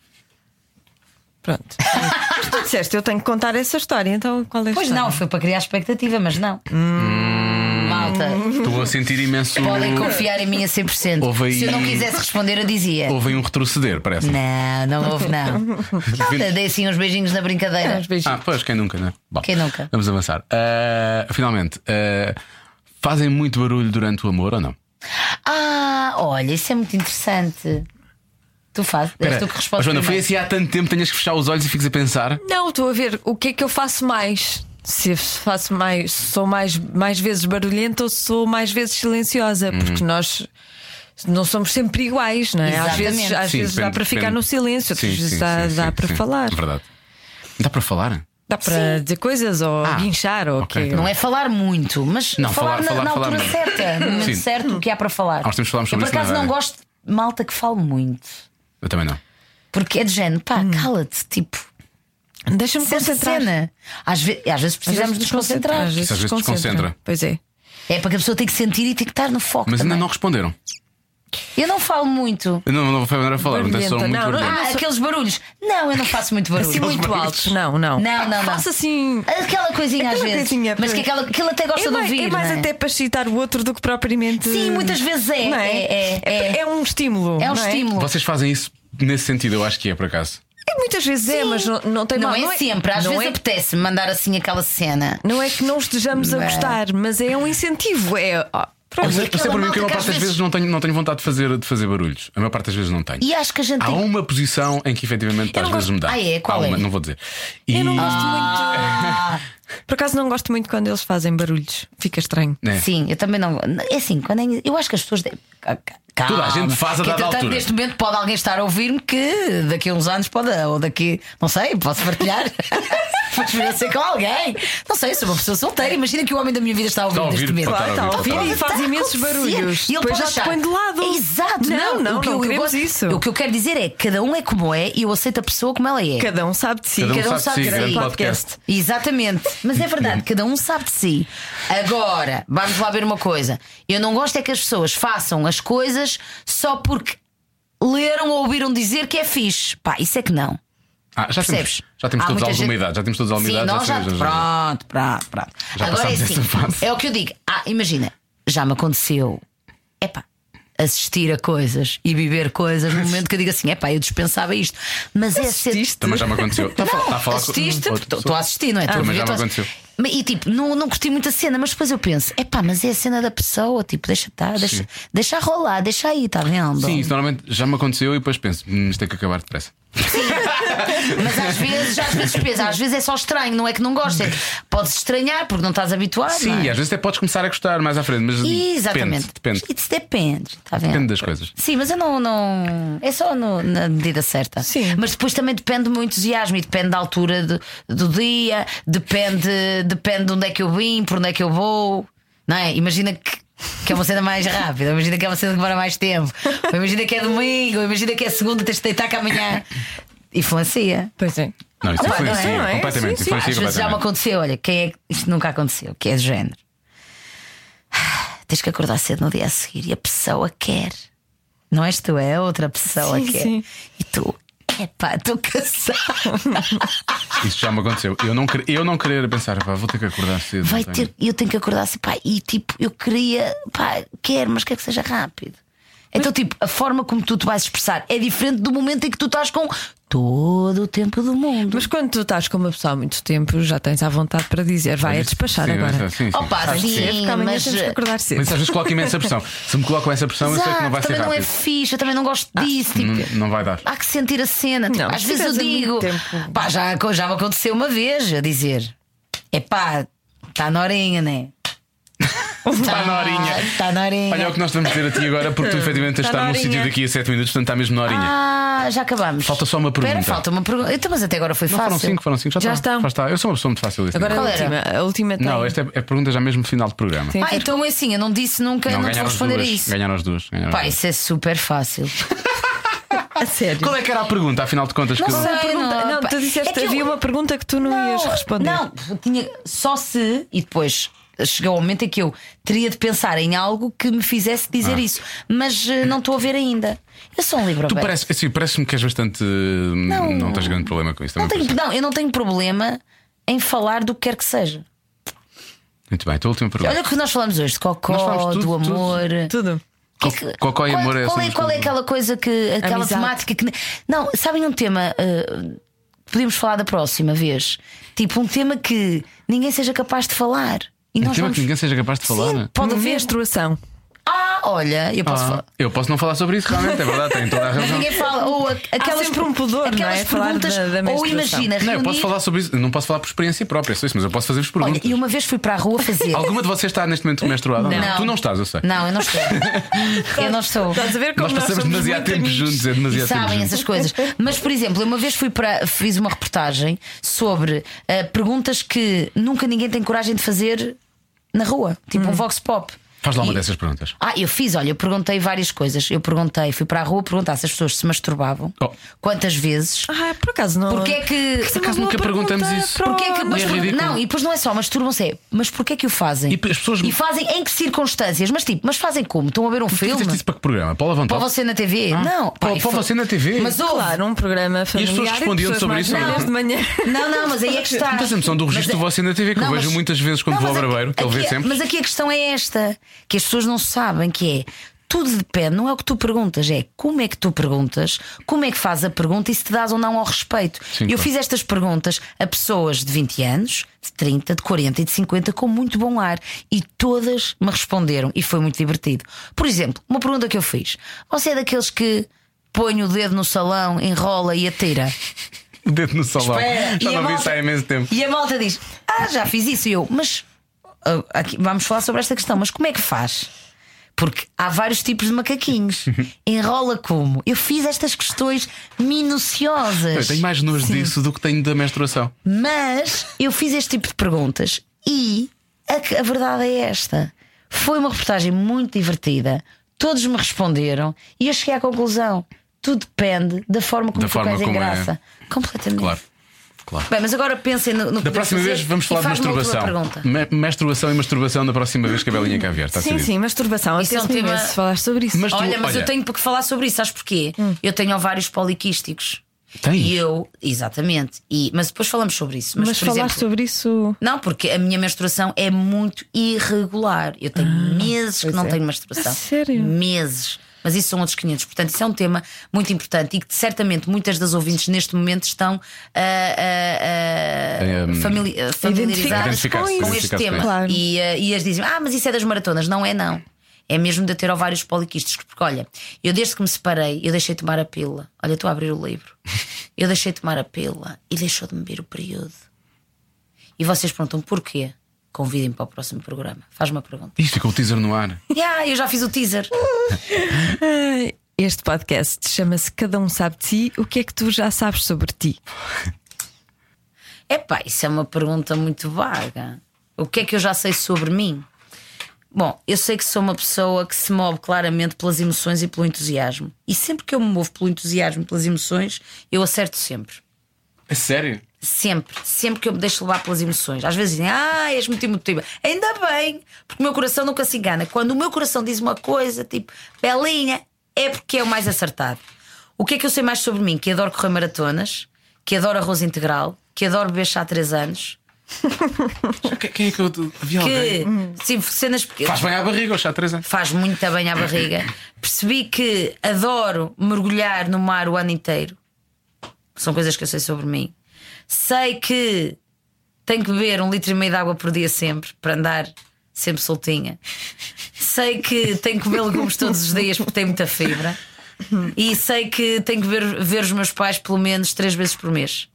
Pronto. Mas tu disseste, eu tenho que contar essa história, então qual é a
Pois
história?
não, foi para criar expectativa, mas não.
Hum.
Malta,
Estou a sentir imenso.
podem confiar em mim a 100%.
Houve aí-
Se eu não quisesse responder, eu dizia.
Houve aí um retroceder, parece.
Não, não houve, não. Malta, dei assim uns beijinhos na brincadeira.
Uns beijinhos.
Ah, pois, quem nunca, né? Bom,
Quem nunca?
Vamos avançar. Ah, finalmente, ah, fazem muito barulho durante o amor ou não?
Ah, olha, isso é muito interessante. Tu fazes, és tu que respondes.
Joana, foi
primeiro.
assim há tanto tempo, tenhas que fechar os olhos e ficas a pensar.
Não, estou a ver o que é que eu faço mais. Se eu faço mais, se sou mais, mais vezes barulhenta ou se sou mais vezes silenciosa,
Uhum.
porque nós não somos sempre iguais, não é? Às
Exatamente.
vezes, às
Sim,
vezes dá
depende-
para ficar
depende.
no silêncio, outras
Sim,
vezes
sim,
dá,
sim,
dá
sim,
para
sim.
falar,
É verdade. Dá para falar?
dá para dizer coisas ou guinchar ou o
Ah. ok,
quê?
tá
Não é falar muito, mas
Não,
falar,
falar-
na,
falar-
na
falar
altura
muito.
certa, no momento
Sim.
certo, o que há para falar.
Nós temos que falarmos
Eu
sobre
por
isso é? na
acaso não
rádio.
gosto de malta que fale muito.
Eu também não.
Porque é de género, pá, cala-te, tipo,
então.
Deixa-me
certa
Hum. concentrar.
cena. Às, ve- às vezes
Às
precisamos
vezes
nos concentrar.
Às
Isso às
vezes
vezes desconcentra.
desconcentra. Pois é.
É para que a pessoa tem que sentir e tem que estar no foco.
Mas ainda
também.
não responderam.
Eu não falo muito.
Eu Não, não foi a maneira a falar, portanto, são
Barulhenta,
muito
não, não-
barulhentos.
Ah, aqueles barulhos. Não, eu não faço muito barulho.
Assim muito
barulhos.
alto. Não, não.
Não, não, não.
Faça assim.
Aquela coisinha
Aquela
às vezes.
coisinha,
mas
pois.
que aquela, aquilo até gosta
É
de
mais,
ouvir.
é mais
não é?
até para citar o outro do que propriamente.
Sim, muitas vezes é,
Não
é, é, é.
É um estímulo.
É um
não
estímulo.
Vocês fazem isso nesse sentido, eu acho que é por acaso.
É, muitas vezes é, mas não, não tem
Não,
mal.
é, sempre, às
não
vezes
é,
apetece mandar assim aquela cena.
não é que não estejamos a
Não é.
gostar, mas é um incentivo. É, ó, pronto.
Mas é
aquela
para mim que a
malta
maior
que
parte das
às vezes-
vezes não tenho, não tenho vontade de fazer, de fazer barulhos. A maior parte das vezes não tenho.
E acho que a gente
Há
tem que-
uma posição em que efetivamente às
não
vezes
gosto-
me dá.
Ah, é? Qual
Há
é?
uma, Não vou dizer. E-
Eu não gosto
Ah.
muito. Por acaso não gosto muito quando eles fazem barulhos. Fica estranho.
É.
Sim, eu também não. É assim, quando é- eu acho que as pessoas. de- Cá, cá- cá Calma.
Toda a gente faz a
que,
dada
entretanto,
altura.
neste momento pode alguém estar a ouvir-me que daqui a uns anos pode, ou daqui, não sei, posso partilhar. Uma experiência com alguém. Não sei, sou uma pessoa solteira. Imagina que o homem da minha vida está a ouvir
Está a
neste
ouvir,
momento.
pode
Claro,
estar a
está a
ouvir.
ouvir.
pode
E
estar.
faz imensos
acontecer.
barulhos.
Tá E ele
Depois
pode
já te
achar-
põe de lado.
Exato, não,
Não, não,
o que
não
eu, eu
queremos
gosto-
isso.
O que eu quero dizer é que cada um é como é e eu aceito a pessoa como ela é.
Cada um sabe de si.
Cada um
Cada um
sabe de si,
sabe
grande
de si.
podcast.
Exatamente, mas é verdade, cada um sabe de si. Agora, vamos lá ver uma coisa. Eu não gosto é que as pessoas façam as coisas só porque leram ou ouviram dizer que é fixe. Pá, isso é que não.
Ah, já temos,
Percebes?
já temos
Há
todos
muita
alguma
gente-
idade, já temos todos alguma
Sim,
idade.
nós já.
sabemos,
Pronto, pronto, pronto.
é Já
Agora é
passámos
assim.
essa fase.
É o que eu digo. Ah, imagina, já me aconteceu. Epá. Assistir a coisas e viver coisas no momento que eu digo assim, epá, eu dispensava isto. Mas é ser
Também já me aconteceu. Está a falar- está a falar com-
assististe?
outra pessoa.
Estou a assistir, não é? Tô a
Também
ver,
já me
tô a-
aconteceu.
Mas- E tipo, não, não curti muito a cena, mas depois eu penso: é pá, mas é a cena da pessoa, tipo, deixa estar, deixa,
Sim.
deixa rolar, deixa aí, está vendo?
Sim, isso normalmente já me aconteceu e depois penso, hum, isto tem que acabar depressa. é-
Mas às vezes, às vezes pensa, às vezes é só estranho, não é que não gostes, é que podes estranhar porque não estás habituado.
Sim,
não
e
é?
às vezes até podes começar a gostar mais à frente, mas
Exatamente. é
depende. Depende,
Isso depende, está vendo?
depende das coisas.
Sim, mas eu não. não... É só no- na medida certa.
Sim.
Mas depois também depende do meu entusiasmo e depende da altura do, do dia, depende, depende de onde é que eu vim, por onde é que eu vou. Não é? Imagina que, que é uma cena mais rápida, imagina que é uma cena que demora mais tempo, ou imagina que é domingo, ou imagina que é segunda, tens de deitar cá amanhã. Influencia.
Pois é.
Não, isso
Opa, não é?
influencia
Não é?
completamente.
Sim, sim.
influencia
Às vezes já me
completamente.
aconteceu, olha, quem é que- isto nunca aconteceu, que é de género. Tens que acordar cedo no dia a seguir e a pessoa quer. Não és tu, é a outra pessoa
Sim,
quer.
sim.
E tu, epá, estou cansada.
Isso já me aconteceu. Eu não, quer- eu não querer pensar, pá, vou ter que acordar cedo.
Vai
não
ter, eu tenho que acordar assim, pá, e tipo, eu queria, pá, quero, mas quer que seja rápido. Então, tipo, a forma como tu te vais expressar é diferente do momento em que tu estás com todo o tempo do mundo.
Mas quando tu estás com uma pessoa há muito tempo, já tens à vontade para dizer, vai a
Tenho.
despachar
Sim,
agora. É,
Sim, sim.
Opa,
Sabes que
sim,
Porque amanhã
mas-
temos que acordar cedo.
Mas às vezes coloco imensa pressão. Se me colocam essa pressão, eu sei que não vai
Exato,
ser
também não é
rápido. Ah,
fixe, eu também não gosto disso. Tipo,
Não, não vai dar.
Há que sentir a cena. Tipo,
Não,
às
se
vezes eu
tiveres
digo,
muito tempo-
pá, já, aco- já me aconteceu uma vez a dizer: é pá, está na horinha, né?
Está Tá na horinha.
Está na horinha.
Olha é o que nós estamos a dizer a ti agora, porque tu efetivamente tens de
Está
estar
na
num sítio
horinha.
daqui a 7 minutos, portanto está mesmo na horinha.
Ah, já acabamos.
Falta só uma
Espera,
pergunta.
falta uma pergunta. Então, mas até agora foi
não
fácil.
foram 5, foram 5, já,
Já
está.
estão.
Já está. Eu sou uma pessoa muito fácil deste
Agora
tempo.
a
Qual era?
última. A última tem.
Não, esta é a pergunta já mesmo no final do programa.
tem
Ah,
que-
então é assim, eu não disse nunca, eu não, te vou
ganharam as
responder a
duas.
isso.
Ganharam as duas. ganharam
Pá,
as duas.
isso é super fácil.
A sério.
Qual é que era a pergunta, afinal de contas? que eu-
sei.
Uma pergunta-
Não,
Não,
pá.
tu
É
disseste
que eu-
havia uma pergunta que tu não, ias responder.
Não, eu tinha só se, e depois chegou o momento em que eu teria de pensar em algo que me fizesse dizer isso, mas eh, não estou a ver ainda. Eu sou um livro
Ah. Tu
aberto.
parece, assim, parece-me que és bastante. Não, não tens grande problema com isso
não
também.
tenho,
parece.
não, eu não tenho problema em falar do que quer que seja.
Muito bem, a tua última pergunta.
Olha o que nós falamos hoje de
Nós falamos
cocó,
tudo,
do
tudo.
amor.
Tudo.
Que é que-
Cocó e
qual,
amor é
qual
assim
é,
umas
qual é
coisas-
aquela coisa que. aquela
Amizade.
temática que. ne- Não, sabem um tema eh, que podíamos falar da próxima vez? Tipo, um tema que ninguém seja capaz de falar. E
Um
nós
tema
vamos...
que ninguém seja capaz de falar. é?
Sim, pode haver.
Menstruação.
Ah, olha, eu posso
Ah,
falar.
eu posso não falar sobre isso, realmente, é verdade, tem toda a
Mas
razão.
ninguém fala. Ou a- aquelas,
sempre um pudor, não é?
aquelas
Falar
perguntas.
da- da
ou
menstruação.
imagina,
Não, eu
reunir-
posso falar sobre isso, não posso falar por experiência própria, só isso, mas eu posso fazer-vos
Olha,
perguntas.
e uma vez fui para a rua fazer.
Alguma de vocês está neste momento menstruada? ou
Não.
Tu não estás, eu sei.
Não, eu não estou. eu não estou.
Estás a ver como
Nós
nós,
passamos
somos
demasiado
muito
tempo
amigos?
juntos, é demasiado
E
tempo
sabem
juntos.
essas coisas. Mas, por exemplo, eu uma vez fui para. fiz uma reportagem sobre eh, perguntas que nunca ninguém tem coragem de fazer na rua, tipo
Hum.
um vox pop.
Faz lá uma
E-
dessas perguntas.
Ah, eu fiz, olha, eu perguntei várias coisas. Eu perguntei, fui para a rua perguntar se as pessoas se masturbavam,
Oh.
quantas vezes,
Ah, por acaso não.
porque é que.
Por
acaso nunca perguntamos isso.
Porquê é que, mas,
é
por-
ridículo.
não, e depois não é só, mas turbam-se, é, mas porquê é que o fazem?
E as pessoas-
E fazem em que circunstâncias? Mas tipo, mas fazem como? Estão a ver um
Tu
filme?
fizeste isso para que programa? Para levantar?
Para você na TV? Não,
Para-
pá, e
para
foi-
você na TV?
Mas ouve.
Claro, um programa familiar.
respondiam
pessoas
sobre
mais
isso ou
velhas
não?
de manhã.
Não, não, mas aí é que está. é-
Não tens a noção Então, do registro de você na TV, que eu
Não,
vejo
mas-
muitas vezes quando
Não,
vou ao
mas aqui-
barbeiro, que ele vê
aqui-
sempre.
Mas aqui a questão é esta: que as pessoas não sabem que é. Tudo depende, não é o que tu perguntas, é como é que tu perguntas, como é que fazes a pergunta e se te dás ou não ao respeito.
Sim,
eu
claro.
fiz estas perguntas a pessoas de 20 anos, de 30, de 40 e de 50 com muito bom ar e todas me responderam e foi muito divertido. Por exemplo, uma pergunta que eu fiz: Você é daqueles que põe o dedo no salão, enrola e atira?
O dedo no salão.
Espera,
Já
É. e
não
a
vi
malta-
isso há imenso tempo.
E a malta diz: Ah, já fiz isso. E eu, mas ah, aqui, vamos falar sobre esta questão, mas como é que faz? Porque há vários tipos de macaquinhos. Enrola como? Eu fiz estas questões
Eu
minuciosas.
tenho mais nojo
Sim.
disso do que tenho da menstruação.
Mas eu fiz este tipo de perguntas e a, que- a verdade é esta. Foi uma reportagem muito divertida. Todos me responderam e eu cheguei à conclusão. Tudo depende da forma como
Da
tu
forma
queres
como é.
graça. Completamente.
Claro, claro.
Bem, mas agora pensem no, no que
Da
podemos
próxima
fazer
vez vamos
e
falar de
faz-me outra
masturbação.
pergunta.
Me- Masturbação e masturbação da próxima vez que Tá a Belinha cá vier. Está
Sim,
decidido.
sim, masturbação.
Isso é um
Até
tema-
imenso falar sobre isso.
Mas tu-
Olha, mas
olha.
eu tenho que falar sobre isso, sabes porquê? Eu tenho vários poliquísticos.
Tens?
E eu, exatamente. E, mas depois falamos sobre isso. Mas,
Mas
por
falar
exemplo,
sobre isso.
Não, porque a minha menstruação é muito irregular. Eu tenho meses que não tenho menstruação.
A sério?
Meses. Mas isso são outros 500. Portanto, isso é um tema muito importante e que certamente muitas das ouvintes neste momento estão ah, ah, ah,
Em,
famili- ah, familiarizadas
Identificar-se,
com
identificar-se
este
com
tema.
isso.
Claro.
E, ah, e as dizem: Ah, mas isso é das maratonas. Não é, não. É mesmo de eu ter ovários poliquísticos. Porque olha, eu desde que me separei, eu deixei de tomar a pílula. Olha, estou a abrir o livro. Eu deixei de tomar a pílula e deixou de me vir o período. E vocês perguntam porquê? Convidem-me para o próximo programa. Faz uma pergunta.
Isto ficou o teaser no ar.
Ah, eu já fiz o teaser.
Este podcast chama-se Cada Um Sabe de Si. O que é que tu já sabes sobre ti?
Epá, isso é uma pergunta muito vaga. O que é que eu já sei sobre mim? Bom, eu sei que sou uma pessoa que se move claramente pelas emoções e pelo entusiasmo. E sempre que eu me movo pelo entusiasmo e pelas emoções, eu acerto sempre.
A É sério?
Sempre, sempre que eu me deixo levar pelas emoções. Às vezes dizem, ah, és muito emotiva. Ainda bem, porque o meu coração nunca se engana. Quando o meu coração diz uma coisa, tipo, belinha, é porque é o mais acertado. O que é que eu sei mais sobre mim? Que adoro correr maratonas, que adoro arroz integral, que adoro beber chá há 3 anos,
Que- Quem é que eu vi
que
alguém?
sim, cenas pequenas.
Faz bem à barriga, hoje há três anos.
Faz muito bem à barriga. Percebi que adoro mergulhar no mar o ano inteiro. São coisas que eu sei sobre mim. Sei que tenho que beber um litro e meio de água por dia sempre para andar sempre soltinha. Sei que tenho que comer legumes todos os dias porque tem muita fibra. E sei que tenho que ver, ver os meus pais pelo menos três vezes por mês.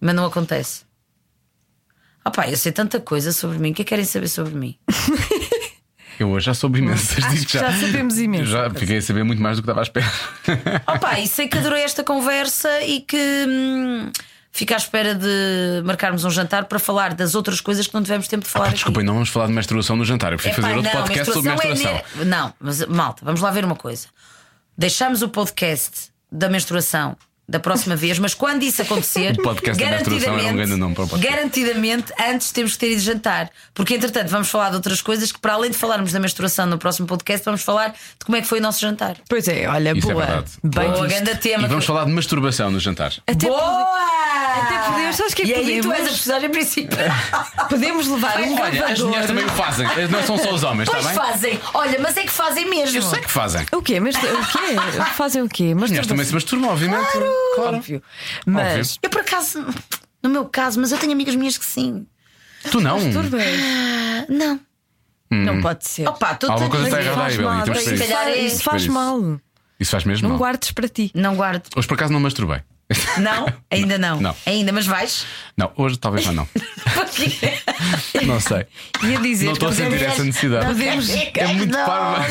Mas não acontece. Ah pá, eu sei tanta coisa sobre mim. O que é que querem saber sobre mim?
Eu hoje já
Hum,
soube imenso. Digo
já sabemos imenso.
Já fiquei a saber muito mais do que estava à espera.
Opa, e sei que adorei esta conversa e que hum, fico à espera de marcarmos um jantar para falar das outras coisas que não tivemos tempo de falar. aqui.
Desculpem, não vamos falar de menstruação no jantar. Eu preciso
Epá,
fazer outro
não,
podcast sobre
menstruação
menstruação.
é ne- Não, mas malta, vamos lá ver uma coisa. Deixamos o podcast da menstruação da próxima vez, mas quando isso acontecer,
O podcast da menstruação era um grande nome para o podcast.
garantidamente antes temos que ter ido jantar, porque entretanto vamos falar de outras coisas que, para além de falarmos da menstruação no próximo podcast, vamos falar de como é que foi o nosso jantar.
Pois é, olha,
Isso é
boa.
verdade.
Bem
Boa,
visto.
grande tema.
E vamos
que-
falar de masturbação no jantar.
Até pode-
Boa!
Até podemos- sabes o que é que
e aí tu
podemos?
és a personagem principal.
podemos levar um
Olha, as mulheres também o
gravador.
fazem. As- Não são só os homens, está
Pois
bem?
fazem. Olha, mas é que fazem mesmo.
Eu sei que fazem.
O quê? Mas o quê? Fazem o quê? Mas
As mulheres também se masturbam, obviamente. Claro.
óbvio. Mas
Eu por acaso, no meu caso, mas eu tenho amigas minhas que sim.
Tu não.
tudo bem.
Ah, Não.
Hum.
Não pode ser.
Opa, tu
Alguma
tu-
coisa está
mas-
errada aí,
faz mal,
Belinha. Temos que
isso,
ver
Se
isso.
calhar
faz,
é
isso
isso.
faz
Isso.
mal.
Isso faz mesmo
Não
mal.
guardes para ti.
Não guardo.
Hoje por acaso não masturbei.
Não? Ainda não.
Não.
Ainda, mas vais.
Não, hoje talvez já não.
Porque-
Não sei.
Ia dizer
Não estou a
que
sentir essa necessidade.
podemos,
É muito
Não.
parva.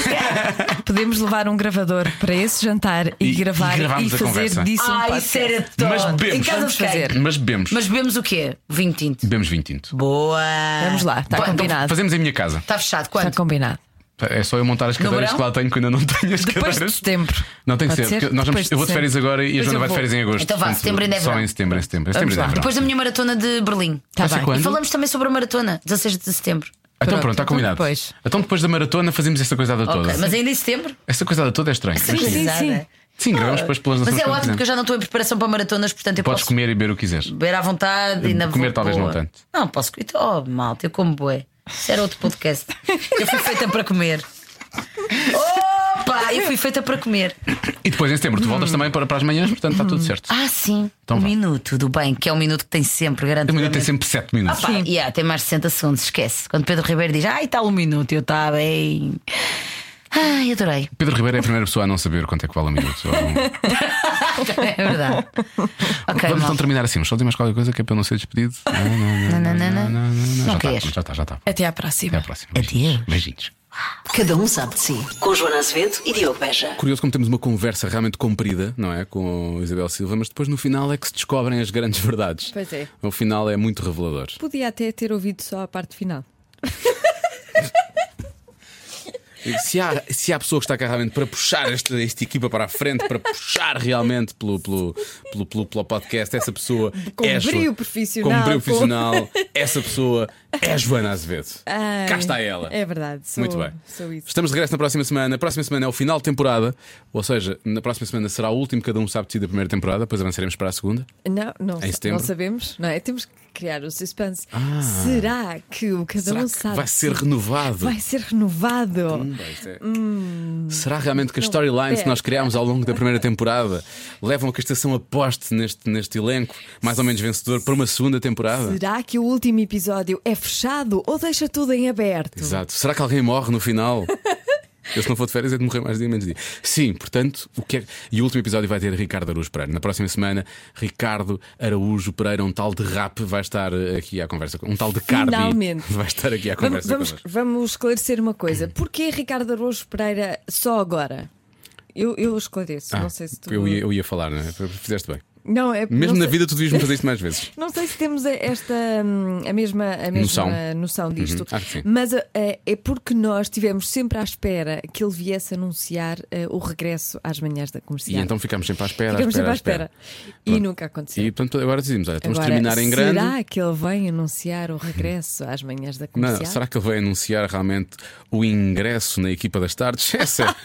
podemos levar um gravador para esse jantar e,
E- e
gravar e,
gravarmos a
fazer
conversa.
disso um
Ai,
podcast.
isso era top.
Mas bebemos.
Em casa
Vamos
de quem?
fazer.
É, Mas bebemos.
Mas bebemos o quê? Vinho tinto.
Bebemos vinho tinto.
Boa.
Vamos lá, está
então
Bom,
Tá combinado.
Fazemos em minha casa.
Está Tá fechado.
Está
Quanto?
combinado.
É só eu montar as
No
cadeiras
verão?
que lá tenho, que ainda não tenho as
Depois de
cadeiras.
setembro.
Não tem que
Pode
ser. porque Nós vamos,
Depois
eu vou de férias agora e a
Depois
Joana
eu
vai de
vou.
férias em agosto.
Então vá,
Portanto,
setembro ainda é
Só
verão.
em setembro, em setembro. Em setembro
Vamos lá.
ainda é verão.
Depois da minha maratona de Berlim.
Tá
Vai ser
bem.
quando?
E falamos também sobre a maratona, 16 de setembro.
Então pronto,
Pronto,
está
então
combinado.
depois.
Então depois da maratona fazemos esta coisada toda.
Ok, Mas ainda em setembro?
Essa coisada toda é estranha.
Sim, sim,
Organizada.
sim.
Sim, gravamos depois pelas
Mas
nossas
é
coisas
ótimo
que
porque eu já não estou em preparação para maratonas, portanto eu
Podes
posso
comer e beber o que quiseres.
beber à vontade e na
Comer talvez
boa.
não tanto.
Não, posso comer. Oh, malta, eu como bué. Isso era outro podcast. eu fui feita para comer. Opa, eu fui feita para comer.
E depois em setembro tu voltas também para, para as manhãs, portanto está tudo certo.
Hum. Ah, sim.
Então
um
vá.
minuto do bem, que é um minuto que tem sempre, garanto.
Um minuto tem sempre 7
Ah,
minutos.
pá, yeah, tem mais de 60 segundos, esquece. Quando Pedro Ribeiro diz, ai, está um minuto, eu está bem. Ai, adorei.
Pedro Ribeiro é a primeira pessoa a não saber quanto é que vale um minuto. Ou não-
É verdade. ok,
Vamos então
malta.
terminar assim, mas só dizer mais qualquer coisa que é para eu não ser despedido. Não, não, não,
Não, não, não, não.
não, não, não.
Não
Já está,
queres.
já está, já está.
Até à
Até à
próxima.
próxima.
Adeus.
Beijinhos.
Cada um sabe de si. Com Joana Azevedo e Diogo Beja.
Curioso como temos uma conversa realmente comprida, não é? Com Isabel Silva, mas depois no final é que se descobrem as grandes verdades.
Pois é.
O final é muito revelador.
Podia até ter ouvido só a parte final.
Se há, se há pessoa que está cá realmente para puxar esta, esta equipa para a frente, para puxar realmente pelo, pelo, pelo, pelo, pelo podcast, essa pessoa
Com
é. a Jo-
brilho profissional,
Com brilho
com-
profissional, essa pessoa é a Joana Azevedo.
Ai,
cá está ela.
É verdade. Sou,
Muito bem.
Sou isso.
Estamos de regresso na próxima semana. A próxima semana é o final de temporada, ou seja, na próxima semana será o último cada um sabe de si da primeira temporada, depois avançaremos para a segunda.
Não, não,
Em
não
setembro?
sabemos, não é? Temos que criar o suspense.
Ah.
Será que o cada
Será
um
que
sabe?
vai
de
ser
si?
renovado?
Vai ser renovado.
Pumba, isto é-
Hum,
Será realmente que as storylines que
espera.
nós criámos ao longo da primeira temporada levam a que a estação aposte neste, neste elenco, mais ou menos vencedor, para uma segunda temporada?
Será que o último episódio é fechado ou deixa tudo em aberto?
Exato. Será que alguém morre no final? Eu, se não for de férias, é de morrer mais dia, menos dia. Sim, portanto, o que é... E o último episódio vai ter Ricardo Araújo Pereira. Na próxima semana, Ricardo Araújo Pereira, um tal de rap, vai estar aqui à conversa. com- Um tal de Cardi.
Finalmente.
Vai estar aqui à
Vamos,
conversa. Uhum.
vamos,
connosco.
vamos esclarecer uma coisa. Porquê Ricardo Araújo Pereira só agora? Eu, eu esclareço,
Ah,
não sei se tu.
eu, ia, eu ia falar, não é? Fizeste bem.
Não, é,
Mesmo na
não sei-
vida, tu devias-me fazer isto mais vezes.
Não sei se temos a- esta hum, a mesma, a mesma
Noção.
noção. disto,
Uhum, acho que sim.
mas eh, é porque nós estivemos sempre à espera que ele viesse anunciar eh, o regresso às manhãs da
E
comercial.
então ficámos sempre à espera.
Ficamos sempre
à
à espera. E
Pronto.
nunca aconteceu.
E portanto, agora dizemos: olha, vamos
Agora,
terminar em grande.
Será que ele vem anunciar o regresso às manhãs da
Não,
comercial?
será que ele vai anunciar realmente o ingresso na equipa das tardes? Essa.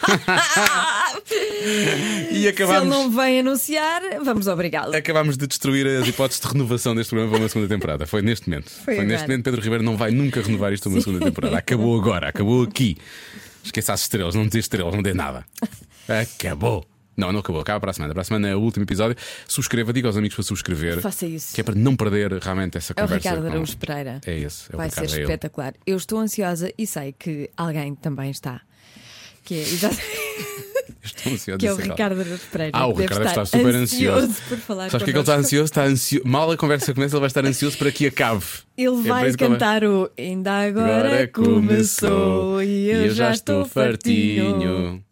e
Se ele
acabámos,
não vem anunciar, vamos obrigá-lo.
é acabámos de destruir as hipóteses de renovação deste programa para uma segunda temporada. Foi neste momento. Foi, neste
agora.
momento. Pedro Ribeiro não vai nunca renovar isto para uma segunda temporada. Acabou agora, acabou aqui. Esqueça as estrelas, não dê estrelas, não dê nada. Acabou. Não, não acabou, acaba para a semana. Para a semana é o último episódio. Subscreva, diga aos amigos para subscrever.
Faça isso.
Que é para não perder realmente essa
É o
conversa.
Ricardo
com-
Araújo Pereira.
É esse, é o
Vai
Ricardo,
ser
é ele.
espetacular. Eu estou ansiosa e sei que alguém também está. Que é, exatamente-
Estou ansioso
que é o
de ser lá.
Ricardo Araújo Pereira.
Ah, o
que deve
Ricardo está
estar
super ansioso.
por falar
Sabes o que é que ele está
connosco.
ansioso? Está ansio... Mal a conversa começa, ele vai estar ansioso para que acabe.
Ele
É por
vai
isso que ele
cantar o Ainda agora, começou e eu, já estou fartinho.